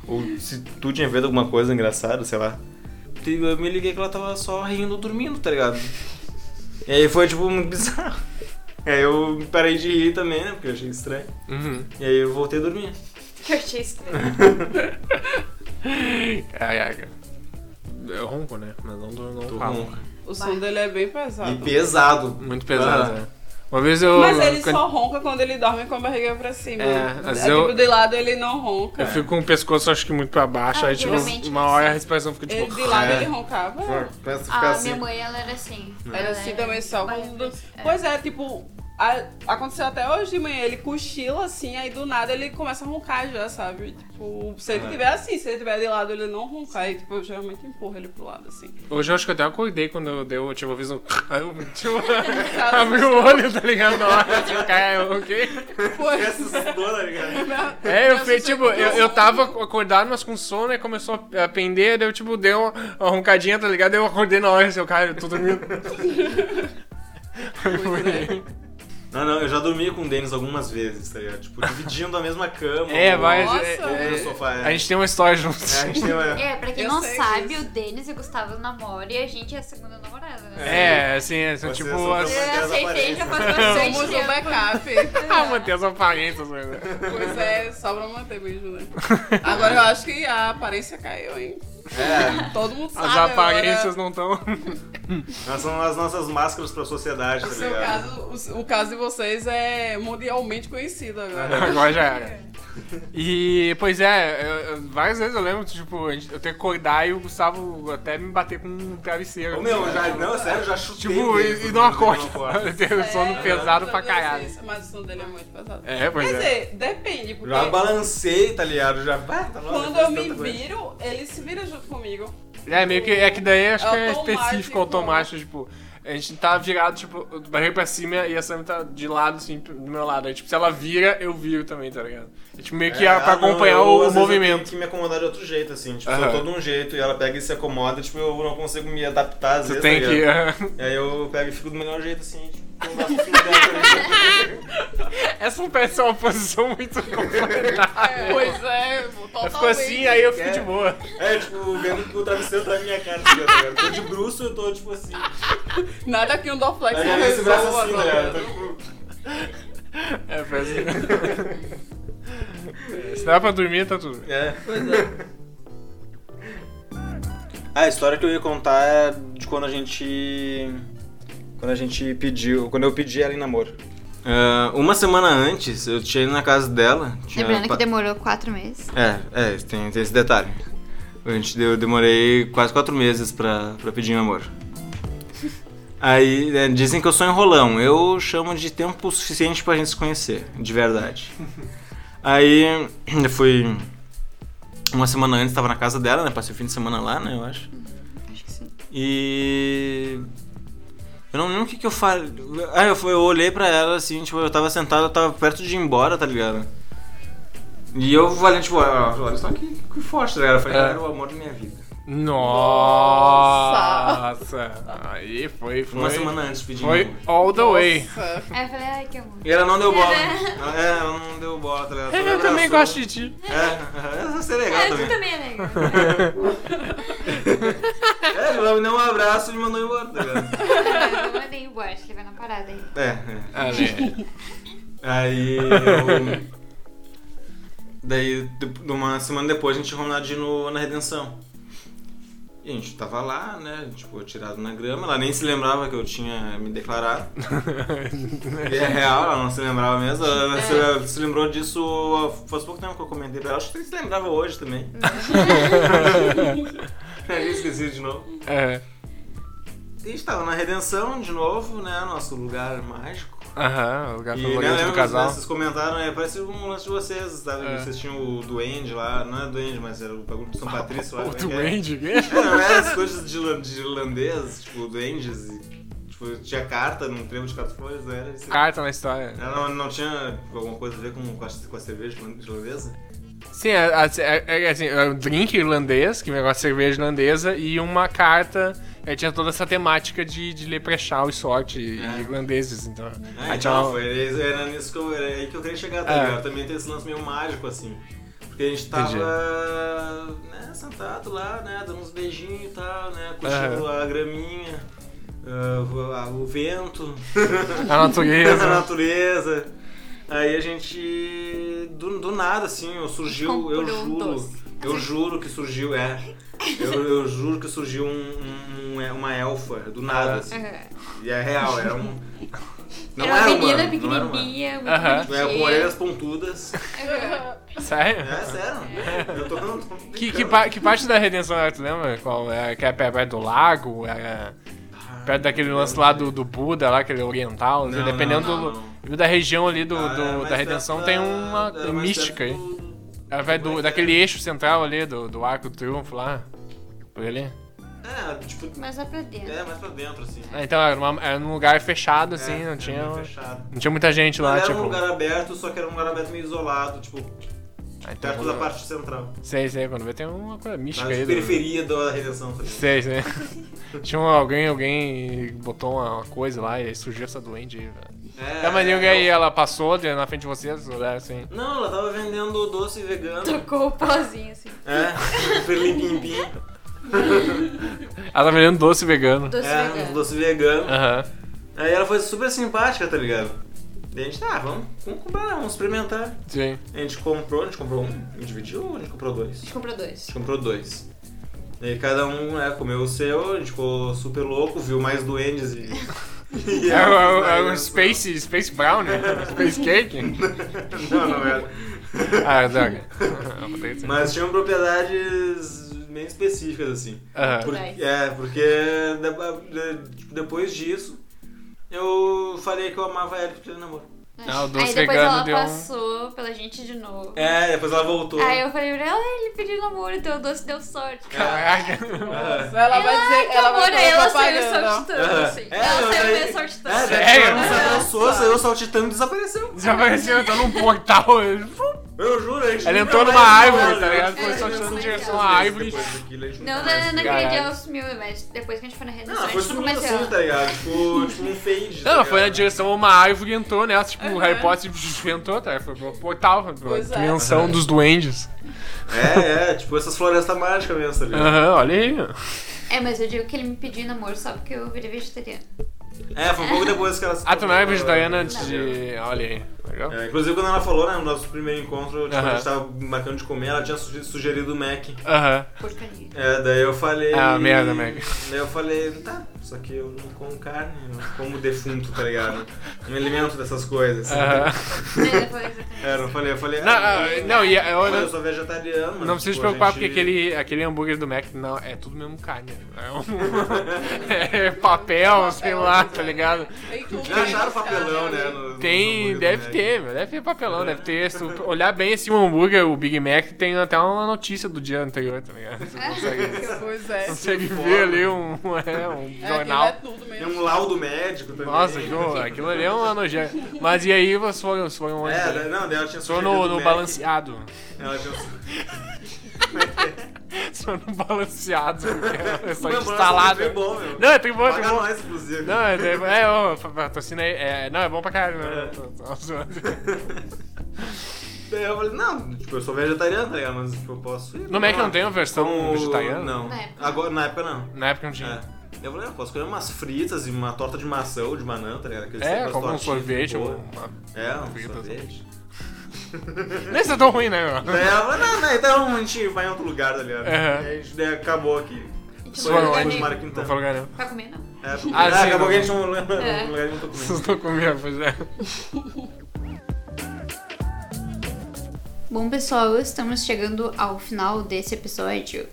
Speaker 4: Ou se tu tinha visto alguma coisa engraçada, sei lá. Eu me liguei que ela tava só rindo, dormindo, tá ligado? E aí foi, tipo, muito bizarro. Aí eu parei de rir também, né? Porque eu achei estranho.
Speaker 3: Uhum.
Speaker 4: E aí eu voltei a dormir.
Speaker 7: Eu achei estranho.
Speaker 3: Caraca. Eu ronco, né? Mas não, não
Speaker 4: Tô
Speaker 3: falo.
Speaker 4: ronco.
Speaker 2: O som dele é bem pesado.
Speaker 4: E pesado.
Speaker 3: Muito pesado,
Speaker 4: Ah.
Speaker 3: né? Uma vez eu.
Speaker 2: Mas ele
Speaker 3: quando-
Speaker 2: só ronca quando ele dorme com a barriga pra cima.
Speaker 3: É,
Speaker 2: É,
Speaker 3: mas
Speaker 2: tipo,
Speaker 3: eu-
Speaker 2: de lado ele não ronca.
Speaker 3: Eu fico com o pescoço, acho que muito pra baixo.
Speaker 7: Ah,
Speaker 3: aí, tipo,
Speaker 7: geralmente
Speaker 3: uma
Speaker 7: é
Speaker 3: hora
Speaker 7: assim.
Speaker 3: a respiração fica
Speaker 2: Ele,
Speaker 3: tipo.
Speaker 2: de lado
Speaker 4: É.
Speaker 2: ele roncava.
Speaker 4: Começa a ficar
Speaker 7: A
Speaker 4: assim.
Speaker 7: Ah,
Speaker 4: É.
Speaker 7: minha mãe, ela era assim.
Speaker 2: Era assim também só.
Speaker 7: Mas-
Speaker 2: quando-
Speaker 7: é.
Speaker 2: Pois é, tipo, a- aconteceu até hoje de manhã, ele cochila assim, aí do nada ele começa a roncar já, sabe? Tipo, se
Speaker 4: É.
Speaker 2: ele tiver assim, se ele tiver de lado ele não roncar, aí tipo, eu geralmente empurro ele pro lado assim.
Speaker 3: Hoje eu acho que eu até acordei quando eu deu, tipo, eu fiz um. Aí eu, tipo,
Speaker 2: Cara,
Speaker 3: abri o olho, tá ligado? Na hora, tipo, cara, ok.
Speaker 4: Me assustou, tá ligado?
Speaker 3: É, eu fiz, tipo, eu, eu tava acordado, mas com sono, aí começou a pender, daí eu, tipo, dei uma, uma roncadinha, tá ligado? Daí eu acordei na hora, assim, eu, cara, eu tô dormindo. Foi, foi.
Speaker 4: Não, não, eu já dormi com o Denis algumas vezes, tá ligado? Tipo, dividindo a mesma cama.
Speaker 3: É, mas.
Speaker 2: Nossa.
Speaker 3: é-
Speaker 4: Ou
Speaker 3: é-
Speaker 4: no sofá, é.
Speaker 3: a gente tem uma história juntos.
Speaker 4: É, a gente tem uma...
Speaker 7: É, pra quem
Speaker 2: Eu
Speaker 7: não
Speaker 2: sei
Speaker 7: sabe, o Denis e o Gustavo namoram e a gente é a segunda namorada, né?
Speaker 3: É, assim, é, são,
Speaker 4: Vocês
Speaker 3: tipo.
Speaker 4: são
Speaker 3: As...
Speaker 4: tão-
Speaker 7: Eu aceitei já faz
Speaker 2: Somos
Speaker 7: bastante
Speaker 2: o
Speaker 7: tempo.
Speaker 2: backup.
Speaker 3: Ah, manter as aparências, né?
Speaker 2: Pois é, só pra manter mesmo, né? Agora eu acho que a aparência caiu, hein?
Speaker 4: É,
Speaker 2: Todo mundo sabe.
Speaker 3: As aparências não estão.
Speaker 4: nós somos as nossas máscaras pra sociedade,
Speaker 2: Agora,
Speaker 4: tá
Speaker 2: o, seu
Speaker 4: ligado?
Speaker 2: caso, o, o caso de vocês é mundialmente conhecido agora.
Speaker 3: Agora já era. E, pois é, eu- eu- várias vezes eu lembro, tipo, a gente- eu ter que acordar e o Gustavo até me bater com um travesseiro.
Speaker 4: Ô, meu, já, não, sério, eu já chutei. o
Speaker 3: Tipo,
Speaker 4: Denis,
Speaker 3: e, e
Speaker 4: eu
Speaker 3: não acorda.
Speaker 4: acordo.
Speaker 3: Ter um sono
Speaker 2: É,
Speaker 3: pesado
Speaker 2: eu
Speaker 3: pra
Speaker 2: também
Speaker 3: caralho.
Speaker 2: sei, Mas o som dele é muito pesado.
Speaker 3: É, pois
Speaker 2: Quer
Speaker 3: é.
Speaker 2: dizer, depende, porque
Speaker 4: Já balancei, tá ligado? Já... Ah, tá louco,
Speaker 2: quando
Speaker 4: fiz
Speaker 2: eu me
Speaker 4: tanta coisa.
Speaker 2: viro, ele se vira junto comigo.
Speaker 3: É, meio que. É que daí acho que é
Speaker 2: Automático.
Speaker 3: específico, automático, tipo. A gente tá virado, tipo, o barriga pra cima e a Sam tá de lado, assim, do meu lado. Aí, tipo, se ela vira, eu viro também, tá ligado? É, tipo, meio que
Speaker 4: É,
Speaker 3: é, pra
Speaker 4: ah, não,
Speaker 3: acompanhar
Speaker 4: eu,
Speaker 3: o,
Speaker 4: às
Speaker 3: o
Speaker 4: vezes, Eu tenho
Speaker 3: movimento.
Speaker 4: que me acomodar de outro jeito, assim. Tipo,
Speaker 3: Aham.
Speaker 4: eu tô de um jeito e ela pega e se acomoda, tipo, eu não consigo me adaptar às
Speaker 3: Tu
Speaker 4: vezes.
Speaker 3: tem
Speaker 4: tá
Speaker 3: que.
Speaker 4: ligado?
Speaker 3: ah,
Speaker 4: E aí eu pego e fico do melhor jeito, assim, tipo, com o braço assim, dela, tá
Speaker 3: É Essa parece uma posição muito complementar.
Speaker 2: Pois é, totalmente.
Speaker 3: Ela ficou assim, aí eu Ah, fico
Speaker 4: É.
Speaker 3: de boa.
Speaker 4: ligado? É, tipo, vendo que o travesseiro tá na minha cara, tá ligado? Eu tô de bruxo, eu tô, tipo, assim.
Speaker 2: Nada que um Dorflex
Speaker 4: Aí
Speaker 2: não
Speaker 4: eu vi esse braço
Speaker 2: resolva.
Speaker 4: assim, tá ligado?
Speaker 2: não.
Speaker 4: Eu tô, tipo,
Speaker 3: É, parece. É, Se dá pra dormir, tá tudo. bem.
Speaker 4: É. Ah, a história que eu ia contar é de quando a gente. Quando a gente pediu. Quando eu pedi ela em namoro. Ah, uma semana antes, eu tinha ido na casa dela. tinha
Speaker 7: Lembrando que
Speaker 4: pa-
Speaker 7: demorou quatro meses.
Speaker 4: É, é, tem, tem esse detalhe. A gente deu- eu demorei quase quatro meses pra, pra pedir namoro. Aí né, dizem que eu sou enrolão. Eu chamo de tempo suficiente pra gente se conhecer, de verdade. Aí eu fui uma semana antes, tava na casa dela, né? Passei o fim de semana lá, né? Eu acho.
Speaker 7: Uhum, Acho que sim.
Speaker 4: E. Eu não lembro o que, que eu falei. Ah, eu, fui- eu olhei pra ela assim, tipo, eu tava sentado, eu tava perto de ir embora, tá ligado? E eu falei, tipo, ó, olha só que, que forte, tá ligado? Eu falei,
Speaker 3: É.
Speaker 4: ela era o amor da minha vida.
Speaker 3: Nossa! Aí foi, foi.
Speaker 4: Uma semana antes pedindo.
Speaker 3: Foi all the way.
Speaker 2: Nossa.
Speaker 7: Aí É, eu falei, ai, que amor.
Speaker 4: E ela não deu bola. Ela- É, ela não deu bola, tá ligado? Só me
Speaker 3: Eu também
Speaker 4: abraçou.
Speaker 3: gosto de ti.
Speaker 4: É, essa seria legal
Speaker 7: Ah, tu
Speaker 4: também.
Speaker 7: também, né?
Speaker 4: É, ela me deu um abraço e me mandou embora, tá ligado?
Speaker 7: Eu mandei embora, acho que ele vai na parada aí.
Speaker 4: É, é.
Speaker 3: Ah, né?
Speaker 4: Aí eu. Daí, de- uma semana depois, a gente tinha combinado de ir no, na Redenção. E a gente tava lá, né? Tipo, tirado na grama. Ela nem se lembrava que eu tinha me declarado. e é real, ela não se lembrava mesmo. Ela se, ela se lembrou disso faz pouco tempo que eu comentei pra ela. Acho que nem se lembrava hoje também. Aí eu esqueci de novo.
Speaker 3: É.
Speaker 4: E a gente tava na Redenção de novo, né? Nosso lugar mágico.
Speaker 3: Aham, o lugar
Speaker 4: E né,
Speaker 3: favorito
Speaker 4: lembra
Speaker 3: do
Speaker 4: que
Speaker 3: casal.
Speaker 4: vocês comentaram, é, parece um lance de vocês, sabe?
Speaker 3: É.
Speaker 4: Vocês tinham o Duende lá, não é Duende, mas era o bagulho de São Patrício lá.
Speaker 3: O
Speaker 4: como é que é?
Speaker 3: Duende, né?
Speaker 4: É, não é as coisas de, irlan- de irlandês, tipo, Duendes, e, tipo, tinha carta num trevo de quatro flores, não era? Esse...
Speaker 3: Carta na história.
Speaker 4: Não, não tinha alguma coisa a ver com, com, a, com a cerveja irlandesa?
Speaker 3: Sim, é, é- é- é assim, é um drink irlandês, que é um negócio de cerveja irlandesa, e uma carta. Aí tinha toda essa temática de, de leprechaun e sorte e
Speaker 4: É.
Speaker 3: irlandeses, então.
Speaker 4: Ah,
Speaker 3: aí tinha
Speaker 4: então,
Speaker 3: uma-
Speaker 4: foi, era- era nisso que eu, era aí que eu queria chegar, tá
Speaker 3: É.
Speaker 4: ligado? Também tem esse lance meio mágico, assim. Porque a gente tava, né, sentado lá, né, dando uns beijinhos e tal, né, curtindo a graminha, ah, o- a- o vento,
Speaker 3: A é natureza.
Speaker 4: a natureza. Aí a gente, do, do nada, assim, eu surgiu, eu
Speaker 7: Comprou um
Speaker 4: juro,
Speaker 7: doce.
Speaker 4: eu juro que surgiu, é, eu, eu juro que surgiu um- um- um- uma elfa, do nada, assim.
Speaker 7: Aham.
Speaker 4: E é real, era um. Não era
Speaker 7: era uma
Speaker 4: humano,
Speaker 7: menina
Speaker 4: não era humano.
Speaker 7: pequenininha, muito
Speaker 3: Aham.
Speaker 4: É, com
Speaker 7: bonitinha.
Speaker 4: orelhas pontudas.
Speaker 3: Sério?
Speaker 4: É, sério. Eu tô, não, tô brincando.
Speaker 3: Que, que, pa- que parte da redenção era, tu lembra? Qual, era, que era perto perto do lago? Era perto daquele lance lá do, do Buda, lá, aquele oriental. assim,
Speaker 4: Não,
Speaker 3: dependendo
Speaker 4: não, não,
Speaker 3: do- da região ali do,
Speaker 4: Ah,
Speaker 3: do-
Speaker 4: era mais
Speaker 3: da redenção,
Speaker 4: perto
Speaker 3: tem
Speaker 4: da-
Speaker 3: uma é
Speaker 4: era mais
Speaker 3: mística aí.
Speaker 4: perto do-
Speaker 3: Ela vai
Speaker 4: é-
Speaker 3: do, daquele eixo central ali, do, do Arco do Triunfo lá. Por ali.
Speaker 4: É, tipo,
Speaker 7: Mas lá pra dentro.
Speaker 4: é mais pra dentro, assim.
Speaker 3: Ah, Então era, uma- era num lugar fechado, assim,
Speaker 4: É,
Speaker 3: não,
Speaker 4: era
Speaker 3: tinha,
Speaker 4: meio fechado.
Speaker 3: não tinha muita gente lá,
Speaker 4: Mas era
Speaker 3: tipo.
Speaker 4: um lugar aberto, só que era um lugar aberto meio isolado, tipo,
Speaker 3: Ah, então
Speaker 4: perto
Speaker 3: quando-
Speaker 4: da parte central.
Speaker 3: Sei, sei, quando vê tem uma coisa mística
Speaker 4: Na
Speaker 3: aí. Do...
Speaker 4: periferia da redenção. tá ligado?
Speaker 3: Sei, sei. tinha um- alguém, alguém botou uma uma coisa lá e aí surgiu essa doente aí, velho.
Speaker 4: É,
Speaker 3: É, mas ninguém aí,
Speaker 4: eu-
Speaker 3: ela passou de- na frente de vocês, olhar assim.
Speaker 4: Não, ela tava vendendo doce vegano.
Speaker 7: Tocou o pozinho, assim.
Speaker 4: É, perlimpimpim.
Speaker 3: Ela tá vendendo doce vegano.
Speaker 7: Doce
Speaker 4: É, uns
Speaker 7: vegano.
Speaker 4: doce vegano.
Speaker 3: Aham.
Speaker 4: Aí ela foi super simpática, tá ligado? E a gente, tá, vamos, vamos comprar, vamos experimentar.
Speaker 3: Sim.
Speaker 4: A gente comprou, a gente comprou um, a gente dividiu ou a gente comprou dois?
Speaker 7: A gente comprou dois.
Speaker 4: gente comprou dois. E aí cada um né, comeu o seu, a gente ficou super louco, viu mais duendes e. e né?
Speaker 3: É, o- é, o- é
Speaker 4: Não,
Speaker 3: um Space, Space Brownie? Space Cake?
Speaker 4: Não, não era.
Speaker 3: Ah, droga. Eu botei assim.
Speaker 4: Mas tinham propriedades bem específicas, assim.
Speaker 3: Aham.
Speaker 4: Por-
Speaker 7: Nice.
Speaker 4: é, porque de- de- depois disso, eu falei que eu amava a Eric porque ele namoro.
Speaker 3: Ah, o doce
Speaker 7: Aí depois
Speaker 3: vegano
Speaker 7: ela
Speaker 3: deu um-
Speaker 7: passou pela gente de novo.
Speaker 4: É, depois ela voltou.
Speaker 7: Aí eu falei pra ela, "Ah, ele pediu namoro, então o doce deu sorte.
Speaker 3: Caraca.
Speaker 4: Aham. É,
Speaker 2: Ela vai dizer,
Speaker 7: que
Speaker 2: ela vai
Speaker 7: amor, é
Speaker 2: fazer
Speaker 7: ela saiu
Speaker 2: propaganda.
Speaker 7: saltitando, assim. ela
Speaker 4: eu
Speaker 7: saiu
Speaker 4: daí-
Speaker 7: meio saltitando.
Speaker 4: É, daí
Speaker 3: Sério?
Speaker 4: ela se abraçou, saiu saltitando e desapareceu.
Speaker 3: Desapareceu, entrou tá num portal.
Speaker 4: Eu juro, a gente
Speaker 3: Ela
Speaker 4: nunca
Speaker 3: entrou numa
Speaker 4: mais
Speaker 3: árvore,
Speaker 4: falou,
Speaker 3: tá ligado?
Speaker 4: né?
Speaker 3: Foi
Speaker 7: É,
Speaker 3: saltitando em
Speaker 7: foi
Speaker 3: direção
Speaker 7: legal.
Speaker 3: à árvore.
Speaker 4: Depois daquilo, a gente
Speaker 7: Não,
Speaker 4: nunca
Speaker 7: não,
Speaker 4: mais
Speaker 7: não, naquele
Speaker 3: Caralho.
Speaker 7: dia ela sumiu, mas depois que a gente foi na redenção,
Speaker 4: Não,
Speaker 7: a
Speaker 4: foi
Speaker 7: gente
Speaker 4: super
Speaker 7: conheceu
Speaker 4: assim,
Speaker 7: ela.
Speaker 4: tá ligado? Ficou tipo um fade.
Speaker 3: Não,
Speaker 4: tá
Speaker 3: ela foi na
Speaker 4: ligado?
Speaker 3: direção a uma árvore e entrou nela. Tipo, o Harry Potter entrou, tá? Foi pro portal, pra
Speaker 2: Pois é.
Speaker 3: dimensão dos duendes.
Speaker 4: É, é, tipo essas florestas mágicas mesmo, tá ligado?
Speaker 3: Aham, olha aí.
Speaker 7: É, mas eu digo que ele me pediu em namoro só porque eu virei vegetariana.
Speaker 4: É, foi um pouco depois que ela se
Speaker 3: Ah, tu não é
Speaker 4: tornou,
Speaker 3: vegetariana
Speaker 4: eh,
Speaker 3: antes de. Olha aí. Legal.
Speaker 4: É, inclusive quando ela falou, né, no nosso primeiro encontro, tipo, a
Speaker 3: Aham.
Speaker 4: gente tava marcando de comer, ela tinha suge- sugerido o Mac.
Speaker 3: Aham.
Speaker 7: Porcaria.
Speaker 4: É, daí eu falei.
Speaker 3: Ah, merda, Mac.
Speaker 4: Daí eu falei, tá, só que eu não como carne, eu não como defunto, tá ligado? Não me alimento dessas coisas. assim.
Speaker 3: Aham.
Speaker 7: Mas depois exatamente.
Speaker 4: É, eu falei, eu falei.
Speaker 3: Não,
Speaker 4: ah,
Speaker 3: ah, não, e eu
Speaker 4: eu
Speaker 3: não,
Speaker 4: sou vegetariano. mas,
Speaker 3: não preciso te
Speaker 4: tipo, a
Speaker 3: preocupar
Speaker 4: gente-
Speaker 3: porque aquele, aquele hambúrguer do Mac não, é tudo mesmo carne. É, um, é papel, sei lá, tá ligado?
Speaker 2: Tem tudo
Speaker 4: Já acharam papelão, né?
Speaker 2: ali.
Speaker 4: no- no hambúrguer
Speaker 3: Tem,
Speaker 4: do
Speaker 3: deve
Speaker 4: Mac.
Speaker 3: ter, meu, deve ter papelão, deve ter. Se tu olhar bem assim o hambúrguer, o Big Mac, tem até uma notícia do dia anterior, tá ligado? Você consegue,
Speaker 2: Pois é.
Speaker 3: consegue ver ali um, é,
Speaker 2: É,
Speaker 3: um
Speaker 2: aquilo
Speaker 3: jornal.
Speaker 2: é tudo
Speaker 4: Tem
Speaker 2: mesmo.
Speaker 4: um laudo médico também.
Speaker 3: Nossa, aquilo, aquilo ali é uma nojeira. Mas e aí, vocês foram, vocês foram onde?
Speaker 4: É, não, daí ela tinha
Speaker 3: né? Sou
Speaker 4: sugerido
Speaker 3: no,
Speaker 4: o
Speaker 3: no
Speaker 4: Mac.
Speaker 3: balanceado.
Speaker 4: Ela tinha
Speaker 3: Sou no balanceado. É só
Speaker 4: Mano,
Speaker 3: instalado.
Speaker 4: é bom, meu.
Speaker 3: Não, é tem bom, tem
Speaker 4: Paga
Speaker 3: bom.
Speaker 4: nós, inclusive.
Speaker 3: Não, é, é, é ó, patrocina aí. É, não, é bom pra caralho. né? Tô- tô zoando.
Speaker 4: Daí eu falei, não, tipo, eu sou vegetariano, tá ligado? Mas tipo, eu posso ir.
Speaker 3: No Mac não tem uma versão
Speaker 4: Como-
Speaker 3: vegetariana?
Speaker 4: Não.
Speaker 7: Na época.
Speaker 4: Agora, na época não.
Speaker 3: Na época não tinha.
Speaker 4: É. Eu falei, eu posso comer umas fritas e uma torta de maçã ou de banana, tá ligado? Aqueles
Speaker 3: É,
Speaker 4: aquelas
Speaker 3: como um
Speaker 4: tortinhas
Speaker 3: sorvete.
Speaker 4: boas.
Speaker 3: Ou uma...
Speaker 4: É, um
Speaker 3: frita,
Speaker 4: sorvete.
Speaker 3: Nem se é tão ruim, né? meu?
Speaker 4: Daí ela falou, não, não, então a gente vai em outro lugar, tá ligado?
Speaker 3: É.
Speaker 4: E aí a gente daí acabou aqui.
Speaker 7: Gente,
Speaker 3: Foram
Speaker 7: não
Speaker 4: Foi
Speaker 7: dá
Speaker 3: onde?
Speaker 7: nem
Speaker 4: Marco
Speaker 3: Não
Speaker 4: Quintana.
Speaker 3: foi lugar nenhum.
Speaker 7: Então, Pra comer, não.
Speaker 4: É, porque-
Speaker 3: Ah,
Speaker 4: ah,
Speaker 3: sim,
Speaker 4: acabou
Speaker 3: não.
Speaker 4: que a gente não lembra um
Speaker 7: É.
Speaker 4: lugar que eu tô comendo.
Speaker 3: Vocês estão comigo, pois é.
Speaker 7: Bom, pessoal, estamos chegando ao final desse episódio.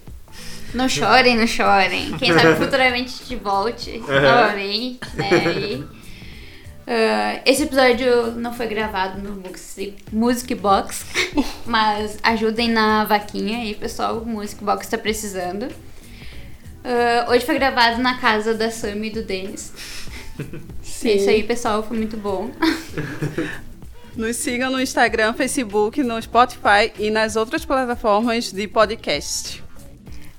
Speaker 7: Não chorem, não chorem. Quem sabe futuramente a gente volte novamente, né? aí. Ah, esse episódio não foi gravado no Mux- Music Box, mas ajudem na vaquinha aí, pessoal. O Music Box tá precisando. Ah, hoje foi gravado na casa da Sammy e do Denis. É isso aí, pessoal. Foi muito bom.
Speaker 2: Nos sigam no Instagram, Facebook, no Spotify e nas outras plataformas de podcast.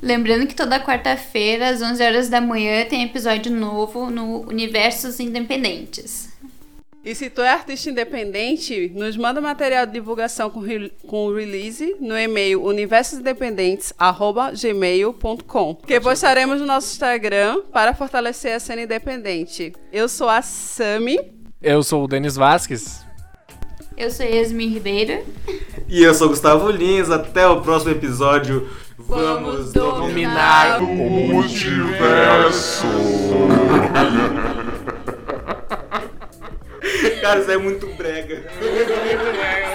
Speaker 7: Lembrando que toda quarta-feira, às 11 horas da manhã, tem episódio novo no Universos Independentes.
Speaker 2: E se tu é artista independente, nos manda material de divulgação com, re- com release no e-mail universosindependentes.gmail.com que postaremos no nosso Instagram para fortalecer a cena independente. Eu sou a Sami.
Speaker 3: Eu sou o Denis Vasquez.
Speaker 7: Eu sou Yasmin Ribeiro.
Speaker 4: E eu sou o Gustavo Lins, até o próximo episódio. Vamos, dominar.
Speaker 3: Dominar
Speaker 8: Multiverso.
Speaker 4: Cara, isso é muito brega.
Speaker 3: É,